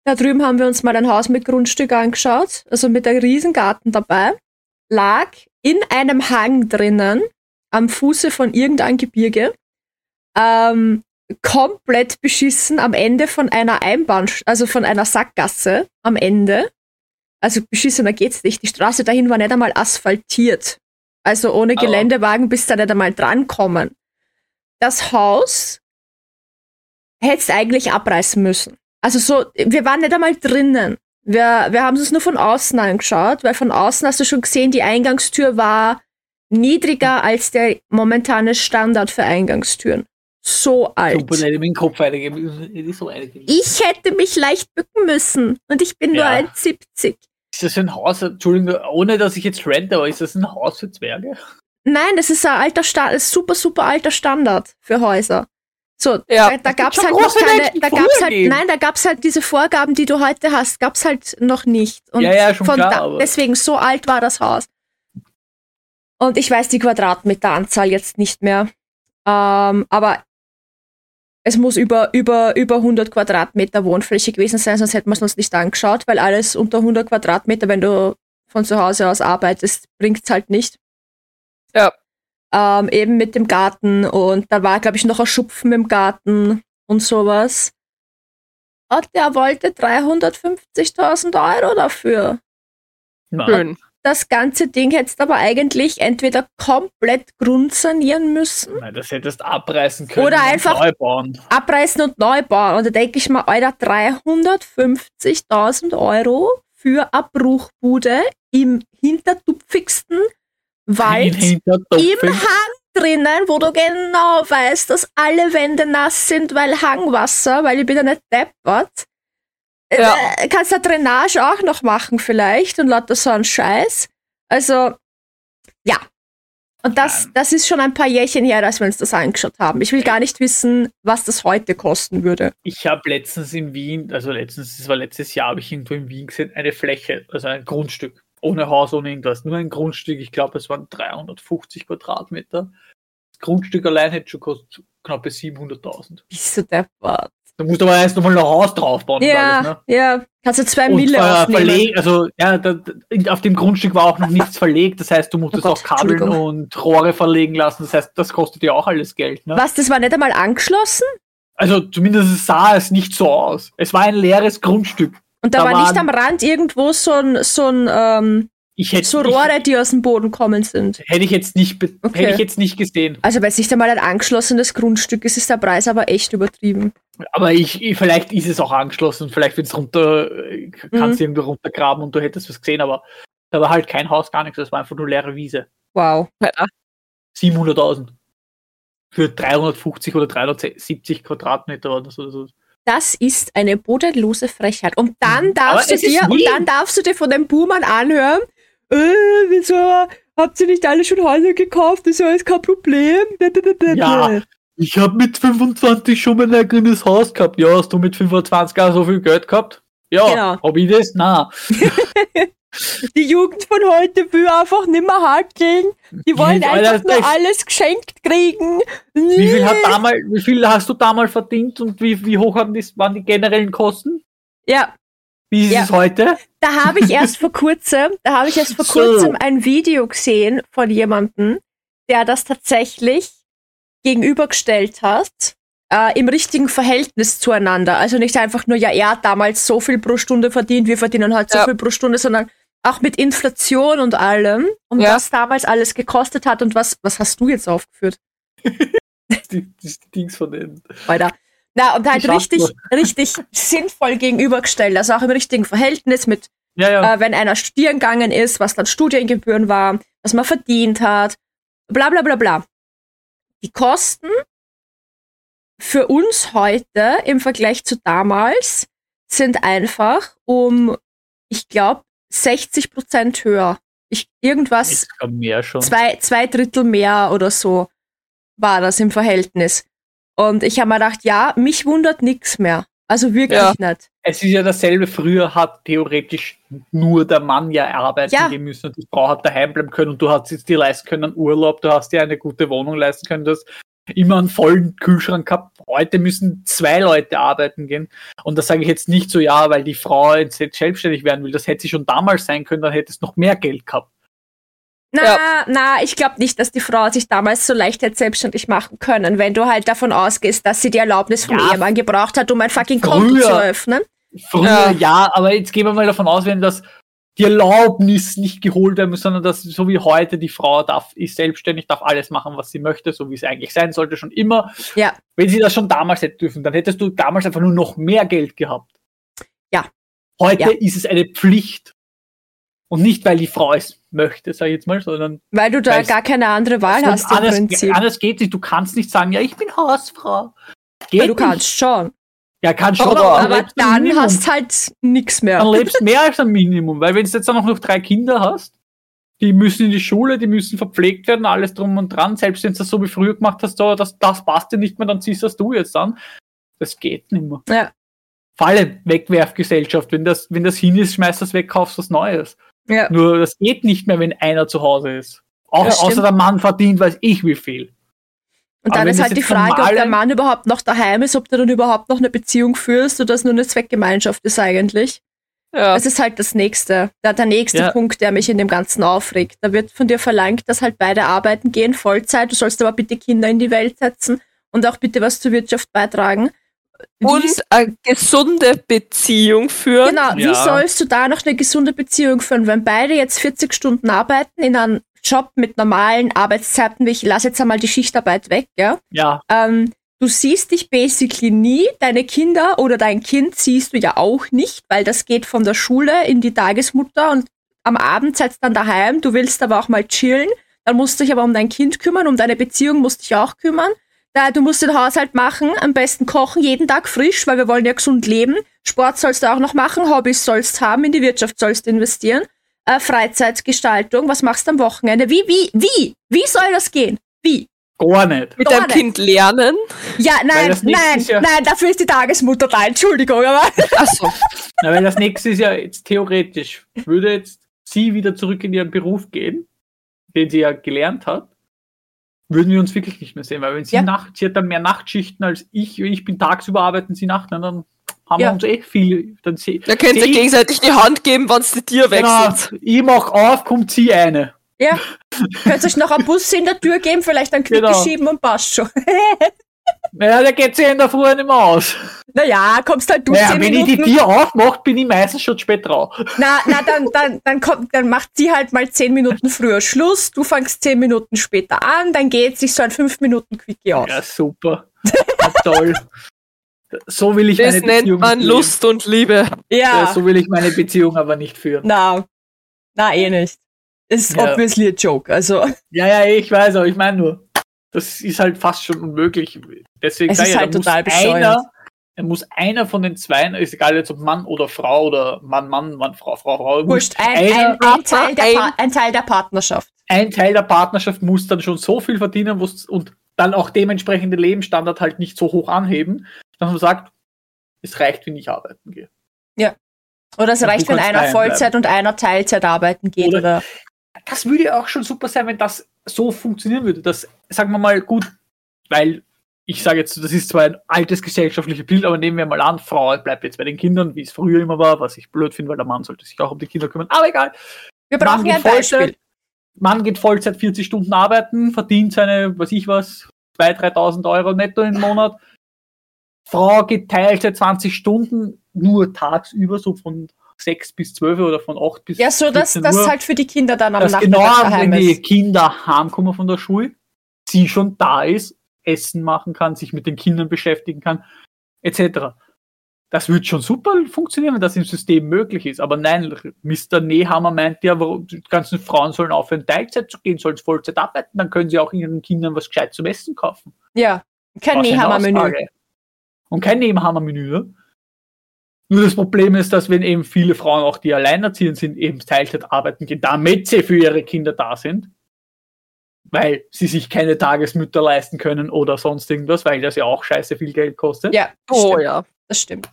[SPEAKER 1] Da drüben haben wir uns mal ein Haus mit Grundstück angeschaut, also mit einem Riesengarten dabei, lag in einem Hang drinnen, am Fuße von irgendeinem Gebirge, ähm, komplett beschissen am Ende von einer Einbahn, also von einer Sackgasse am Ende. Also beschissener geht's nicht. Die Straße dahin war nicht einmal asphaltiert. Also ohne
[SPEAKER 2] Aber-
[SPEAKER 1] Geländewagen bist du da nicht einmal drankommen. Das Haus hättest eigentlich abreißen müssen. Also so, wir waren nicht einmal drinnen. Wir, wir haben es uns nur von außen angeschaut, weil von außen hast du schon gesehen, die Eingangstür war niedriger als der momentane Standard für Eingangstüren. So alt.
[SPEAKER 2] Super, nicht in den Kopf eingeben. Es ist so eingeben.
[SPEAKER 1] Ich hätte mich leicht bücken müssen und ich bin
[SPEAKER 2] Ja.
[SPEAKER 1] nur 1,70.
[SPEAKER 2] Ist das ein Haus, Entschuldigung, ohne dass ich jetzt rente, aber ist das ein Haus für Zwerge?
[SPEAKER 1] Nein, das ist ein alter Sta ein super, super alter Standard für Häuser. So,
[SPEAKER 3] Ja.
[SPEAKER 1] da, da gab's
[SPEAKER 2] schon
[SPEAKER 1] halt noch
[SPEAKER 2] große
[SPEAKER 1] keine,
[SPEAKER 2] Menschen
[SPEAKER 1] da
[SPEAKER 2] früher
[SPEAKER 1] gab's halt,
[SPEAKER 2] geben.
[SPEAKER 1] nein, da gab's halt diese Vorgaben, die du heute hast, gab's halt noch nicht. Und
[SPEAKER 2] Ja, ja, schon
[SPEAKER 1] von
[SPEAKER 2] klar,
[SPEAKER 1] da,
[SPEAKER 2] aber-
[SPEAKER 1] deswegen, so alt war das Haus. Und ich weiß die Quadratmeteranzahl jetzt nicht mehr. Ähm, aber es muss über, über, über 100 Quadratmeter Wohnfläche gewesen sein, sonst hätten wir es uns nicht angeschaut, weil alles unter 100 Quadratmeter, wenn du von zu Hause aus arbeitest, bringt's halt nicht.
[SPEAKER 3] Ja.
[SPEAKER 1] Ähm, eben mit dem Garten und da war, glaube ich, noch ein Schupfen im Garten und sowas. Und der wollte 350.000 Euro dafür.
[SPEAKER 2] Na,
[SPEAKER 3] Schön.
[SPEAKER 1] Das ganze Ding hättest aber eigentlich entweder komplett grundsanieren müssen
[SPEAKER 2] Nein, das hättest du abreißen können.
[SPEAKER 1] Oder
[SPEAKER 2] und
[SPEAKER 1] einfach-
[SPEAKER 2] Neu bauen.
[SPEAKER 1] abreißen und neu bauen. Und da denke ich mir, Alter, 350.000 Euro für eine Bruchbude im hintertupfigsten Wald
[SPEAKER 2] Hinter
[SPEAKER 1] im Hang drinnen, wo du genau weißt, dass alle Wände nass sind, weil Hangwasser, weil ich bin ja nicht deppert. Äh,
[SPEAKER 3] Ja.
[SPEAKER 1] äh, Kannst du Drainage auch noch machen vielleicht und lauter so einen Scheiß. Also, ja. Und das, das ist schon ein paar Jährchen her, dass wir uns das angeschaut haben. Ich will gar nicht wissen, was das heute kosten würde.
[SPEAKER 2] Ich habe letztens in Wien, also letztens, das war letztes Jahr, habe ich irgendwo in Wien gesehen, eine Fläche, also ein Grundstück. Ohne Haus, ohne irgendwas. Nur ein Grundstück, ich glaube, es waren 350 Quadratmeter. Das Grundstück allein hätte schon kostet knappe 700.000.
[SPEAKER 1] Bist du deppert?
[SPEAKER 2] Da musst du aber erst nochmal ein Haus draufbauen. und
[SPEAKER 1] Ja,
[SPEAKER 2] alles, ne?
[SPEAKER 1] ja. Kannst du zwei
[SPEAKER 2] Und
[SPEAKER 1] Mille
[SPEAKER 2] äh,
[SPEAKER 1] aufnehmen?
[SPEAKER 2] verlegt, also ja, da, da- auf dem Grundstück war auch noch nichts verlegt. Das heißt, du musstest
[SPEAKER 1] Oh Gott,
[SPEAKER 2] auch Kabeln
[SPEAKER 1] Entschuldigung.
[SPEAKER 2] und Rohre verlegen lassen. Das heißt, das kostet ja auch alles Geld. Ne?
[SPEAKER 1] Was, das war nicht einmal angeschlossen?
[SPEAKER 2] Also zumindest sah es nicht so aus. Es war ein leeres Grundstück.
[SPEAKER 1] Und da,
[SPEAKER 2] Da
[SPEAKER 1] war nicht am
[SPEAKER 2] waren-
[SPEAKER 1] Rand irgendwo so ein, so ein, ähm,
[SPEAKER 2] Ich hätte,
[SPEAKER 1] so Rohre, die aus dem Boden kommen sind.
[SPEAKER 2] Ich, hätte ich jetzt nicht, be-
[SPEAKER 1] Okay.
[SPEAKER 2] hätte ich jetzt nicht gesehen.
[SPEAKER 1] Also wenn es nicht einmal ein angeschlossenes Grundstück ist, ist der Preis aber echt übertrieben.
[SPEAKER 2] Aber ich, ich- vielleicht ist es auch angeschlossen. Vielleicht wird's runter, äh,
[SPEAKER 1] Mhm.
[SPEAKER 2] kannst du irgendwo runtergraben und du hättest was gesehen. Aber da war halt kein Haus, gar nichts. Das war einfach nur leere Wiese.
[SPEAKER 1] Wow.
[SPEAKER 3] Alter,
[SPEAKER 2] 700.000 für 350 oder 370 Quadratmeter oder so. so.
[SPEAKER 1] Das ist eine bodenlose Frechheit. Und dann
[SPEAKER 2] Mhm.
[SPEAKER 1] darfst
[SPEAKER 2] Aber
[SPEAKER 1] du
[SPEAKER 2] es ist
[SPEAKER 1] dir, und
[SPEAKER 2] Wien.
[SPEAKER 1] dann darfst du dir von den Boomern anhören, äh, wieso habt ihr nicht alle schon Häuser gekauft? Das ist ja alles kein Problem. Blablabla.
[SPEAKER 2] Ja. Ich habe mit 25 schon mein eigenes Haus gehabt. Ja, hast du mit 25 auch so viel Geld gehabt? Ja,
[SPEAKER 1] Genau.
[SPEAKER 2] hab ich das? Na,
[SPEAKER 1] Die Jugend von heute will einfach nimmer handeln. Die wollen
[SPEAKER 2] Alter,
[SPEAKER 1] einfach nur
[SPEAKER 2] das-
[SPEAKER 1] alles geschenkt kriegen.
[SPEAKER 2] wie viel, hat damals, wie viel hast du damals verdient und wie, wie hoch haben die, waren die generellen Kosten?
[SPEAKER 1] Ja,
[SPEAKER 2] Wie ist
[SPEAKER 1] Ja.
[SPEAKER 2] es heute?
[SPEAKER 1] Da habe ich erst vor kurzem, da habe ich erst vor
[SPEAKER 2] So.
[SPEAKER 1] kurzem ein Video gesehen von jemandem, der das tatsächlich gegenübergestellt hat, äh, im richtigen Verhältnis zueinander. Also nicht einfach nur, ja, er hat damals so viel pro Stunde verdient, wir verdienen halt so
[SPEAKER 3] Ja.
[SPEAKER 1] viel pro Stunde, sondern auch mit Inflation und allem und
[SPEAKER 3] Ja.
[SPEAKER 1] was damals alles gekostet hat und was, was hast du jetzt aufgeführt,
[SPEAKER 2] Die, die Dings von den.
[SPEAKER 1] Alter? Na, und halt
[SPEAKER 2] Ich schaff's
[SPEAKER 1] richtig, richtig sinnvoll gegenübergestellt, also auch im richtigen Verhältnis mit
[SPEAKER 2] Ja, ja.
[SPEAKER 1] äh, wenn einer studieren gegangen ist, was dann Studiengebühren war, was man verdient hat, bla bla bla bla. Die Kosten für uns heute im Vergleich zu damals sind einfach um, ich glaube, 60 Prozent höher. Ich, irgendwas,
[SPEAKER 2] es kam mehr schon.
[SPEAKER 1] zwei, zwei Drittel mehr oder so war das im Verhältnis. Und ich habe mir gedacht, ja, mich wundert nichts mehr. Also wirklich
[SPEAKER 3] Ja.
[SPEAKER 1] nicht.
[SPEAKER 2] Es ist ja dasselbe. Früher hat theoretisch nur der Mann ja arbeiten
[SPEAKER 1] Ja.
[SPEAKER 2] gehen müssen und die Frau hat daheim bleiben können und du hast jetzt dir leisten können einen Urlaub, du hast dir eine gute Wohnung leisten können, du hast immer einen vollen Kühlschrank gehabt. Heute müssen zwei Leute arbeiten gehen. Und das sage ich jetzt nicht so, ja, weil die Frau jetzt selbstständig werden will. Das hätte sie schon damals sein können, dann hätte es noch mehr Geld gehabt.
[SPEAKER 1] Na,
[SPEAKER 3] Ja.
[SPEAKER 1] na, ich glaube nicht, dass die Frau sich damals so leicht hätte selbstständig machen können, wenn du halt davon ausgehst, dass sie die Erlaubnis vom
[SPEAKER 2] Ja.
[SPEAKER 1] Ehemann gebraucht hat, um ein fucking Konto
[SPEAKER 2] Früher.
[SPEAKER 1] zu eröffnen.
[SPEAKER 2] Früher
[SPEAKER 3] Ja.
[SPEAKER 2] ja, aber jetzt gehen wir mal davon aus, wenn das die Erlaubnis nicht geholt werden muss, sondern dass so wie heute die Frau darf, ist selbstständig, darf alles machen, was sie möchte, so wie es eigentlich sein sollte, schon immer.
[SPEAKER 1] Ja.
[SPEAKER 2] Wenn sie das schon damals hätte dürfen, dann hättest du damals einfach nur noch mehr Geld gehabt.
[SPEAKER 1] Ja.
[SPEAKER 2] Heute
[SPEAKER 1] Ja.
[SPEAKER 2] ist es eine Pflicht. Und nicht, weil die Frau es möchte, sag ich jetzt mal, sondern
[SPEAKER 1] Weil du da
[SPEAKER 2] Weil's-
[SPEAKER 1] gar keine andere Wahl Ah, hast im
[SPEAKER 2] anders,
[SPEAKER 1] Prinzip.
[SPEAKER 2] anders geht's nicht. Du kannst nicht sagen, ja, ich bin Hausfrau. Geht
[SPEAKER 1] Ja, du kannst schon.
[SPEAKER 2] Nicht. Ja, kannst schon,
[SPEAKER 3] Aber-
[SPEAKER 1] Aber
[SPEAKER 2] lebst am
[SPEAKER 1] dann
[SPEAKER 2] Minimum
[SPEAKER 1] hast halt nichts mehr.
[SPEAKER 2] dann lebst mehr als ein Minimum, weil wenn du jetzt dann auch noch drei Kinder hast, die müssen in die Schule, die müssen verpflegt werden, alles drum und dran, selbst wenn du das so wie früher gemacht hast, so, das, das passt dir nicht mehr, dann ziehst das du jetzt an. Das geht nicht mehr.
[SPEAKER 1] Ja.
[SPEAKER 2] Vor allem Wegwerfgesellschaft, wenn das, wenn das hin ist, schmeißt das weg, kaufst was Neues.
[SPEAKER 1] Ja.
[SPEAKER 2] Nur das geht nicht mehr, wenn einer zu Hause ist. Auch
[SPEAKER 1] Ja, stimmt.
[SPEAKER 2] außer der Mann verdient, weiß ich wie viel.
[SPEAKER 1] Und
[SPEAKER 2] aber
[SPEAKER 1] dann
[SPEAKER 2] wenn
[SPEAKER 1] ist
[SPEAKER 2] das
[SPEAKER 1] halt die
[SPEAKER 2] jetzt
[SPEAKER 1] Frage, ob
[SPEAKER 2] normale-
[SPEAKER 1] der Mann überhaupt noch daheim ist, ob du dann überhaupt noch eine Beziehung führst oder es nur eine Zweckgemeinschaft ist eigentlich.
[SPEAKER 3] ja.
[SPEAKER 1] Das ist halt das nächste, der, der nächste
[SPEAKER 2] Ja.
[SPEAKER 1] Punkt, der mich in dem Ganzen aufregt. Da wird von dir verlangt, dass halt beide arbeiten gehen, Vollzeit. Du sollst aber bitte Kinder in die Welt setzen und auch bitte was zur Wirtschaft beitragen. Wie
[SPEAKER 3] Und
[SPEAKER 1] s-
[SPEAKER 3] eine gesunde Beziehung führen.
[SPEAKER 1] genau, wie
[SPEAKER 2] Ja.
[SPEAKER 1] sollst du da noch eine gesunde Beziehung führen, wenn beide jetzt 40 Stunden arbeiten in einem Job mit normalen Arbeitszeiten? Ich lasse jetzt einmal die Schichtarbeit weg, ja?
[SPEAKER 2] Ja,
[SPEAKER 1] Ähm, du siehst dich basically nie, deine Kinder oder dein Kind siehst du ja auch nicht, weil das geht von der Schule in die Tagesmutter und am Abend seid dann daheim, du willst aber auch mal chillen, dann musst du dich aber um dein Kind kümmern, um deine Beziehung musst du dich auch kümmern. Da, du musst den Haushalt machen, am besten kochen, jeden Tag frisch, weil wir wollen ja gesund leben. Sport sollst du auch noch machen, Hobbys sollst haben, in die Wirtschaft sollst du investieren. äh, Freizeitgestaltung. Was machst du am Wochenende? Wie, wie, wie? Wie soll das gehen? Wie?
[SPEAKER 2] Gar nicht.
[SPEAKER 3] Mit
[SPEAKER 1] Gar
[SPEAKER 3] deinem
[SPEAKER 1] nicht.
[SPEAKER 3] Kind lernen.
[SPEAKER 1] Ja, nein,
[SPEAKER 2] das nächste
[SPEAKER 1] nein,
[SPEAKER 2] ist ja-
[SPEAKER 1] nein, dafür ist die Tagesmutter da. Entschuldigung, aber
[SPEAKER 3] Achso.
[SPEAKER 2] Na, weil das nächste ist ja jetzt theoretisch, würde jetzt sie wieder zurück in ihren Beruf gehen, den sie ja gelernt hat, würden wir uns wirklich nicht mehr sehen, weil wenn sie
[SPEAKER 1] Ja.
[SPEAKER 2] Nacht, sie hat dann mehr Nachtschichten als ich, ich bin tagsüber arbeiten, sie Nacht, dann haben
[SPEAKER 1] Ja.
[SPEAKER 2] wir uns eh viel, dann se-
[SPEAKER 3] Da könnt ihr
[SPEAKER 2] Seh-
[SPEAKER 3] gegenseitig die Hand geben, wenn's die Tier
[SPEAKER 2] Genau,
[SPEAKER 3] wechselt.
[SPEAKER 2] ich mach auf, kommt sie eine.
[SPEAKER 1] könnt euch noch einen Bus in der Tür geben, vielleicht einen Knicke
[SPEAKER 2] Genau.
[SPEAKER 1] schieben und passt schon.
[SPEAKER 2] Naja, da geht sie in der Früh nicht mehr aus.
[SPEAKER 1] Naja, kommst halt du
[SPEAKER 2] Naja,
[SPEAKER 1] zehn
[SPEAKER 2] wenn ich
[SPEAKER 1] Minuten.
[SPEAKER 2] die Tür aufmache, bin ich meistens schon zu spät drauf.
[SPEAKER 1] Na, na, dann, dann, dann kommt, dann macht sie halt mal zehn Minuten früher Schluss, du fängst zehn Minuten später an, dann geht sich so ein fünf Minuten Quickie aus.
[SPEAKER 2] Ja, super. Ja, toll. So will ich
[SPEAKER 3] Das
[SPEAKER 2] meine
[SPEAKER 3] nennt
[SPEAKER 2] Beziehung
[SPEAKER 3] man
[SPEAKER 2] nicht
[SPEAKER 3] Lust und Liebe.
[SPEAKER 2] führen.
[SPEAKER 1] Ja,
[SPEAKER 2] Ja, Äh, so will ich meine Beziehung aber nicht führen.
[SPEAKER 1] na, na, eh nicht. Ist
[SPEAKER 2] Ja.
[SPEAKER 1] obviously a joke, also.
[SPEAKER 2] Ja, ja, ich weiß, aber ich meine nur, das ist halt fast schon unmöglich. Deswegen
[SPEAKER 1] Es
[SPEAKER 2] sag ich
[SPEAKER 1] ist
[SPEAKER 2] ja,
[SPEAKER 1] halt
[SPEAKER 2] da muss
[SPEAKER 1] total bescheuert.
[SPEAKER 2] Einer, da muss einer von den Zweien, ist egal jetzt ob Mann oder Frau oder Mann, Mann, Mann, Frau, Frau, Frau, muss-
[SPEAKER 1] Wurscht, ein,
[SPEAKER 2] einer,
[SPEAKER 1] ein, ein, Teil der
[SPEAKER 3] ein-
[SPEAKER 1] Pa- ein Teil der Partnerschaft.
[SPEAKER 2] ein Teil der Partnerschaft muss dann schon so viel verdienen wo's- und dann auch dementsprechend den Lebensstandard halt nicht so hoch anheben, dass man sagt, es reicht, wenn ich arbeiten gehe.
[SPEAKER 1] Oder es
[SPEAKER 2] Ja, du
[SPEAKER 1] reicht, wenn
[SPEAKER 2] kannst
[SPEAKER 1] einer
[SPEAKER 2] daheim
[SPEAKER 1] Vollzeit und einer Teilzeit arbeiten geht,
[SPEAKER 2] Oder-
[SPEAKER 1] oder?
[SPEAKER 2] das würde ja auch schon super sein, wenn das so funktionieren würde. Das, sagen wir mal, gut, weil ich sage jetzt, das ist zwar ein altes gesellschaftliches Bild, aber nehmen wir mal an, Frau bleibt jetzt bei den Kindern, wie es früher immer war, was ich blöd finde, weil der Mann sollte sich auch um die Kinder kümmern. Aber egal.
[SPEAKER 1] Wir brauchen ja ein Beispiel.
[SPEAKER 2] Mann geht Vollzeit 40 Stunden arbeiten, verdient seine, was ich was, 2.000, 3.000 Euro netto im Monat. Frau geht Teilzeit 20 Stunden, nur tagsüber, so von 6 bis 12 oder von 8 bis
[SPEAKER 1] Ja, so dass
[SPEAKER 2] 14
[SPEAKER 1] das
[SPEAKER 2] Uhr
[SPEAKER 1] halt für die Kinder dann am
[SPEAKER 2] dass
[SPEAKER 1] Nachmittag
[SPEAKER 2] genau,
[SPEAKER 1] daheim
[SPEAKER 2] wenn die
[SPEAKER 1] ist.
[SPEAKER 2] Kinder heimkommen von der Schule, sie schon da ist, Essen machen kann, sich mit den Kindern beschäftigen kann, etc. Das wird schon super funktionieren, wenn das im System möglich ist. Aber nein, Mr. Nehammer meint ja, warum die ganzen Frauen sollen aufhören, Teilzeit zu gehen, sollen Vollzeit arbeiten, dann können sie auch ihren Kindern was gescheit zum Essen kaufen.
[SPEAKER 1] Ja, kein
[SPEAKER 2] Was eine
[SPEAKER 1] Nehammer-Menü.
[SPEAKER 2] Aussage. Und kein Nebenhammermenü. Ne? Nur das Problem ist, dass wenn eben viele Frauen, auch die alleinerziehend sind, eben Teilzeit arbeiten gehen, damit sie für ihre Kinder da sind, weil sie sich keine Tagesmütter leisten können oder sonst irgendwas, weil das ja auch scheiße viel Geld kostet.
[SPEAKER 1] Ja, das
[SPEAKER 3] Oh
[SPEAKER 1] stimmt.
[SPEAKER 3] ja.
[SPEAKER 1] Das stimmt.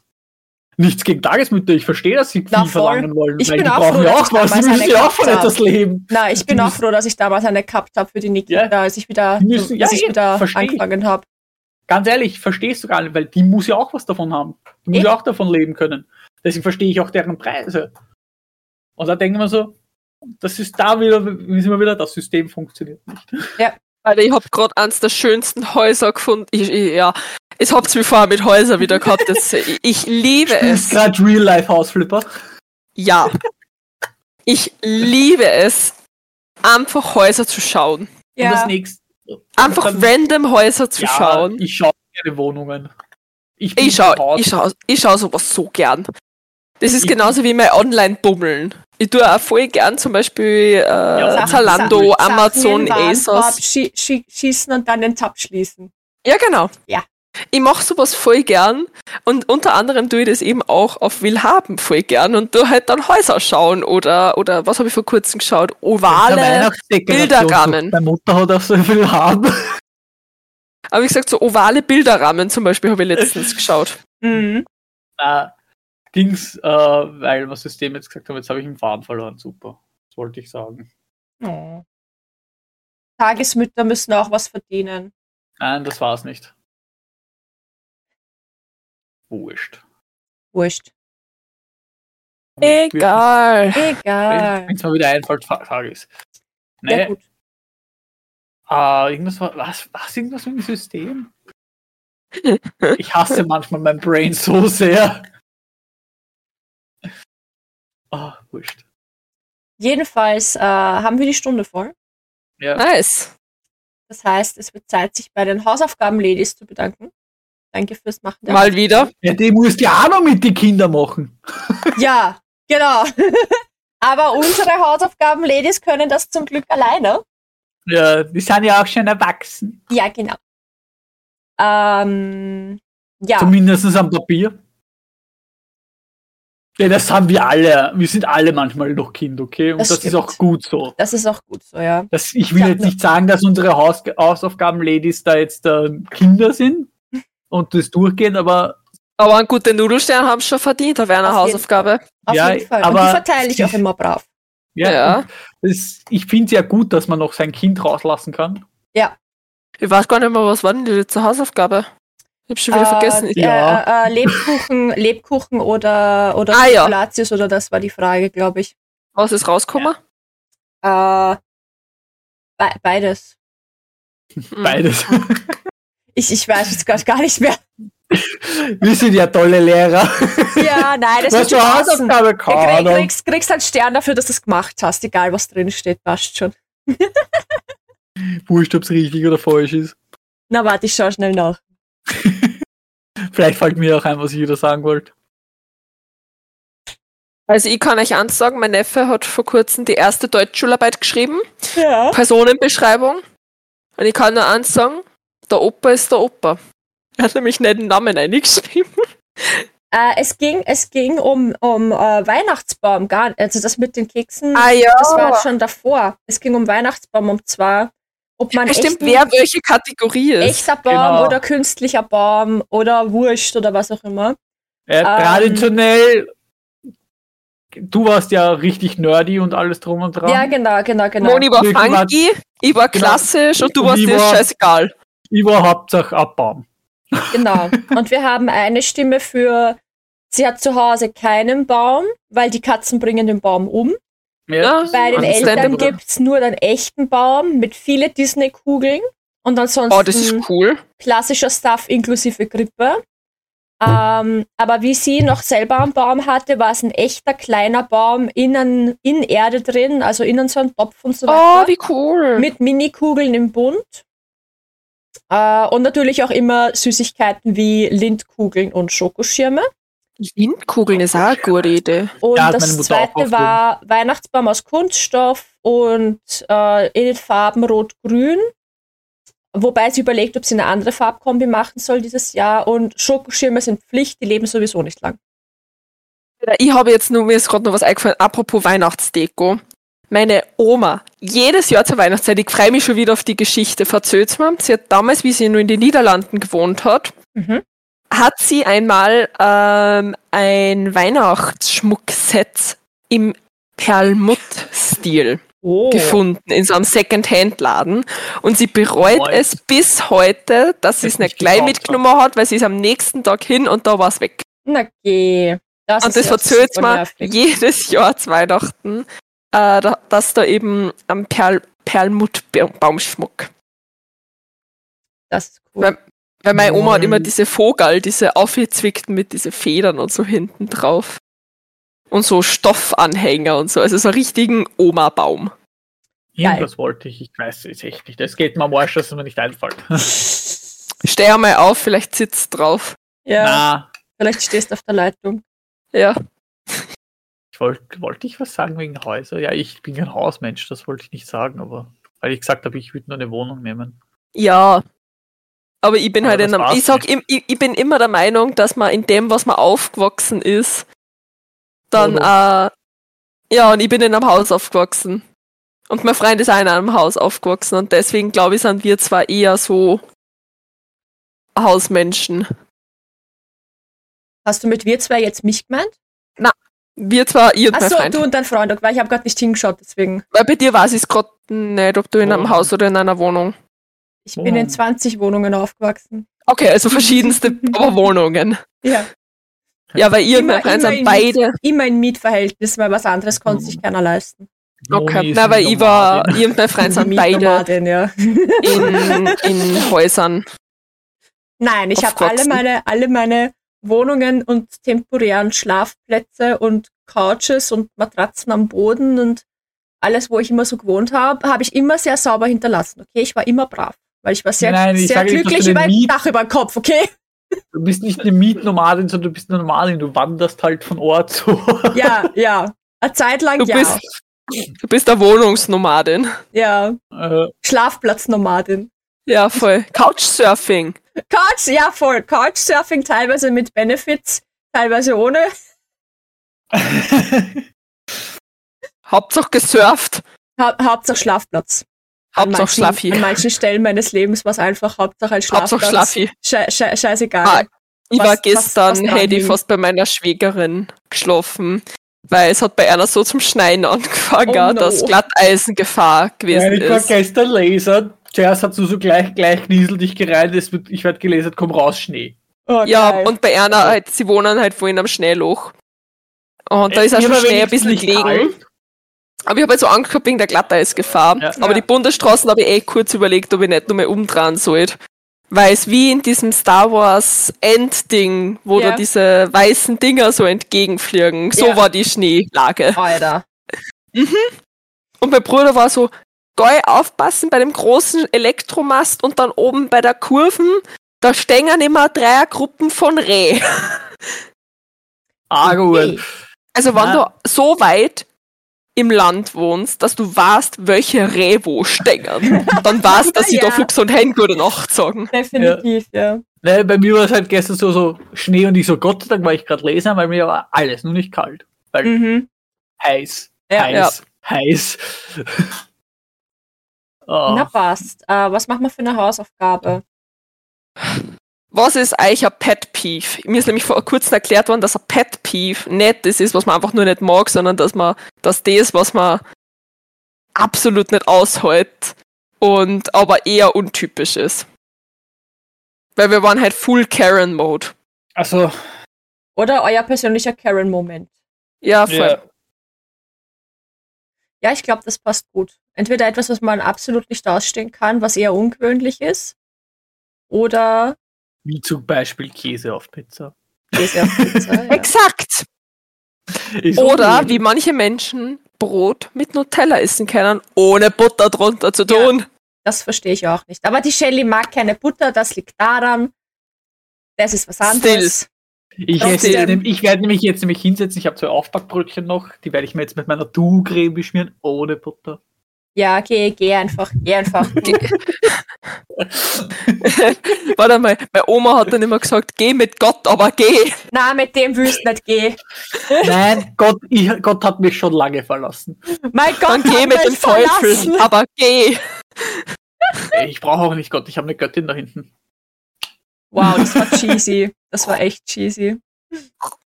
[SPEAKER 2] Nichts gegen Tagesmütter, ich verstehe, dass sie viel
[SPEAKER 1] Na, voll.
[SPEAKER 2] verlangen wollen,
[SPEAKER 1] Ich
[SPEAKER 2] weil
[SPEAKER 1] bin
[SPEAKER 2] die
[SPEAKER 1] auch
[SPEAKER 2] brauchen
[SPEAKER 1] froh,
[SPEAKER 2] ja
[SPEAKER 1] dass
[SPEAKER 2] auch
[SPEAKER 1] ich
[SPEAKER 2] was,
[SPEAKER 1] damals
[SPEAKER 2] die müssen
[SPEAKER 1] eine
[SPEAKER 2] ja auch von
[SPEAKER 1] gehabt
[SPEAKER 2] etwas leben.
[SPEAKER 1] Na, ich bin
[SPEAKER 2] Die
[SPEAKER 1] auch
[SPEAKER 2] müssen-
[SPEAKER 1] froh, dass ich damals eine gehabt habe für die Nikita,
[SPEAKER 2] Ja.
[SPEAKER 1] als ich wieder,
[SPEAKER 2] Die müssen-
[SPEAKER 1] als
[SPEAKER 2] ja,
[SPEAKER 1] ich
[SPEAKER 2] eh,
[SPEAKER 1] wieder
[SPEAKER 2] versteh ich.
[SPEAKER 1] angefangen habe.
[SPEAKER 2] ganz ehrlich, verstehst du gar nicht, weil die muss ja auch was davon haben. Die muss
[SPEAKER 1] Ich-
[SPEAKER 2] ja auch davon leben können. Deswegen verstehe ich auch deren Preise. Und da denken wir so, das ist da wieder, wir sind wir wieder, das System funktioniert nicht.
[SPEAKER 3] Alter, ich hab grad eins der schönsten Häuser gefunden. Ich, ich, ja. Ich hab's mir vorher mit Häusern wieder gehabt. Das, ich, ich liebe
[SPEAKER 2] Das ist
[SPEAKER 3] es.
[SPEAKER 2] gerade Real Life Hausflipper.
[SPEAKER 3] Ja. Ich liebe es, einfach Häuser zu schauen.
[SPEAKER 2] Und
[SPEAKER 1] Ja,
[SPEAKER 2] das nächste.
[SPEAKER 3] Einfach
[SPEAKER 2] Dann-
[SPEAKER 3] random Häuser zu schauen.
[SPEAKER 2] Ich schaue gerne Wohnungen. Ich, bin
[SPEAKER 3] Ich schau,
[SPEAKER 2] zu Hause.
[SPEAKER 3] ich schau, ich schau sowas so gern. Das ist
[SPEAKER 2] Ich-
[SPEAKER 3] genauso wie mein Online-Bummeln. Ich tue auch voll gern zum Beispiel äh,
[SPEAKER 2] Sachen-
[SPEAKER 3] Zalando,
[SPEAKER 1] Sachen in
[SPEAKER 3] Amazon,
[SPEAKER 1] den Warenkorb
[SPEAKER 3] ASOS.
[SPEAKER 1] schi schi schießen und dann den Tab schließen.
[SPEAKER 3] Ja, genau.
[SPEAKER 1] Ja.
[SPEAKER 3] Ich mache sowas voll gern und unter anderem tue ich das eben auch auf Willhaben voll gern und tue halt dann Häuser schauen oder, oder was habe ich vor kurzem geschaut?
[SPEAKER 2] Zur
[SPEAKER 3] Ovale.
[SPEAKER 2] Weihnachtsdekoration
[SPEAKER 3] Bilderrahmen.
[SPEAKER 2] sucht. Meine Mutter hat auch so viel haben.
[SPEAKER 3] Aber wie gesagt, so ovale Bilderrahmen zum Beispiel habe ich letztens geschaut.
[SPEAKER 1] Mhm.
[SPEAKER 2] Da ging's, äh, weil wir das System jetzt gesagt haben, jetzt habe ich einen Faden verloren. Super. Das wollte ich sagen.
[SPEAKER 1] Oh. Tagesmütter müssen auch was verdienen.
[SPEAKER 2] Nein, das war's nicht. Wurscht.
[SPEAKER 1] Wurscht.
[SPEAKER 3] Egal.
[SPEAKER 1] Egal.
[SPEAKER 2] Wenn es mal wieder einfällt, fa- sag ich's.
[SPEAKER 1] Sehr
[SPEAKER 2] Nee,
[SPEAKER 1] gut.
[SPEAKER 2] äh, irgendwas war, was, was, irgendwas mit dem System? Ich hasse manchmal mein Brain so sehr. Ah, wurscht.
[SPEAKER 1] Jedenfalls äh, haben wir die Stunde voll.
[SPEAKER 2] Ja,
[SPEAKER 3] Nice.
[SPEAKER 1] Das heißt, es wird Zeit, sich bei den Hausaufgabenladies zu bedanken. Danke fürs Machen. der
[SPEAKER 3] Mal wieder.
[SPEAKER 2] ja die musst ja auch noch mit den Kindern machen.
[SPEAKER 1] Ja, genau. Aber unsere Hausaufgabenladies können das zum Glück alleine.
[SPEAKER 2] Ja, die sind ja auch schon erwachsen.
[SPEAKER 1] Ja, genau. Ähm, ja,
[SPEAKER 2] Zumindest am Papier. Ja, das haben wir alle. Wir sind alle manchmal noch Kind, okay? Und
[SPEAKER 1] Das
[SPEAKER 2] das, ist
[SPEAKER 1] stimmt.
[SPEAKER 2] auch gut so.
[SPEAKER 1] Das ist auch gut so, ja.
[SPEAKER 2] Das, ich will
[SPEAKER 1] Ja,
[SPEAKER 2] jetzt
[SPEAKER 1] ne.
[SPEAKER 2] nicht sagen, dass unsere Haus Hausaufgaben-Ladies da jetzt äh, Kinder sind und das durchgehen, aber
[SPEAKER 3] Aber einen guten Nudelstern haben sie schon verdient auf einer
[SPEAKER 1] Auf jeden
[SPEAKER 3] Hausaufgabe.
[SPEAKER 1] Auf
[SPEAKER 2] Ja,
[SPEAKER 1] jeden Fall. Und
[SPEAKER 2] aber-
[SPEAKER 1] die verteile ich auch immer brav.
[SPEAKER 3] Ja.
[SPEAKER 2] ja, Das, ich finde es ja gut, dass man noch sein Kind rauslassen kann.
[SPEAKER 3] Ich weiß gar nicht mehr, was war denn die letzte Hausaufgabe? Ich hab's schon wieder
[SPEAKER 1] Äh,
[SPEAKER 3] vergessen. Ich-
[SPEAKER 2] Ja.
[SPEAKER 1] Äh, äh, Lebkuchen, Lebkuchen oder, oder
[SPEAKER 3] Ah, ja.
[SPEAKER 1] Spekulatius oder das war die Frage, glaube ich.
[SPEAKER 3] Was ist rausgekommen?
[SPEAKER 1] Äh, be beides. Mhm.
[SPEAKER 3] Hm.
[SPEAKER 2] Beides.
[SPEAKER 1] Ich, ich weiß jetzt grad gar nicht mehr.
[SPEAKER 2] Wir sind ja tolle Lehrer.
[SPEAKER 1] Ja, nein, das
[SPEAKER 2] Was
[SPEAKER 1] ist
[SPEAKER 2] zur
[SPEAKER 1] schon passen.
[SPEAKER 2] Hausaufgabe?
[SPEAKER 1] Du
[SPEAKER 2] Keine
[SPEAKER 1] krieg,
[SPEAKER 2] Ahnung.
[SPEAKER 1] kriegst, kriegst halt Stern dafür, dass du es gemacht hast, egal was drin steht, passt schon.
[SPEAKER 2] Wurscht, ob es richtig oder falsch ist.
[SPEAKER 1] Na warte, ich schau schnell nach.
[SPEAKER 2] Vielleicht fällt mir auch ein, was ich wieder sagen wollte.
[SPEAKER 3] Also ich kann euch eins sagen, mein Neffe hat vor kurzem die erste Deutschschularbeit geschrieben,
[SPEAKER 1] Ja.
[SPEAKER 3] Personenbeschreibung. Und ich kann nur eins sagen, der Opa ist der Opa. Er hat nämlich nicht den Namen eingeschrieben.
[SPEAKER 1] Äh, es ging, es ging um, um äh, Weihnachtsbaum, gar, also das mit den Keksen,
[SPEAKER 3] Ah, ja.
[SPEAKER 1] das war schon davor. Es ging um Weihnachtsbaum und zwar, ob man
[SPEAKER 3] Stimmt,
[SPEAKER 1] echten-
[SPEAKER 3] wer welche Kategorie ist.
[SPEAKER 1] echter Baum
[SPEAKER 2] Genau.
[SPEAKER 1] oder künstlicher Baum oder Wurscht oder was auch immer.
[SPEAKER 2] Äh,
[SPEAKER 1] Ähm.
[SPEAKER 2] traditionell, du warst ja richtig nerdy und alles drum und dran.
[SPEAKER 1] Ja, genau, genau, genau.
[SPEAKER 3] Moni war
[SPEAKER 2] Wirklich war-
[SPEAKER 3] funky, ich war
[SPEAKER 2] Genau.
[SPEAKER 3] klassisch und du
[SPEAKER 2] Und
[SPEAKER 3] warst
[SPEAKER 2] ich
[SPEAKER 3] dir
[SPEAKER 2] war-
[SPEAKER 3] scheißegal.
[SPEAKER 2] Ich war Hauptsache abbauen.
[SPEAKER 1] Genau. Und wir haben eine Stimme für, sie hat zu Hause keinen Baum, weil die Katzen bringen den Baum um.
[SPEAKER 3] Ja.
[SPEAKER 1] Bei den
[SPEAKER 3] Also es
[SPEAKER 1] Eltern
[SPEAKER 3] werden-
[SPEAKER 1] gibt's nur den echten Baum mit viele Disney-Kugeln und ansonsten
[SPEAKER 3] Oh, das ist cool.
[SPEAKER 1] klassischer Stuff inklusive Grippe. Ähm, aber wie sie noch selber einen Baum hatte, war es ein echter kleiner Baum innen, in Erde drin, also innen so ein Topf und so
[SPEAKER 3] Oh,
[SPEAKER 1] weiter.
[SPEAKER 3] wie cool.
[SPEAKER 1] mit Minikugeln im Bund. Äh, und natürlich auch immer Süßigkeiten wie Lindkugeln und Schokoschirme.
[SPEAKER 3] Windkugeln ist auch eine gute Idee.
[SPEAKER 1] Und
[SPEAKER 2] Ja, hat meine
[SPEAKER 1] das
[SPEAKER 2] Mutter auch
[SPEAKER 1] zweite
[SPEAKER 2] oft
[SPEAKER 1] war Weihnachtsbaum aus Kunststoff und äh, in den Farben Rot-Grün. Wobei sie überlegt, ob sie eine andere Farbkombi machen soll dieses Jahr. Und Schokoschirme sind Pflicht, die leben sowieso nicht lang.
[SPEAKER 3] Ich habe jetzt nur, mir ist gerade noch was eingefallen, apropos Weihnachtsdeko. Meine Oma, jedes Jahr zur Weihnachtszeit, ich freue mich schon wieder auf die Geschichte, verzählt's mir. Sie hat damals, wie sie nur in den Niederlanden gewohnt hat,
[SPEAKER 1] Mhm.
[SPEAKER 3] hat sie einmal ähm, ein Weihnachtsschmuckset im Perlmutt-Stil
[SPEAKER 1] Oh.
[SPEAKER 3] gefunden in so einem Secondhand-Laden und sie bereut
[SPEAKER 2] Bereut.
[SPEAKER 3] es bis heute, dass sie es
[SPEAKER 2] Dass
[SPEAKER 3] nicht
[SPEAKER 2] nicht
[SPEAKER 3] gleich
[SPEAKER 2] gekauft hat.
[SPEAKER 3] mitgenommen hat, weil sie ist am nächsten Tag hin und da war es weg.
[SPEAKER 1] Na geh. Das
[SPEAKER 3] Und das
[SPEAKER 1] ja
[SPEAKER 3] verzögert
[SPEAKER 1] super
[SPEAKER 3] man
[SPEAKER 1] nervig.
[SPEAKER 3] jedes Jahr zu Weihnachten, äh, da, dass da eben am Perl Perlmuttbaumschmuck.
[SPEAKER 1] Das ist cool.
[SPEAKER 3] Weil- Weil meine Oma hat immer
[SPEAKER 2] Mhm.
[SPEAKER 3] diese Vogel, diese aufgezwickten mit diese Federn und so hinten drauf. Und so Stoffanhänger und so. Also so einen richtigen Oma-Baum.
[SPEAKER 2] Irgendwas wollte ich, ich weiß es echt nicht. Es geht mir am Arsch, dass es mir nicht einfällt.
[SPEAKER 3] Steh einmal auf, vielleicht sitzt drauf.
[SPEAKER 1] Ja,
[SPEAKER 2] Na,
[SPEAKER 1] vielleicht stehst du auf der Leitung.
[SPEAKER 3] Ja.
[SPEAKER 2] ich wollte wollte ich was sagen wegen Häuser? Ja, ich bin kein Hausmensch, das wollte ich nicht sagen, aber weil ich gesagt habe, ich würde nur eine Wohnung nehmen.
[SPEAKER 3] Ja. Aber ich bin
[SPEAKER 2] Aber
[SPEAKER 3] halt in
[SPEAKER 2] das
[SPEAKER 3] einem,
[SPEAKER 2] war's
[SPEAKER 3] ich sag,
[SPEAKER 2] nicht.
[SPEAKER 3] im- ich, ich bin immer der Meinung, dass man in dem, was man aufgewachsen ist, dann,
[SPEAKER 2] Wohnung.
[SPEAKER 3] äh, ja, und ich bin in einem Haus aufgewachsen. Und mein Freund ist auch in einem Haus aufgewachsen und deswegen glaube ich, sind wir zwar eher so Hausmenschen.
[SPEAKER 1] Hast du mit wir zwei jetzt mich gemeint?
[SPEAKER 3] Wir zwar, ihr und mein
[SPEAKER 1] Achso,
[SPEAKER 3] Freund.
[SPEAKER 1] du und dein Freund, okay, weil ich habe gerade nicht hingeschaut, deswegen.
[SPEAKER 3] Weil bei dir weiß ich es gerade nicht, ob du in einem
[SPEAKER 2] Wohnung.
[SPEAKER 3] Haus oder in einer Wohnung.
[SPEAKER 1] Ich bin in
[SPEAKER 2] Wow.
[SPEAKER 1] 20 Wohnungen aufgewachsen.
[SPEAKER 3] Okay, also verschiedenste aber Wohnungen.
[SPEAKER 1] Ja.
[SPEAKER 3] Ja, weil ihr und
[SPEAKER 1] Immer-
[SPEAKER 3] mein Freund
[SPEAKER 1] immer
[SPEAKER 3] sind
[SPEAKER 1] in-
[SPEAKER 3] beide
[SPEAKER 1] Immer in Mietverhältnis, weil was anderes konnte
[SPEAKER 2] Oh.
[SPEAKER 1] sich keiner leisten.
[SPEAKER 2] Moni
[SPEAKER 3] Okay,
[SPEAKER 2] ist
[SPEAKER 3] na,
[SPEAKER 2] eine
[SPEAKER 3] weil ich war,
[SPEAKER 2] Nomadin.
[SPEAKER 3] ich und mein Freund sind beide
[SPEAKER 1] Mietnomadin, ja.
[SPEAKER 3] in, in Häusern.
[SPEAKER 1] Nein, ich habe alle
[SPEAKER 3] Aufgewachsen.
[SPEAKER 1] meine, alle meine Wohnungen und temporären Schlafplätze und Couches und Matratzen am Boden und alles, wo ich immer so gewohnt habe, habe ich immer sehr sauber hinterlassen. Okay, ich war immer brav, weil ich war sehr,
[SPEAKER 2] Nein, ich
[SPEAKER 1] sehr
[SPEAKER 2] sage nicht, dass
[SPEAKER 1] glücklich
[SPEAKER 2] du
[SPEAKER 1] über
[SPEAKER 2] den
[SPEAKER 1] ein
[SPEAKER 2] Miet-
[SPEAKER 1] Dach über den Kopf, okay?
[SPEAKER 2] Du bist nicht eine Mietnomadin, sondern du bist eine Nomadin. Du wanderst halt von Ort zu Ort.
[SPEAKER 1] Ja, ja. Eine Zeit lang
[SPEAKER 3] Du
[SPEAKER 1] ja.
[SPEAKER 3] bist, du bist eine Wohnungsnomadin.
[SPEAKER 1] ja.
[SPEAKER 2] Äh,
[SPEAKER 1] Schlafplatznomadin.
[SPEAKER 3] Ja, voll. Couchsurfing.
[SPEAKER 1] Couch, ja voll. Couchsurfing teilweise mit Benefits, teilweise ohne.
[SPEAKER 3] Hauptsache gesurft.
[SPEAKER 1] Ha Hauptsache Schlafplatz. An
[SPEAKER 3] Hauptsache
[SPEAKER 1] manchen-
[SPEAKER 3] Schlaffi.
[SPEAKER 1] An manchen Stellen meines Lebens war es einfach Hauptsache ein Schlafplatz.
[SPEAKER 3] Hauptsache Schlaffi.
[SPEAKER 1] Sche sche scheißegal.
[SPEAKER 3] Ah, Ich
[SPEAKER 1] Was-
[SPEAKER 3] war
[SPEAKER 1] was-
[SPEAKER 3] gestern,
[SPEAKER 1] was dran
[SPEAKER 3] hätte ich
[SPEAKER 1] liegt.
[SPEAKER 3] fast bei meiner Schwägerin geschlafen, weil es hat bei einer so zum Schneien angefangen,
[SPEAKER 1] Oh no.
[SPEAKER 3] dass Glatteisengefahr
[SPEAKER 2] Ja,
[SPEAKER 3] gewesen
[SPEAKER 2] ich war
[SPEAKER 3] ist.
[SPEAKER 2] gestern lasert. Zuerst hat du so gleich, gleich knieselt dich gereiht, es wird, ich werde gelasert, komm raus, Schnee.
[SPEAKER 1] Oh,
[SPEAKER 3] Ja,
[SPEAKER 1] geil.
[SPEAKER 3] und bei einer halt, sie wohnen halt vorhin am Schneeloch. Und da ist auch
[SPEAKER 2] Mir
[SPEAKER 3] schon
[SPEAKER 2] war
[SPEAKER 3] Schnee ein
[SPEAKER 2] wenigstens
[SPEAKER 3] bisschen
[SPEAKER 2] nicht
[SPEAKER 3] gelegen.
[SPEAKER 2] kalt.
[SPEAKER 3] Aber ich habe halt so Angst gehabt wegen der Glatteisgefahr.
[SPEAKER 2] Ja.
[SPEAKER 3] Aber
[SPEAKER 1] Ja.
[SPEAKER 3] die Bundesstraßen habe ich eh kurz überlegt, ob ich nicht nochmal umdrehen sollte. Weil es wie in diesem Star Wars Endding, wo
[SPEAKER 1] Ja.
[SPEAKER 3] da diese weißen Dinger so entgegenfliegen. So
[SPEAKER 1] Ja.
[SPEAKER 3] war die Schneelage.
[SPEAKER 1] Alter.
[SPEAKER 3] Und mein Bruder war so, geil aufpassen bei dem großen Elektromast und dann oben bei der Kurven, da stehen immer Dreiergruppen von Reh.
[SPEAKER 2] Argon.
[SPEAKER 3] Also wenn
[SPEAKER 2] Ah.
[SPEAKER 3] du so weit im Land wohnst, dass du weißt, welche Rehe wo stecken, dann weißt, dass sie
[SPEAKER 1] Ja.
[SPEAKER 3] da flugs und Hen gute Nacht sagen.
[SPEAKER 1] Definitiv, ja.
[SPEAKER 2] Ne, bei mir war es halt gestern so, so Schnee und ich so, Gott sei Dank war ich gerade Laser, weil mir war alles nur nicht kalt. Weil
[SPEAKER 1] Mhm.
[SPEAKER 2] heiß,
[SPEAKER 1] Ja,
[SPEAKER 2] heiß, heiß. oh.
[SPEAKER 1] Na passt. Äh, was machen wir für eine Hausaufgabe?
[SPEAKER 3] Was ist eigentlich ein Pet Peeve? Mir ist nämlich vor kurzem erklärt worden, dass ein Pet Peeve nicht das ist, was man einfach nur nicht mag, sondern dass man, dass das, was man absolut nicht aushält und aber eher untypisch ist. Weil wir waren halt full Karen Mode.
[SPEAKER 2] Also,
[SPEAKER 1] Oder euer persönlicher Karen-Moment?
[SPEAKER 3] Ja, voll.
[SPEAKER 2] ja,
[SPEAKER 1] Ja, ich glaube, das passt gut. Entweder etwas, was man absolut nicht ausstehen kann, was eher ungewöhnlich ist, oder
[SPEAKER 2] wie zum Beispiel Käse auf Pizza.
[SPEAKER 1] Käse auf Pizza. ja.
[SPEAKER 3] Exakt.
[SPEAKER 2] Ist
[SPEAKER 3] Oder
[SPEAKER 2] ungewöhnlich.
[SPEAKER 3] wie manche Menschen Brot mit Nutella essen können, ohne Butter drunter zu
[SPEAKER 1] Ja.
[SPEAKER 3] tun.
[SPEAKER 1] Das verstehe ich auch nicht. Aber die Shelly mag keine Butter, das liegt daran. Das ist was
[SPEAKER 3] Still.
[SPEAKER 1] anderes.
[SPEAKER 2] Ich, esse,
[SPEAKER 3] Trotzdem.
[SPEAKER 2] jetzt- ich werde nämlich jetzt nämlich hinsetzen, ich habe zwei Aufbackbrötchen noch, die werde ich mir jetzt mit meiner Du-Creme beschmieren, ohne Butter.
[SPEAKER 1] Ja, geh, geh einfach, geh einfach.
[SPEAKER 3] Warte mal, meine Oma hat dann immer gesagt, geh mit Gott, aber geh.
[SPEAKER 1] Na, mit dem willst nicht geh.
[SPEAKER 2] Nein, Gott, ich, Gott hat mich schon lange verlassen.
[SPEAKER 1] Mein Gott,
[SPEAKER 3] Dann geh
[SPEAKER 1] hat
[SPEAKER 3] mit
[SPEAKER 1] mich
[SPEAKER 3] dem Teufel,
[SPEAKER 1] verlassen.
[SPEAKER 3] aber geh.
[SPEAKER 2] Ey, Ich brauche auch nicht Gott, ich habe eine Göttin da hinten.
[SPEAKER 1] Wow, das war cheesy. Das war echt cheesy. Na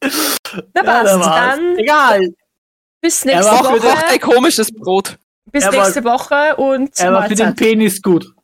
[SPEAKER 2] Ja,
[SPEAKER 1] passt,
[SPEAKER 2] da war's.
[SPEAKER 1] dann
[SPEAKER 2] Egal.
[SPEAKER 1] bis
[SPEAKER 2] Er
[SPEAKER 1] nächste
[SPEAKER 2] war
[SPEAKER 3] Mach mir doch
[SPEAKER 1] Woche.
[SPEAKER 3] ein komisches Brot.
[SPEAKER 1] Bis
[SPEAKER 2] er war-
[SPEAKER 1] nächste Woche und
[SPEAKER 2] Er war für den
[SPEAKER 1] Mahlzeit.
[SPEAKER 2] Penis gut.